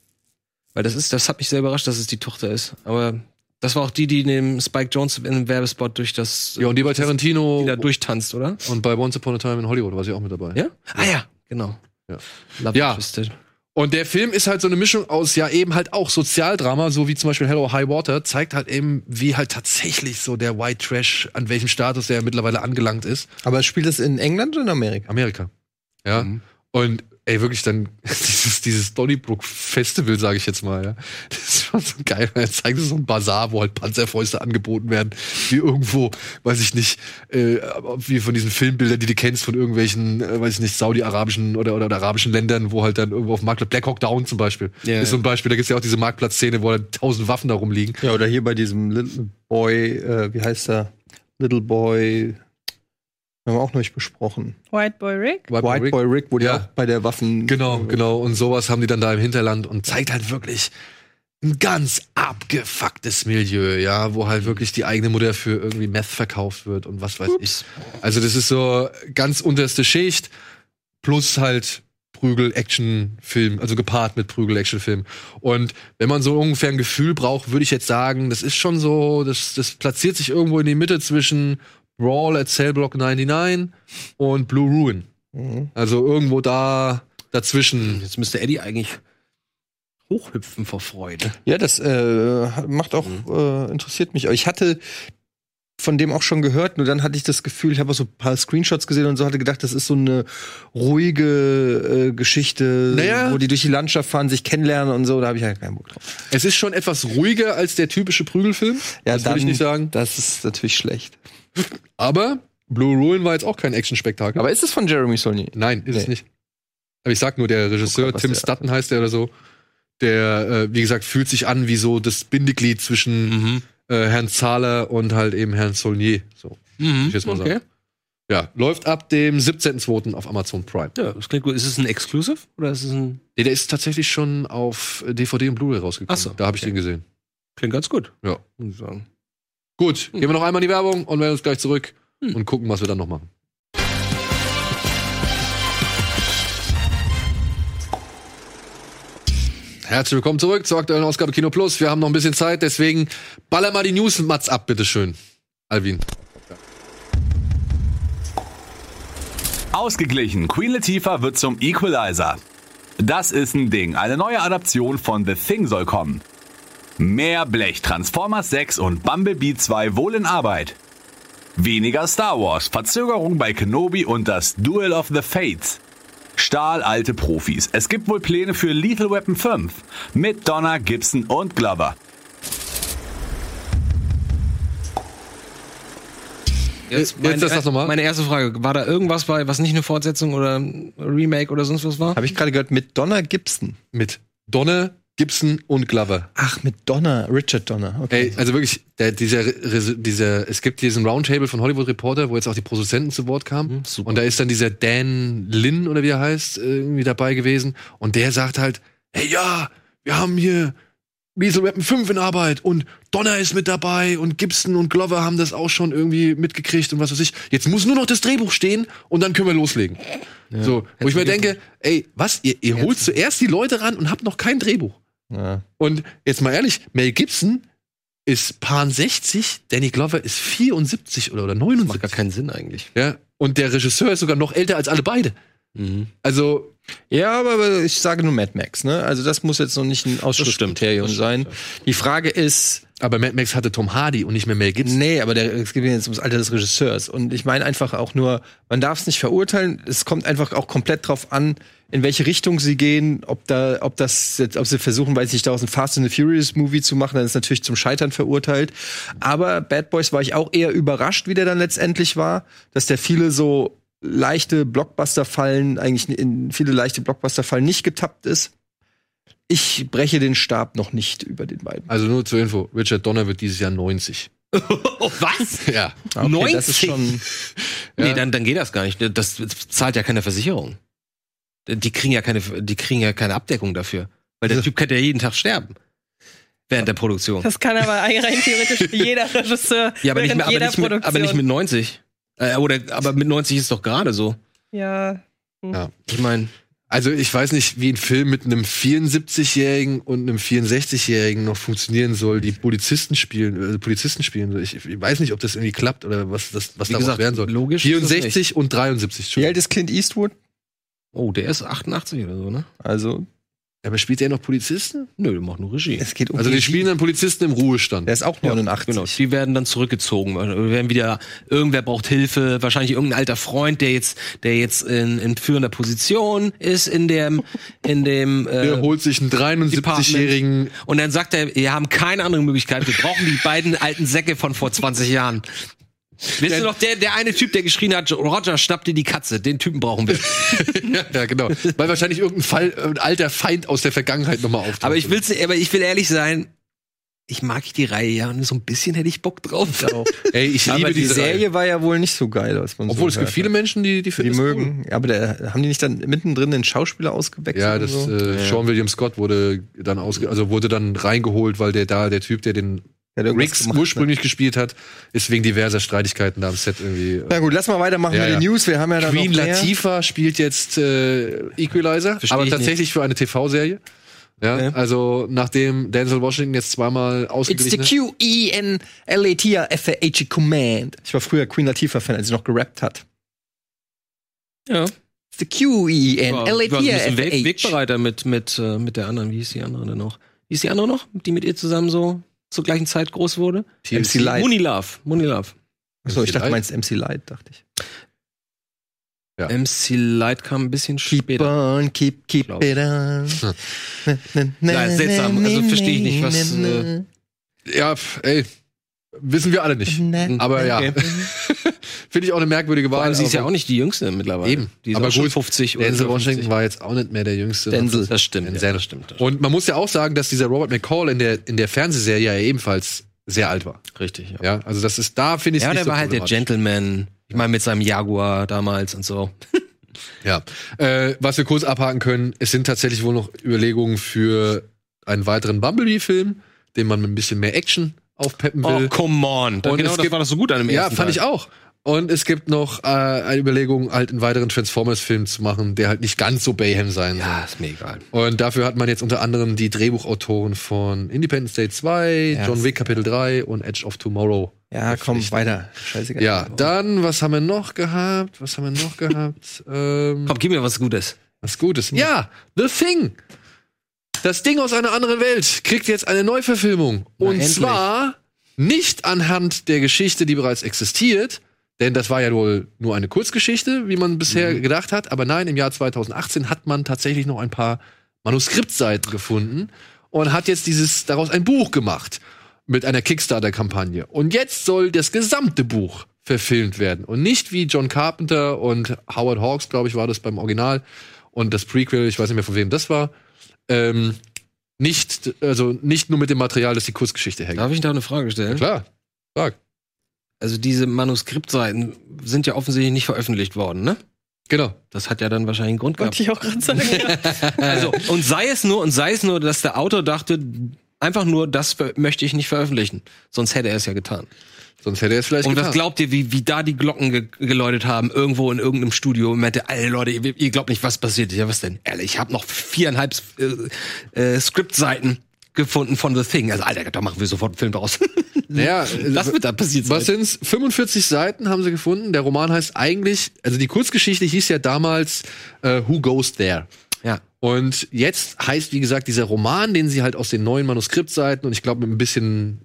E: Weil das ist, das hat mich sehr überrascht, dass es die Tochter ist. Aber Das war auch die, die neben Spike Jones im Werbespot durch das.
A: Ja, und die bei Tarantino
E: die da durchtanzt, oder?
A: und bei Once Upon a Time in Hollywood war sie auch mit dabei.
E: Ja? Ah ja, genau.
A: Ja.
E: Love
A: Ja.
E: Twisted.
A: Und der Film ist halt so eine Mischung aus, ja, eben halt auch Sozialdrama, so wie zum Beispiel Hello High Water, zeigt halt eben, wie halt tatsächlich so der White Trash, an welchem Status der mittlerweile angelangt ist.
B: Aber spielt das in England oder in Amerika?
A: Amerika. Ja. Und ey, wirklich dann dieses, dieses Donnybrook Festival, sage ich jetzt mal, ja. Das war so geil. Er zeigt so ein Bazar, wo halt Panzerfäuste angeboten werden, wie irgendwo, weiß ich nicht, äh, wie von diesen Filmbildern, die du kennst, von irgendwelchen, äh, weiß ich nicht, saudi-arabischen oder, oder, oder arabischen Ländern, wo halt dann irgendwo auf dem Marktplatz, Black Hawk Down zum Beispiel,
E: Ja,
A: ist so ein
E: ja.
A: Beispiel, da gibt's ja auch diese Marktplatzszene, wo dann tausend Waffen da rumliegen.
B: Ja, oder hier bei diesem Little Boy, äh, wie heißt er? Little Boy, haben wir auch noch nicht besprochen.
D: White Boy Rick?
A: White Boy
B: White
A: Rick.
B: Boy Rick wurde ja
A: Ja.
B: auch bei der Waffen.
A: Genau, genau. Und sowas haben die dann da im Hinterland und zeigt halt wirklich ein ganz abgefucktes Milieu, ja, wo halt wirklich die eigene Mutter für irgendwie Meth verkauft wird und was weiß ich. Also das ist so ganz unterste Schicht plus halt Prügel-Action-Film, also gepaart mit Prügel-Action-Film. Und wenn man so ungefähr ein Gefühl braucht, würde ich jetzt sagen, das ist schon so, das, das platziert sich irgendwo in die Mitte zwischen Brawl at Cellblock 99 und Blue Ruin. Also irgendwo da dazwischen.
E: Jetzt müsste Eddie eigentlich hochhüpfen vor Freude.
B: Ja, das äh, macht auch, äh, interessiert mich. Ich hatte von dem auch schon gehört, nur dann hatte ich das Gefühl, ich habe auch so ein paar Screenshots gesehen und so hatte gedacht, das ist so eine ruhige äh, Geschichte,
A: Naja.
B: wo die durch die Landschaft fahren, sich kennenlernen und so, da habe ich halt keinen Bock drauf.
A: Es ist schon etwas ruhiger als der typische Prügelfilm. das würde ich nicht sagen.
B: Das ist natürlich schlecht.
A: Aber Blue Ruin war jetzt auch kein Action-Spektakel.
B: Aber ist es von Jeremy Saulnier?
A: Nein, ist es
B: Nee.
A: nicht. Aber ich sag nur, der Regisseur,
B: Guck mal, was
A: Tim
B: der-
A: Stutton heißt der oder so, der, äh, wie gesagt, fühlt sich an wie so das Bindeglied zwischen äh, Herrn Zahler und halt eben Herrn Saulnier. So,
E: Mhm.
A: ich jetzt mal
E: okay.
A: sagen. Ja, läuft ab dem 17.02. auf Amazon Prime.
E: Ja, das klingt gut. Ist es ein Exclusive oder ist es ein.
A: Nee, der ist tatsächlich schon auf äh, DVD und Blu-ray rausgekommen.
E: Ach so,
A: da habe ich
E: okay.
A: den gesehen.
E: Klingt ganz gut.
A: Ja.
E: Muss ich sagen.
A: Gut, gehen wir noch einmal in die Werbung und werden uns gleich zurück
E: Hm.
A: und gucken, was wir dann noch machen. Herzlich willkommen zurück zur aktuellen Ausgabe Kino Plus. Wir haben noch ein bisschen Zeit, deswegen baller mal die News Mats ab, bitteschön. Alvin.
K: Ausgeglichen. Queen Latifah wird zum Equalizer. Das ist ein Ding. Eine neue Adaption von The Thing soll kommen. Mehr Blech, Transformers 6 und Bumblebee 2 wohl in Arbeit. Weniger Star Wars, Verzögerung bei Kenobi und das Duel of the Fates. Stahlalte Profis. Es gibt wohl Pläne für Lethal Weapon 5 mit Donner, Gibson und Glover.
E: Jetzt,
A: Äh, jetzt das doch noch mal.
E: Meine erste Frage: War da irgendwas bei, was nicht eine Fortsetzung oder ein Remake oder sonst was war?
B: Habe ich gerade gehört, mit Donner Gibson.
A: Mit Donner, Gibson und Glover.
B: Ach, mit Donner, Richard Donner. Okay.
A: Ey, also wirklich, der, dieser, Re- dieser, es gibt diesen Roundtable von Hollywood Reporter, wo jetzt auch die Produzenten zu Wort kamen.
B: Hm,
A: und da ist dann dieser Dan Lin oder wie er heißt, irgendwie dabei gewesen. Und der sagt halt, hey ja, wir haben hier Lethal Weapon 5 in Arbeit und Donner ist mit dabei und Gibson und Glover haben das auch schon irgendwie mitgekriegt und was weiß ich. Jetzt muss nur noch das Drehbuch stehen und dann können wir loslegen. so, wo ich mir denke, ey, was, ihr, ihr holt zuerst die Leute ran und habt noch kein Drehbuch.
B: Ja.
A: Und jetzt mal ehrlich, Mel Gibson ist Pan 60, Danny Glover ist 74 oder, oder 79.
E: keinen Sinn eigentlich.
A: Ja? Und der Regisseur ist sogar noch älter als alle beide. Also,
B: ja, aber ich sage nur Mad Max, ne? Also das muss jetzt noch nicht ein Ausschlusskriterium sein. Die Frage ist,
A: aber Mad Max hatte Tom Hardy und nicht mehr Mel Gibson.
B: nee, aber der, es geht mir jetzt ums Alter des Regisseurs. Und ich meine einfach auch nur, man darf es nicht verurteilen. Es kommt einfach auch komplett drauf an, in welche Richtung sie gehen, ob da, ob das jetzt, ob sie versuchen, weiß ich nicht, daraus einen Fast and the Furious Movie zu machen, dann ist natürlich zum Scheitern verurteilt. Aber Bad Boys war ich auch eher überrascht, wie der dann letztendlich war, dass der viele so leichte Blockbuster-Fallen, eigentlich in viele leichte Blockbuster-Fallen nicht getappt ist. Ich breche den Stab noch nicht über den beiden.
A: Also nur zur Info, Richard Donner wird dieses Jahr 90.
E: Was?
A: Ja.
B: Ah, okay, das ist schon-
E: 90? Nee, dann, dann geht das gar nicht. Das zahlt ja keine Versicherung. Die kriegen ja keine, die kriegen ja keine Abdeckung dafür. Weil der Typ könnte ja jeden Tag sterben. Während der Produktion.
D: Das kann aber eigentlich rein theoretisch jeder Regisseur.
E: Ja, aber nicht,
D: während
E: mehr, aber,
D: jeder
E: nicht mit, aber
D: Produktion.
E: nicht mit 90. Äh, oder, aber mit 90 ist doch gerade so.
D: Ja.
E: Ich meine,
A: Also ich weiß nicht, wie ein Film mit einem 74-Jährigen und einem 64-Jährigen noch funktionieren soll, die Polizisten spielen, äh, Polizisten spielen. soll. Ich, ich weiß nicht, ob das irgendwie klappt oder was das was
E: Wie
A: daraus
E: gesagt,
A: werden soll.
E: logisch ist das
A: 64 und 73.
J: Wie
A: Entschuldigung.
J: alt ist Clint Eastwood?
E: Oh, der ist 88 oder so, ne?
J: Also,
A: Aber spielt der noch Polizisten?
E: Nö, der macht nur Regie.
J: es geht um.
A: Also die spielen dann Polizisten im Ruhestand.
J: der ist auch 89.
E: Genau, die werden dann zurückgezogen. Wir Werden wieder, irgendwer braucht Hilfe, wahrscheinlich irgendein alter Freund, der jetzt, der jetzt in, in führender Position ist in dem, in dem
A: Der
E: äh,
A: Ne, holt sich einen 73-Jährigen.
E: Und dann sagt er, wir haben keine andere Möglichkeit, wir brauchen die beiden alten Säcke von vor 20 Jahren. Wisst ihr noch, der, der eine Typ, der geschrien hat, Roger, schnapp dir die Katze, den Typen brauchen wir.
A: ja, genau. Weil wahrscheinlich irgendein Fall, äh, ein alter Feind aus der Vergangenheit nochmal auftaucht.
E: Aber ich will, aber ich will ehrlich sein, ich mag die Reihe ja und so ein bisschen hätte ich Bock drauf.
A: Ey, ich liebe
J: Aber die
A: diese
J: Serie
A: Reihe.
J: war ja wohl nicht so geil, als man
A: Obwohl es
J: so
A: gibt
J: hört.
A: viele Menschen, die die
J: die
A: finden es cool.
J: mögen. Ja, aber da, haben die nicht dann mittendrin den Schauspieler ausgewechselt?
A: Ja,
J: und
A: das
J: so?
A: äh, Sean William Scott wurde dann ausge also wurde dann reingeholt, weil der da der Typ, der den
J: Der hat irgendwas
A: Riggs
J: gemacht, ne?
A: ursprünglich gespielt hat, ist wegen diverser Streitigkeiten da am Set irgendwie. äh,
J: Na gut, lass mal weitermachen
A: Ja,
J: mit den
A: ja.
J: News. Wir haben ja dann
A: Queen
J: noch mehr.
A: Latifah spielt jetzt äh, Equalizer,
E: Versteh
A: aber
E: ich
A: tatsächlich für eine TV-Serie. Ja,
J: Okay.
A: also nachdem Denzel Washington jetzt
J: It's E
A: zweimal
J: the
A: ausgeglichen
J: Q-E-N-L-A-T-A-F-A-H Command. Ich war früher Queen Latifah-Fan, als sie noch gerappt hat.
E: Ja.
J: It's the E Äh, Q-E-N-L-A-T-A-F-A-H.
E: Wegbereiter mit, mit, äh, mit der anderen, wie hieß die andere denn noch? Wie hieß die andere noch, die mit ihr zusammen so zur gleichen Zeit groß wurde?
J: MC Light.
E: Muni Love, Muni Love.
J: Achso, ich dachte, du
A: Light.
J: meinst MC Light, dachte ich.
A: Ja.
E: MC Light kam ein bisschen
J: Keep
E: später.
J: on, keep, keep
E: Glaub ich. Hm.
J: it on. Na, na, na,
E: Ja, seltsam. Also
J: na,
E: verstehe ich nicht,
J: na,
E: was,
J: na,
E: äh,
A: Ja, pf, ey, wissen wir alle nicht. Mhm.
J: na, na.
A: Aber ja,
E: Okay.
A: finde ich auch eine merkwürdige
E: Vor
A: Wahl.
E: allem, Also sie ist ja
A: aber
E: auch nicht die Jüngste mittlerweile.
A: Eben.
E: Die ist
A: Aber
E: aber auch schon
A: gut,
E: 50 oder
A: Denzel
E: 50.
A: Washington war jetzt auch nicht mehr der Jüngste.
J: Denzel.
E: Das stimmt.
A: Denzel.
E: das stimmt.
A: Und man muss ja auch sagen, dass dieser Robert McCall in der, in der Fernsehserie ja ebenfalls sehr alt war.
E: Richtig, ja.
A: Ja, also das ist, da finde ich
E: Ja, aber
A: nicht
E: der
A: so
E: war halt der
A: problematisch.
E: Gentleman. Ich meine, mit seinem Jaguar damals und so.
A: Ja. Äh, was wir kurz abhaken können, es sind tatsächlich wohl noch Überlegungen für einen weiteren Bumblebee-Film, den man mit ein bisschen mehr Action aufpeppen will.
E: come on.
A: Oh, Und
E: genau,
A: es
E: das
A: gibt-
E: war das so gut an dem
A: ja,
E: ersten
A: fand ich
E: Teil.
A: auch. Und es gibt noch äh, eine Überlegung, halt einen weiteren Transformers-Film zu machen, der halt nicht ganz so Bayhem sein soll.
E: Ja, ist mir egal.
A: Und dafür hat man jetzt unter anderem die Drehbuchautoren von Independence Day 2,
J: Ja.
A: John Wick Kapitel 3 und Edge of Tomorrow.
J: Ja, komm, weiter. Scheißegal.
A: Ja, dann, was haben wir noch gehabt? Was haben wir noch gehabt? ähm,
E: Komm, gib mir was Gutes.
A: was Gutes. Ja, The Thing. Das Ding aus einer anderen Welt kriegt jetzt eine Neuverfilmung.
E: Na,
A: und
E: endlich.
A: zwar nicht anhand der Geschichte, die bereits existiert, denn das war ja wohl nur eine Kurzgeschichte, wie man bisher gedacht hat. Aber nein, im Jahr 2018 hat man tatsächlich noch ein paar Manuskriptseiten gefunden und hat jetzt dieses daraus ein Buch gemacht mit einer Kickstarter-Kampagne. Und jetzt soll das gesamte Buch verfilmt werden und nicht wie John Carpenter und Howard Hawks, glaube ich, war das beim Original und das Prequel, ich weiß nicht mehr von wem das war. Ähm, nicht, also nicht nur mit dem Material, das die Kurzgeschichte hergibt.
E: Darf ich da eine Frage stellen?
A: Klar.
E: Also diese Manuskriptseiten sind ja offensichtlich nicht veröffentlicht worden, ne?
A: Genau.
E: Das hat ja dann wahrscheinlich einen Grund gehabt.
D: Wollte ich auch gerade sagen. ja.
E: Also, und sei es nur, und sei es nur, dass der Autor dachte, einfach nur, das ver- möchte ich nicht veröffentlichen. Sonst hätte er es ja getan.
A: Sonst hätte er es vielleicht
E: und was
A: getan.
E: glaubt ihr, wie, wie da die Glocken ge geläutet haben, irgendwo in irgendeinem Studio und meinte, alle Leute, ihr, ihr glaubt nicht, was passiert. Ja, was denn? Ehrlich, ich habe noch viereinhalb äh, äh, Skriptseiten gefunden von The Thing. Also, Alter, da machen wir sofort einen Film draus.
A: Naja,
E: das wird da passiert sein.
A: äh, was sind's? 45 Seiten haben sie gefunden. Der Roman heißt eigentlich, also die Kurzgeschichte hieß ja damals äh, Who Goes There?
E: Ja.
A: Und jetzt heißt, wie gesagt, dieser Roman, den sie halt aus den neuen Manuskriptseiten und ich glaube mit ein bisschen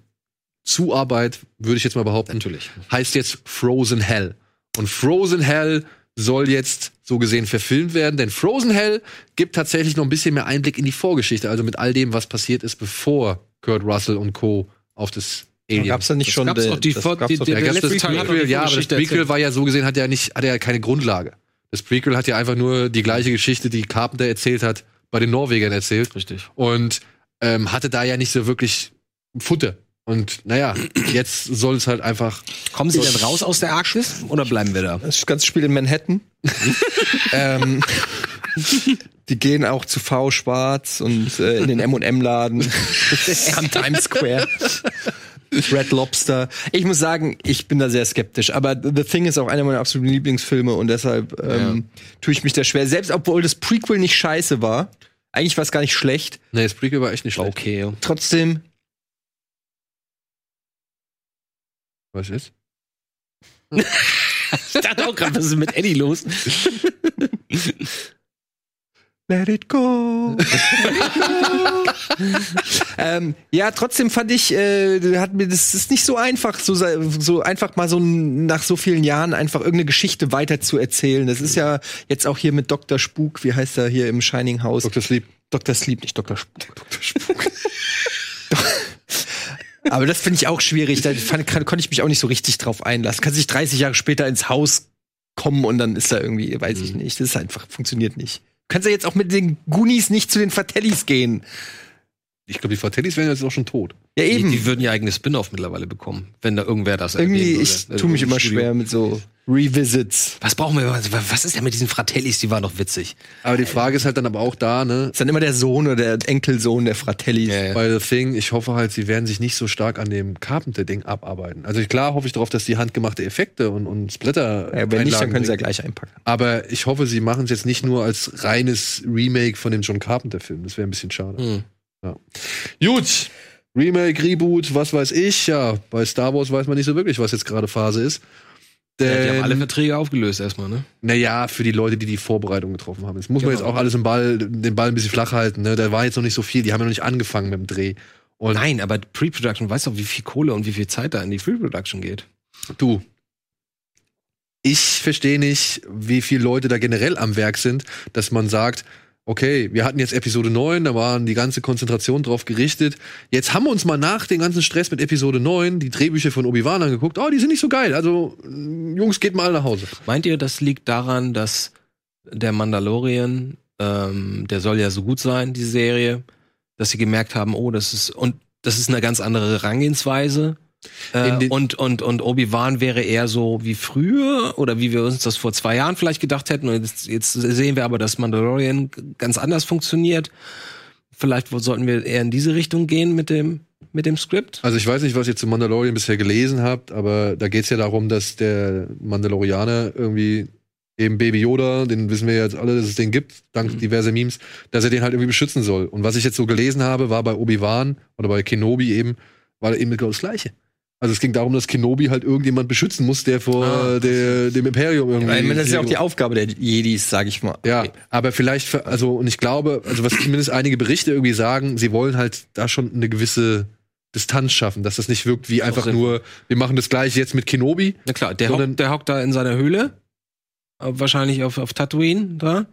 A: Zuarbeit, würde ich jetzt mal behaupten,
E: Natürlich.
A: heißt jetzt Frozen Hell. Und Frozen Hell soll jetzt so gesehen verfilmt werden, denn Frozen Hell gibt tatsächlich noch ein bisschen mehr Einblick in die Vorgeschichte, also mit all dem, was passiert ist, bevor Kurt Russell und Co. auf das Alien.
J: Gab's da nicht schon
E: gab's
J: de-
E: doch die
J: das
E: Vor-
J: gab's
E: die-
J: doch
E: die-
A: Da
J: die-
E: der
A: gab's das
E: letzte Teil hat doch die
A: Prequel, ja, aber das
E: Vorgeschichte
A: Prequel
E: erzählt.
A: war ja so gesehen, hat ja nicht, hat ja keine Grundlage. Das Prequel hat ja einfach nur die gleiche Geschichte, die Carpenter erzählt hat, bei den Norwegern erzählt
E: Richtig.
A: und ähm, hatte da ja nicht so wirklich Futter. Und naja, jetzt soll es halt einfach
E: Kommen Sie denn raus aus der Arktis oder bleiben wir da?
J: Das ganze Spiel in Manhattan. ähm, die gehen auch zu V Schwarz und äh, in den M&M Laden am Times Square.
B: Red Lobster. Ich muss sagen, ich bin da sehr skeptisch. Aber The Thing ist auch einer meiner absoluten Lieblingsfilme und deshalb ähm, tue ich mich da schwer. Selbst obwohl das Prequel nicht scheiße war, eigentlich war es gar nicht schlecht.
A: Nee, das Prequel war echt nicht schlecht.
E: Okay.
B: Trotzdem,
A: Was ist?
E: Ich dachte auch gerade, was ist mit Eddie los?
B: let it go. ähm, ja, trotzdem fand ich, äh, hat mir das ist nicht so einfach, so, sei- so einfach mal so n- nach so vielen Jahren einfach irgendeine Geschichte weiter zu erzählen. Das ist ja jetzt auch hier mit Dr. Spuk, wie heißt er hier im Shining House? Dr. Sleep. Dr. Sleep, nicht Dr. Spuk. Dr. Spuk. Aber das finde ich auch schwierig. Da fand, kann, konnte ich mich auch nicht so richtig drauf einlassen. Kann sich 30 Jahre später ins Haus kommen und dann ist da irgendwie, weiß ich nicht. Das ist einfach, funktioniert nicht. Du kannst ja jetzt auch mit den Goonies nicht zu den Fratellis gehen.
A: Ich glaube, die Fratellis wären jetzt auch schon tot.
B: Ja,
E: Die,
B: eben.
E: die würden ja eigene Spin-off mittlerweile bekommen, wenn da irgendwer das
B: irgendwie,
E: erwähnen würde.
B: ich
E: Also
B: tue mich
E: im
B: immer
E: Studio.
B: schwer mit so Revisits.
E: Was brauchen wir? Was ist denn mit diesen Fratellis? Die waren doch witzig.
A: Aber die Frage ist halt dann aber auch da, ne?
B: Ist dann immer der Sohn oder der Enkelsohn der Fratellis.
A: Bei The Thing, ich hoffe halt, sie werden sich nicht so stark an dem Carpenter-Ding abarbeiten. Also klar hoffe ich darauf, dass die handgemachte Effekte und, und Splitter.
B: Ja, wenn nicht, dann
A: Einlagen
B: können sie ja
A: bringen.
B: gleich einpacken.
A: Aber ich hoffe, sie machen es jetzt nicht nur als reines Remake von dem John Carpenter-Film. Das wäre ein bisschen schade.
B: Hm.
A: Ja. Gut. Remake, Reboot, was weiß ich. Ja, bei Star Wars weiß man nicht so wirklich, was jetzt gerade Phase ist.
E: Ja,
B: Ähm.
E: die haben alle
A: Denn,
E: Verträge aufgelöst erstmal, ne?
A: naja, für die Leute, die die Vorbereitung getroffen haben. Jetzt muss man
E: Genau.
A: jetzt auch alles im Ball, den Ball ein bisschen flach halten. Ne? Da war jetzt noch nicht so viel. Die haben ja noch nicht angefangen mit dem Dreh. Und
E: Nein, aber Pre-Production, weißt du, wie viel Kohle und wie viel Zeit da in die Pre-Production geht?
A: Du. Ich verstehe nicht, wie viele Leute da generell am Werk sind, dass man sagt, okay, wir hatten jetzt Episode 9, da waren die ganze Konzentration drauf gerichtet. Jetzt haben wir uns mal nach dem ganzen Stress mit Episode 9 die Drehbücher von Obi-Wan angeguckt. Oh, die sind nicht so geil. Also, mm, Jungs, geht mal alle nach Hause.
E: Meint ihr, das liegt daran, dass der Mandalorian, ähm, der soll ja so gut sein, die Serie, dass sie gemerkt haben, oh, das ist und das ist eine ganz andere Herangehensweise.
A: In
E: Äh,
A: den-
E: und und und Obi-Wan wäre eher so wie früher oder wie wir uns das vor zwei Jahren vielleicht gedacht hätten. Und jetzt, jetzt sehen wir aber, dass Mandalorian g- ganz anders funktioniert. Vielleicht wo- sollten wir eher in diese Richtung gehen mit dem mit dem Skript.
A: Also, ich weiß nicht, was ihr zu Mandalorian bisher gelesen habt, aber da geht's ja darum, dass der Mandalorianer irgendwie eben Baby Yoda, den wissen wir jetzt alle, dass es den gibt, dank
B: Mhm.
A: diverser Memes, dass er den halt irgendwie beschützen soll. Und was ich jetzt so gelesen habe, war bei Obi-Wan oder bei Kenobi eben, war eben genau das Gleiche. Also es ging darum, dass Kenobi halt irgendjemand beschützen muss, der vor
E: Ah.
A: der, dem Imperium irgendwie.
B: Weil das ist ja auch die Aufgabe der Jedis, sage ich mal.
A: Ja, aber vielleicht, für, also, und ich glaube, also was zumindest einige Berichte irgendwie sagen, sie wollen halt da schon eine gewisse Distanz schaffen, dass das nicht wirkt wie
E: auch
A: einfach
E: Sinn.
A: nur, wir machen das gleiche jetzt mit Kenobi.
E: Na klar, der,
A: Sondern-
E: hockt, der hockt da in seiner Höhle, äh, wahrscheinlich auf, auf Tatooine da.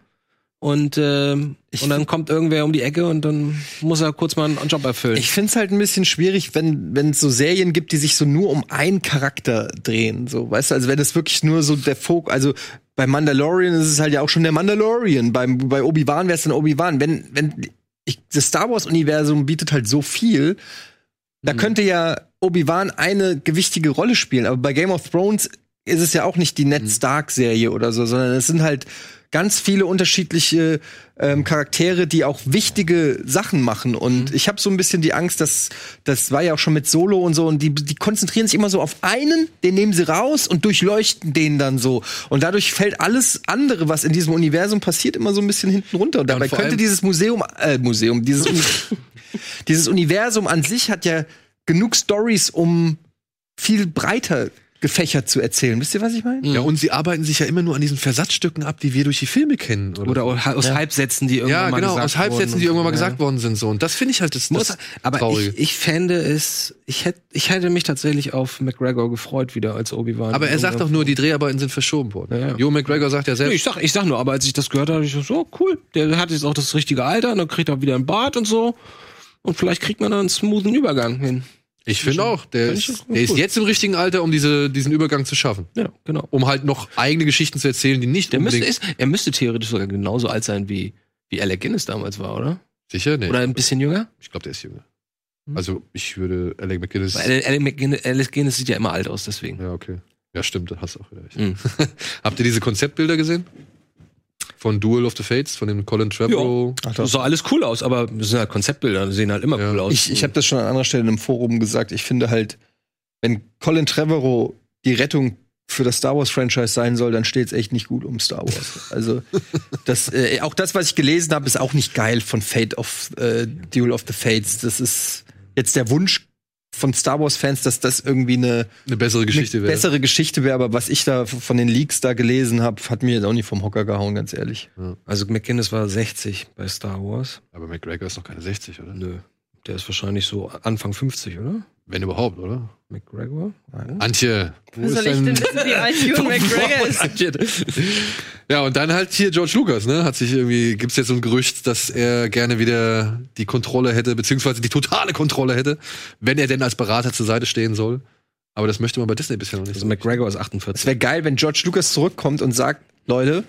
E: Und, ähm, und dann kommt irgendwer um die Ecke und dann muss er kurz mal einen Job erfüllen.
B: Ich finde es halt ein bisschen schwierig, wenn wenn es so Serien gibt, die sich so nur um einen Charakter drehen, so, weißt du, also wenn es wirklich nur so der Fokus, also bei Mandalorian ist es halt ja auch schon der Mandalorian, beim bei Obi-Wan wäre es dann Obi-Wan, wenn wenn ich, das Star Wars Universum bietet halt so viel,
A: Mhm.
B: da könnte ja Obi-Wan eine gewichtige Rolle spielen, aber bei Game of Thrones ist es ja auch nicht die
A: Mhm.
B: Ned Stark-Serie oder so, sondern es sind halt ganz viele unterschiedliche ähm, Charaktere, die auch wichtige Sachen machen. Und
A: Mhm.
B: ich habe so ein bisschen die Angst, dass das war ja auch schon mit Solo und so, und die, die konzentrieren sich immer so auf einen, den nehmen sie raus und durchleuchten den dann so. Und dadurch fällt alles andere, was in diesem Universum passiert, immer so ein bisschen hinten runter. Und dabei
A: vor
B: könnte
A: allem-
B: dieses Museum, äh, Museum, dieses Uni- dieses Universum an sich hat ja genug Stories, um viel breiter gefächert zu erzählen. Wisst ihr, was ich meine?
A: Ja,
E: Mhm.
A: und sie arbeiten sich ja immer nur an diesen Versatzstücken ab, die wir durch die Filme kennen. Oder,
E: Oder au- aus Halbsätzen, die irgendwann
A: ja,
E: mal
A: genau,
E: gesagt
A: aus Halbsätzen, die
E: wurden.
A: irgendwann mal
E: Ja.
A: gesagt worden sind. So. Und das finde ich halt das,
E: Muss,
A: das
E: aber
A: Traurige.
E: ich, ich fände es, ich hätte, ich hätte mich tatsächlich auf McGregor gefreut wieder als Obi-Wan.
A: aber er sagt doch
E: Irgendwann-
A: nur, die Dreharbeiten sind verschoben worden.
E: Ja, ja.
A: Joe McGregor sagt ja
E: Nee,
A: selbst,
E: Ich sag, ich sag nur, aber als ich das gehört habe, ich so, so, cool, der hat jetzt auch das richtige Alter und dann kriegt er wieder ein Bart und so. Und vielleicht kriegt man dann einen smoothen Übergang hin.
A: ich finde auch, der,
E: Fand ich
A: ist,
E: schon
A: der ist
E: cool.
A: jetzt im richtigen Alter, um diese, diesen Übergang zu schaffen.
E: Ja, genau.
A: Um halt noch eigene Geschichten zu erzählen, die nicht
E: Der müsste,
A: unbedingt...
E: ist, er müsste theoretisch sogar genauso alt sein, wie, wie Alec Guinness damals war, oder?
A: sicher? Nee.
E: Oder ein bisschen jünger?
A: ich glaube, der ist jünger. Also ich würde Alec McGinnis...
E: Weil Alec, McGuinness- Alec Guinness sieht ja immer alt aus, deswegen.
A: Ja, okay. Ja, stimmt, da hast du auch wieder recht.
D: Hm.
E: Mhm.
A: Habt ihr diese Konzeptbilder gesehen? Von Duel of the Fates, von dem Colin Trevorrow?
B: Ach,
E: Das sah alles cool aus, aber das sind halt Konzeptbilder, die sehen halt immer
A: Ja.
E: cool aus.
B: Ich, ich habe das schon an anderer Stelle in einem Forum gesagt. Ich finde halt, wenn Colin Trevorrow die Rettung für das Star Wars Franchise sein soll, dann steht es echt nicht gut um Star Wars. Also das, äh, auch das, was ich gelesen habe, ist auch nicht geil von Fate of äh, Duel of the Fates. Das ist jetzt der Wunsch von Star Wars Fans, dass das irgendwie eine
A: Eine bessere Geschichte
B: eine
A: wäre.
B: bessere Geschichte wäre. Aber was ich da von den Leaks da gelesen habe, hat mir jetzt auch nicht vom Hocker gehauen, ganz ehrlich.
E: Also McGinnis war 60 bei Star Wars.
A: Aber McGregor ist noch keine 60, oder?
E: Nö. Der ist wahrscheinlich so Anfang 50, oder?
A: Wenn überhaupt, oder?
E: McGregor?
A: Antje.
D: Wo soll ich denn wissen, wie alt Ewan McGregor ist?
A: ja, und dann halt hier George Lucas, ne? Hat sich irgendwie, gibt's jetzt so ein Gerücht, dass er gerne wieder die Kontrolle hätte, beziehungsweise die totale Kontrolle hätte, wenn er denn als Berater zur Seite stehen soll. Aber das möchte man bei Disney bisher noch nicht.
E: Also McGregor ist 48.
B: Es wäre geil, wenn George Lucas zurückkommt und sagt, Leute,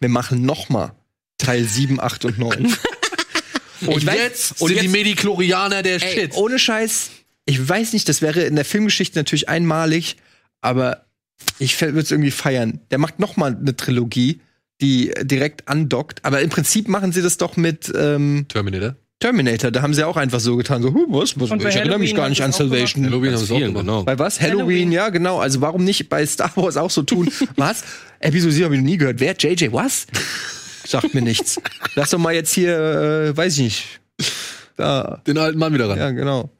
B: wir machen noch mal Teil 7, 8 und 9.
A: Und
B: ich weiß-
A: jetzt
B: und
A: sind die
B: jetzt-
A: Mediklorianer der
B: Ey,
E: oh.
A: Shit.
B: ohne Scheiß, ich weiß nicht, das wäre in der Filmgeschichte natürlich einmalig, aber ich würde es irgendwie feiern. Der macht noch mal eine Trilogie, die äh, direkt andockt, aber im Prinzip machen sie das doch mit ähm,
A: Terminator.
B: Terminator. Da haben sie auch einfach so getan, so, huh, was, was
D: Und bei
B: ich erinnere mich
D: Halloween
B: gar
D: haben
B: nicht
D: sie
B: an
D: es auch
B: Salvation.
A: Halloween haben sie auch
E: Vielen,
A: gemacht.
E: genau.
B: Bei was? Halloween,
D: Halloween.
B: ja, genau. Also warum nicht bei Star Wars auch so tun? was? Episode 7 habe ich noch nie gehört. Wer? JJ, was? Sagt mir nichts. Lass doch mal jetzt hier, äh, weiß ich nicht. Da,
A: Den alten Mann wieder ran.
B: ja, genau.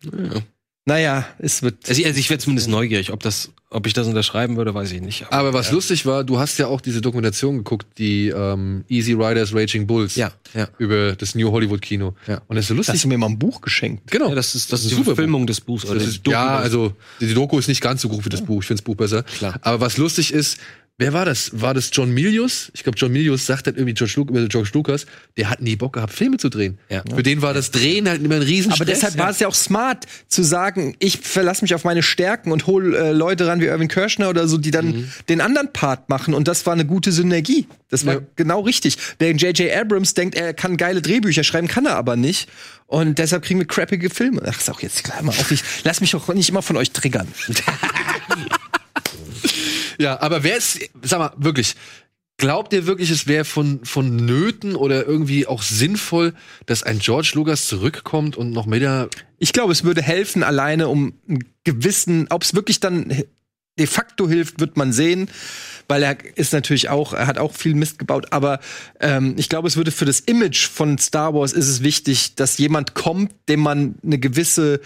B: Naja, es wird.
E: Also, also ich wäre zumindest neugierig, ob, das, ob ich das unterschreiben würde, weiß ich nicht. Aber
A: Aber was lustig war, du hast ja auch diese Dokumentation geguckt, die ähm, Easy Riders Raging Bulls
E: Ja, ja.
A: über das New Hollywood Kino.
E: Ja.
A: Und das ist so
B: Hast
A: lustig.
B: du mir mal ein Buch geschenkt?
A: genau.
E: ja, das ist, das
A: Ein
E: ist die
A: super
E: Verfilmung des Buchs.
A: Das
E: die
A: ist,
E: Doku-
A: ja, also die Doku ist nicht ganz so gut wie das Buch. Ich finde das Buch besser.
E: Klar.
A: Aber was lustig ist, wer war das? War das John Milius? Ich glaube, John Milius sagt dann irgendwie George, Lu über George Lucas, der hat nie Bock gehabt, Filme zu drehen.
E: Ja.
A: Für den war das Drehen halt immer ein riesen
B: Aber deshalb war es ja auch smart zu sagen, ich verlasse mich auf meine Stärken und hole äh, Leute ran wie Irvin Kirschner oder so, die dann den anderen Part machen. Und das war eine gute Synergie. Das war
A: Ja.
B: genau richtig. Während J.J. Abrams denkt, er kann geile Drehbücher schreiben, kann er aber nicht. Und deshalb kriegen wir crappige Filme. Ach, ist auch jetzt klar mal auf. Ich lass mich doch nicht immer von euch triggern.
A: Ja, aber wer ist, sag mal, wirklich, glaubt ihr wirklich, es wäre von, von Nöten oder irgendwie auch sinnvoll, dass ein George Lucas zurückkommt und noch mehr
B: Ich glaube, es würde helfen alleine, um einen gewissen, ob es wirklich dann de facto hilft, wird man sehen, weil er ist natürlich auch, er hat auch viel Mist gebaut, aber ähm, ich glaube, es würde für das Image von Star Wars ist es wichtig, dass jemand kommt, dem man eine gewisse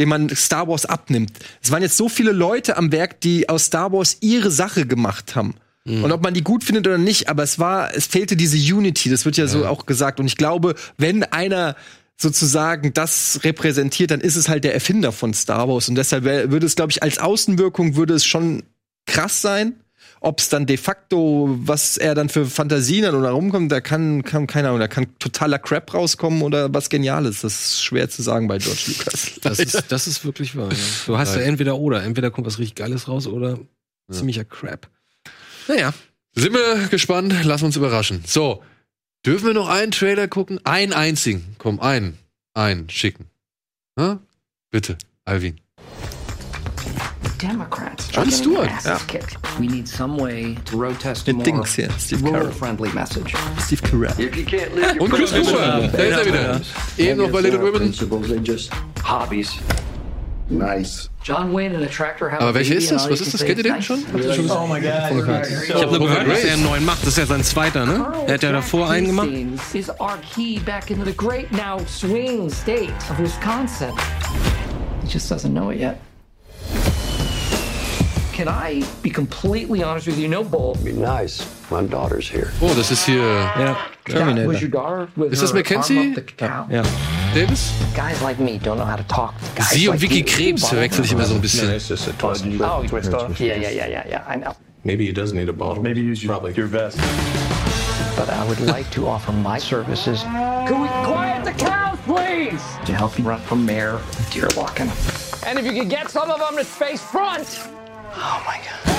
B: dem man Star Wars abnimmt. Es waren jetzt so viele Leute am Werk, die aus Star Wars ihre Sache gemacht haben. Und ob man die gut findet oder nicht, aber es war, es fehlte diese Unity, das wird ja, so auch gesagt. Und ich glaube, wenn einer sozusagen das repräsentiert, dann ist es halt der Erfinder von Star Wars. Und deshalb wär, würde es, glaube ich, als Außenwirkung würde es schon krass sein. Ob es dann de facto, was er dann für Fantasien dann oder rumkommt, da kann, kann keine Ahnung, da kann totaler Crap rauskommen oder was Geniales. Das ist schwer zu sagen bei George Lucas.
E: Das ist, das ist wirklich wahr. Ja. Du hast ja entweder oder. Entweder kommt was richtig Geiles raus oder ziemlicher Crap. Naja.
A: Sind wir gespannt, lass uns überraschen. So, dürfen wir noch einen Trailer gucken? Einen einzigen. Komm, einen. Einen schicken. Na? Bitte, Alvin.
F: Democrats.
A: John Stewart.
F: We need some way to protest
B: Mit
F: more.
B: Dings hier, Steve Carell.
F: friendly message.
B: Steve Carell.
F: If you can't live your
A: Und Chris
F: principles-
A: Cooper. Da ist er wieder. Eben noch bei Little Women.
F: Principles, they're just hobbies.
L: Nice.
F: John Wayne in a tractor had a
A: Aber welcher
F: baby
A: ist
F: and
A: das?
F: all
A: Was
F: you
A: ist
F: can
A: das?
F: say
A: Kennt ihr
F: is
A: den
F: nice.
A: schon?
L: Oh my god.
E: Ich habe nur gehört, dass
A: Grace.
E: er einen neuen macht. Das ist ja sein zweiter, ne? Er hat
A: uh,
E: ja davor einen gemacht.
F: Is our key back into the great now swing state of Wisconsin. He just doesn't know it yet. Can I be completely honest with you? No bull.
L: Be nice. My daughter's here.
A: Oh, das ist hier
B: Ja,
F: That
B: Terminator.
F: was your daughter with
A: Is this
F: her arm
A: Mackenzie?
F: up the cacao.
B: Ja.
A: Davis.
F: Guys like me don't know how to talk. to Guys
A: Sie und
F: like
A: Vicky
F: you.
A: Krebs verwechsel ich immer so ein bisschen.
L: It's just a twist.
F: Oh, yeah, yeah, yeah, yeah, yeah. I know.
L: Maybe he does need a bottle. Maybe use your, Probably. your vest.
F: But I would like to offer my services. Can we quiet the cows, please? To help you run for mayor of Deer Walking. And if you could get some of them to face front. Oh my God.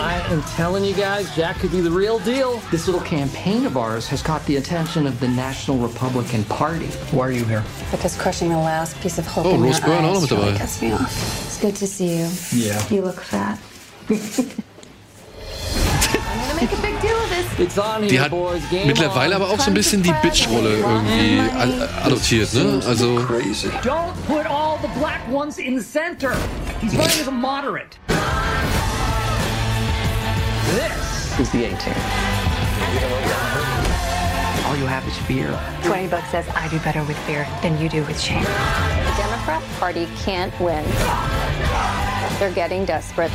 F: I am telling you guys, Jack could be the real deal. This little campaign of ours has caught the attention of the National Republican Party. Why are you here?
C: Because crushing the last piece of hope
A: Oh,
C: in
A: Rose
C: my
A: Byrne auch noch
C: eyes
A: mit
C: really
A: dabei.
C: cuts me off. It's good to see you.
F: Yeah.
C: You look fat. I'm gonna make a big deal of it.
F: It's on
A: Die
F: here,
A: hat
F: boys. Game
A: mittlerweile
F: on.
A: aber auch so ein bisschen die Bitch-Rolle irgendwie a- a- adoptiert, ne? Also.
M: Don't put all the black ones in the center. He's running as a moderate.
F: This is the A team. All you have is fear.
N: 20 Buck says I do better with fear than you do with shame.
K: The Democrat Party can't win. They're getting desperate.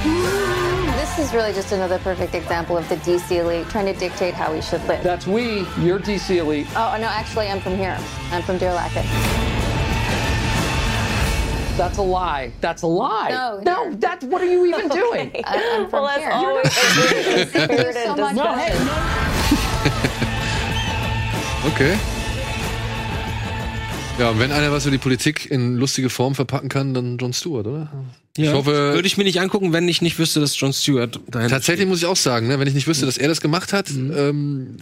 K: This is really just another perfect example of the DC elite trying to dictate how we should live.
F: That's we. You're DC elite.
K: Oh, no, actually, I'm from here. I'm from Deer Lacket.
F: That's a lie. That's a lie.
K: No,
F: no. Oh, That's what are you even doing?
K: I- I'm from here. There's so much
F: No, hey,
K: better.
A: Okay. Ja, und wenn einer was über die Politik in lustige Form verpacken kann, dann Jon Stewart, oder?
E: Ja.
A: Ich hoffe.
E: Würde ich mir nicht angucken, wenn ich nicht wüsste, dass Jon Stewart dahin
A: Tatsächlich muss ich auch sagen, ne, wenn ich nicht wüsste, dass er das gemacht hat, ähm,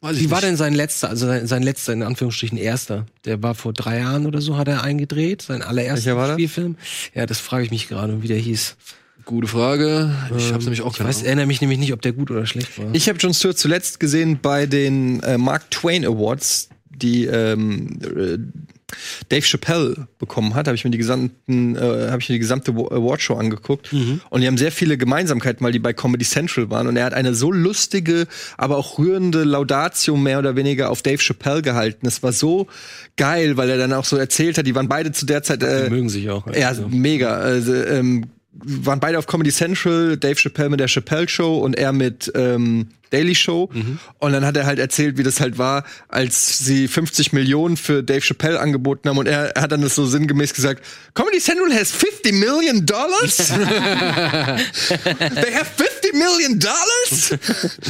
A: weiß ich
E: Mhm. Wie war
A: nicht.
E: denn sein letzter, also sein, sein letzter, in Anführungsstrichen erster? Der war vor drei Jahren oder so, hat er eingedreht, sein allererster Spielfilm. Ja, das frage ich mich gerade, wie der hieß.
A: Gute Frage. Ich hab's nämlich auch
E: Ähm,
A: keine
E: Ich
O: Genau.
E: weiß,
A: Ahnung.
E: erinnere mich nämlich nicht, ob der gut oder schlecht war.
B: Ich habe Jon Stewart zuletzt gesehen bei den äh, Mark Twain Awards, die ähm, äh, Dave Chappelle bekommen hat. Habe ich mir die gesamten, äh, habe ich mir die gesamte Wa- Awardshow angeguckt.
E: Mhm.
B: Und die haben sehr viele Gemeinsamkeiten, weil die bei Comedy Central waren. Und er hat eine so lustige, aber auch rührende Laudatio mehr oder weniger auf Dave Chappelle gehalten. Es war so geil, weil er dann auch so erzählt hat. Die waren beide zu der Zeit. Äh,
E: Die mögen sich auch.
B: ja, mega. Also, ähm, waren beide auf Comedy Central, Dave Chappelle mit der Chappelle Show und er mit ähm, Daily Show.
A: Mhm.
B: Und dann hat er halt erzählt, wie das halt war, als sie 50 Millionen für Dave Chappelle angeboten haben. Und er hat dann das so sinngemäß gesagt, Comedy Central has 50 million dollars? They have 50 million dollars?
E: äh,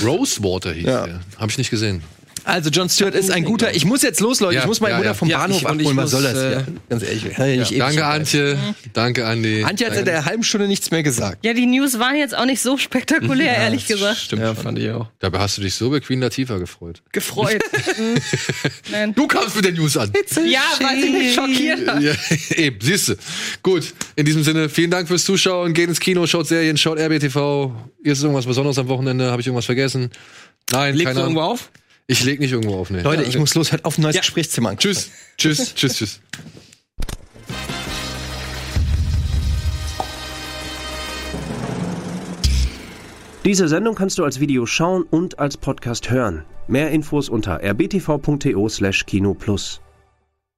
A: Rosewater hieß der. Hab ich nicht gesehen.
B: Also John Stewart ist ein guter. Ich muss jetzt los, Leute.
A: Ja,
B: ich muss meinen
A: ja,
B: Bruder
A: ja.
B: vom
A: Ja,
B: Bahnhof
A: ich- und ich
B: abholen. Was
A: muss,
B: soll das?
A: äh,
B: ja, ganz ehrlich, ich kann ja nicht ewig
A: Danke,
B: dabei
A: Antje.
E: Mhm.
A: Danke, Andi.
B: bleiben. Antje hat seit
A: Danke.
B: der halben Stunde nichts mehr gesagt.
D: Ja, die News waren jetzt auch nicht so spektakulär, ehrlich gesagt.
A: Stimmt ja, fand ich auch. Dabei hast du dich so über Queen Latifah gefreut.
D: Gefreut. Mhm. Nein.
A: Du kamst mit der News an.
D: ja, weil sie mich schockiert hat.
A: Ja, eben, siehste. Gut, in diesem Sinne, vielen Dank fürs Zuschauen. Geht ins Kino, schaut Serien, schaut RBTV. Ist irgendwas Besonderes am Wochenende? Habe ich irgendwas vergessen? Nein,
E: Legst
A: keine
E: du
A: Ahnung.
E: irgendwo auf?
A: Ich leg nicht irgendwo auf, ne.
B: Leute, ich muss los, halt auf ein neues Gesprächszimmer angucken.
A: Tschüss, tschüss, tschüss, tschüss.
O: Diese Sendung kannst du als Video schauen und als Podcast hören. Mehr Infos unter rbtv.to/kino+.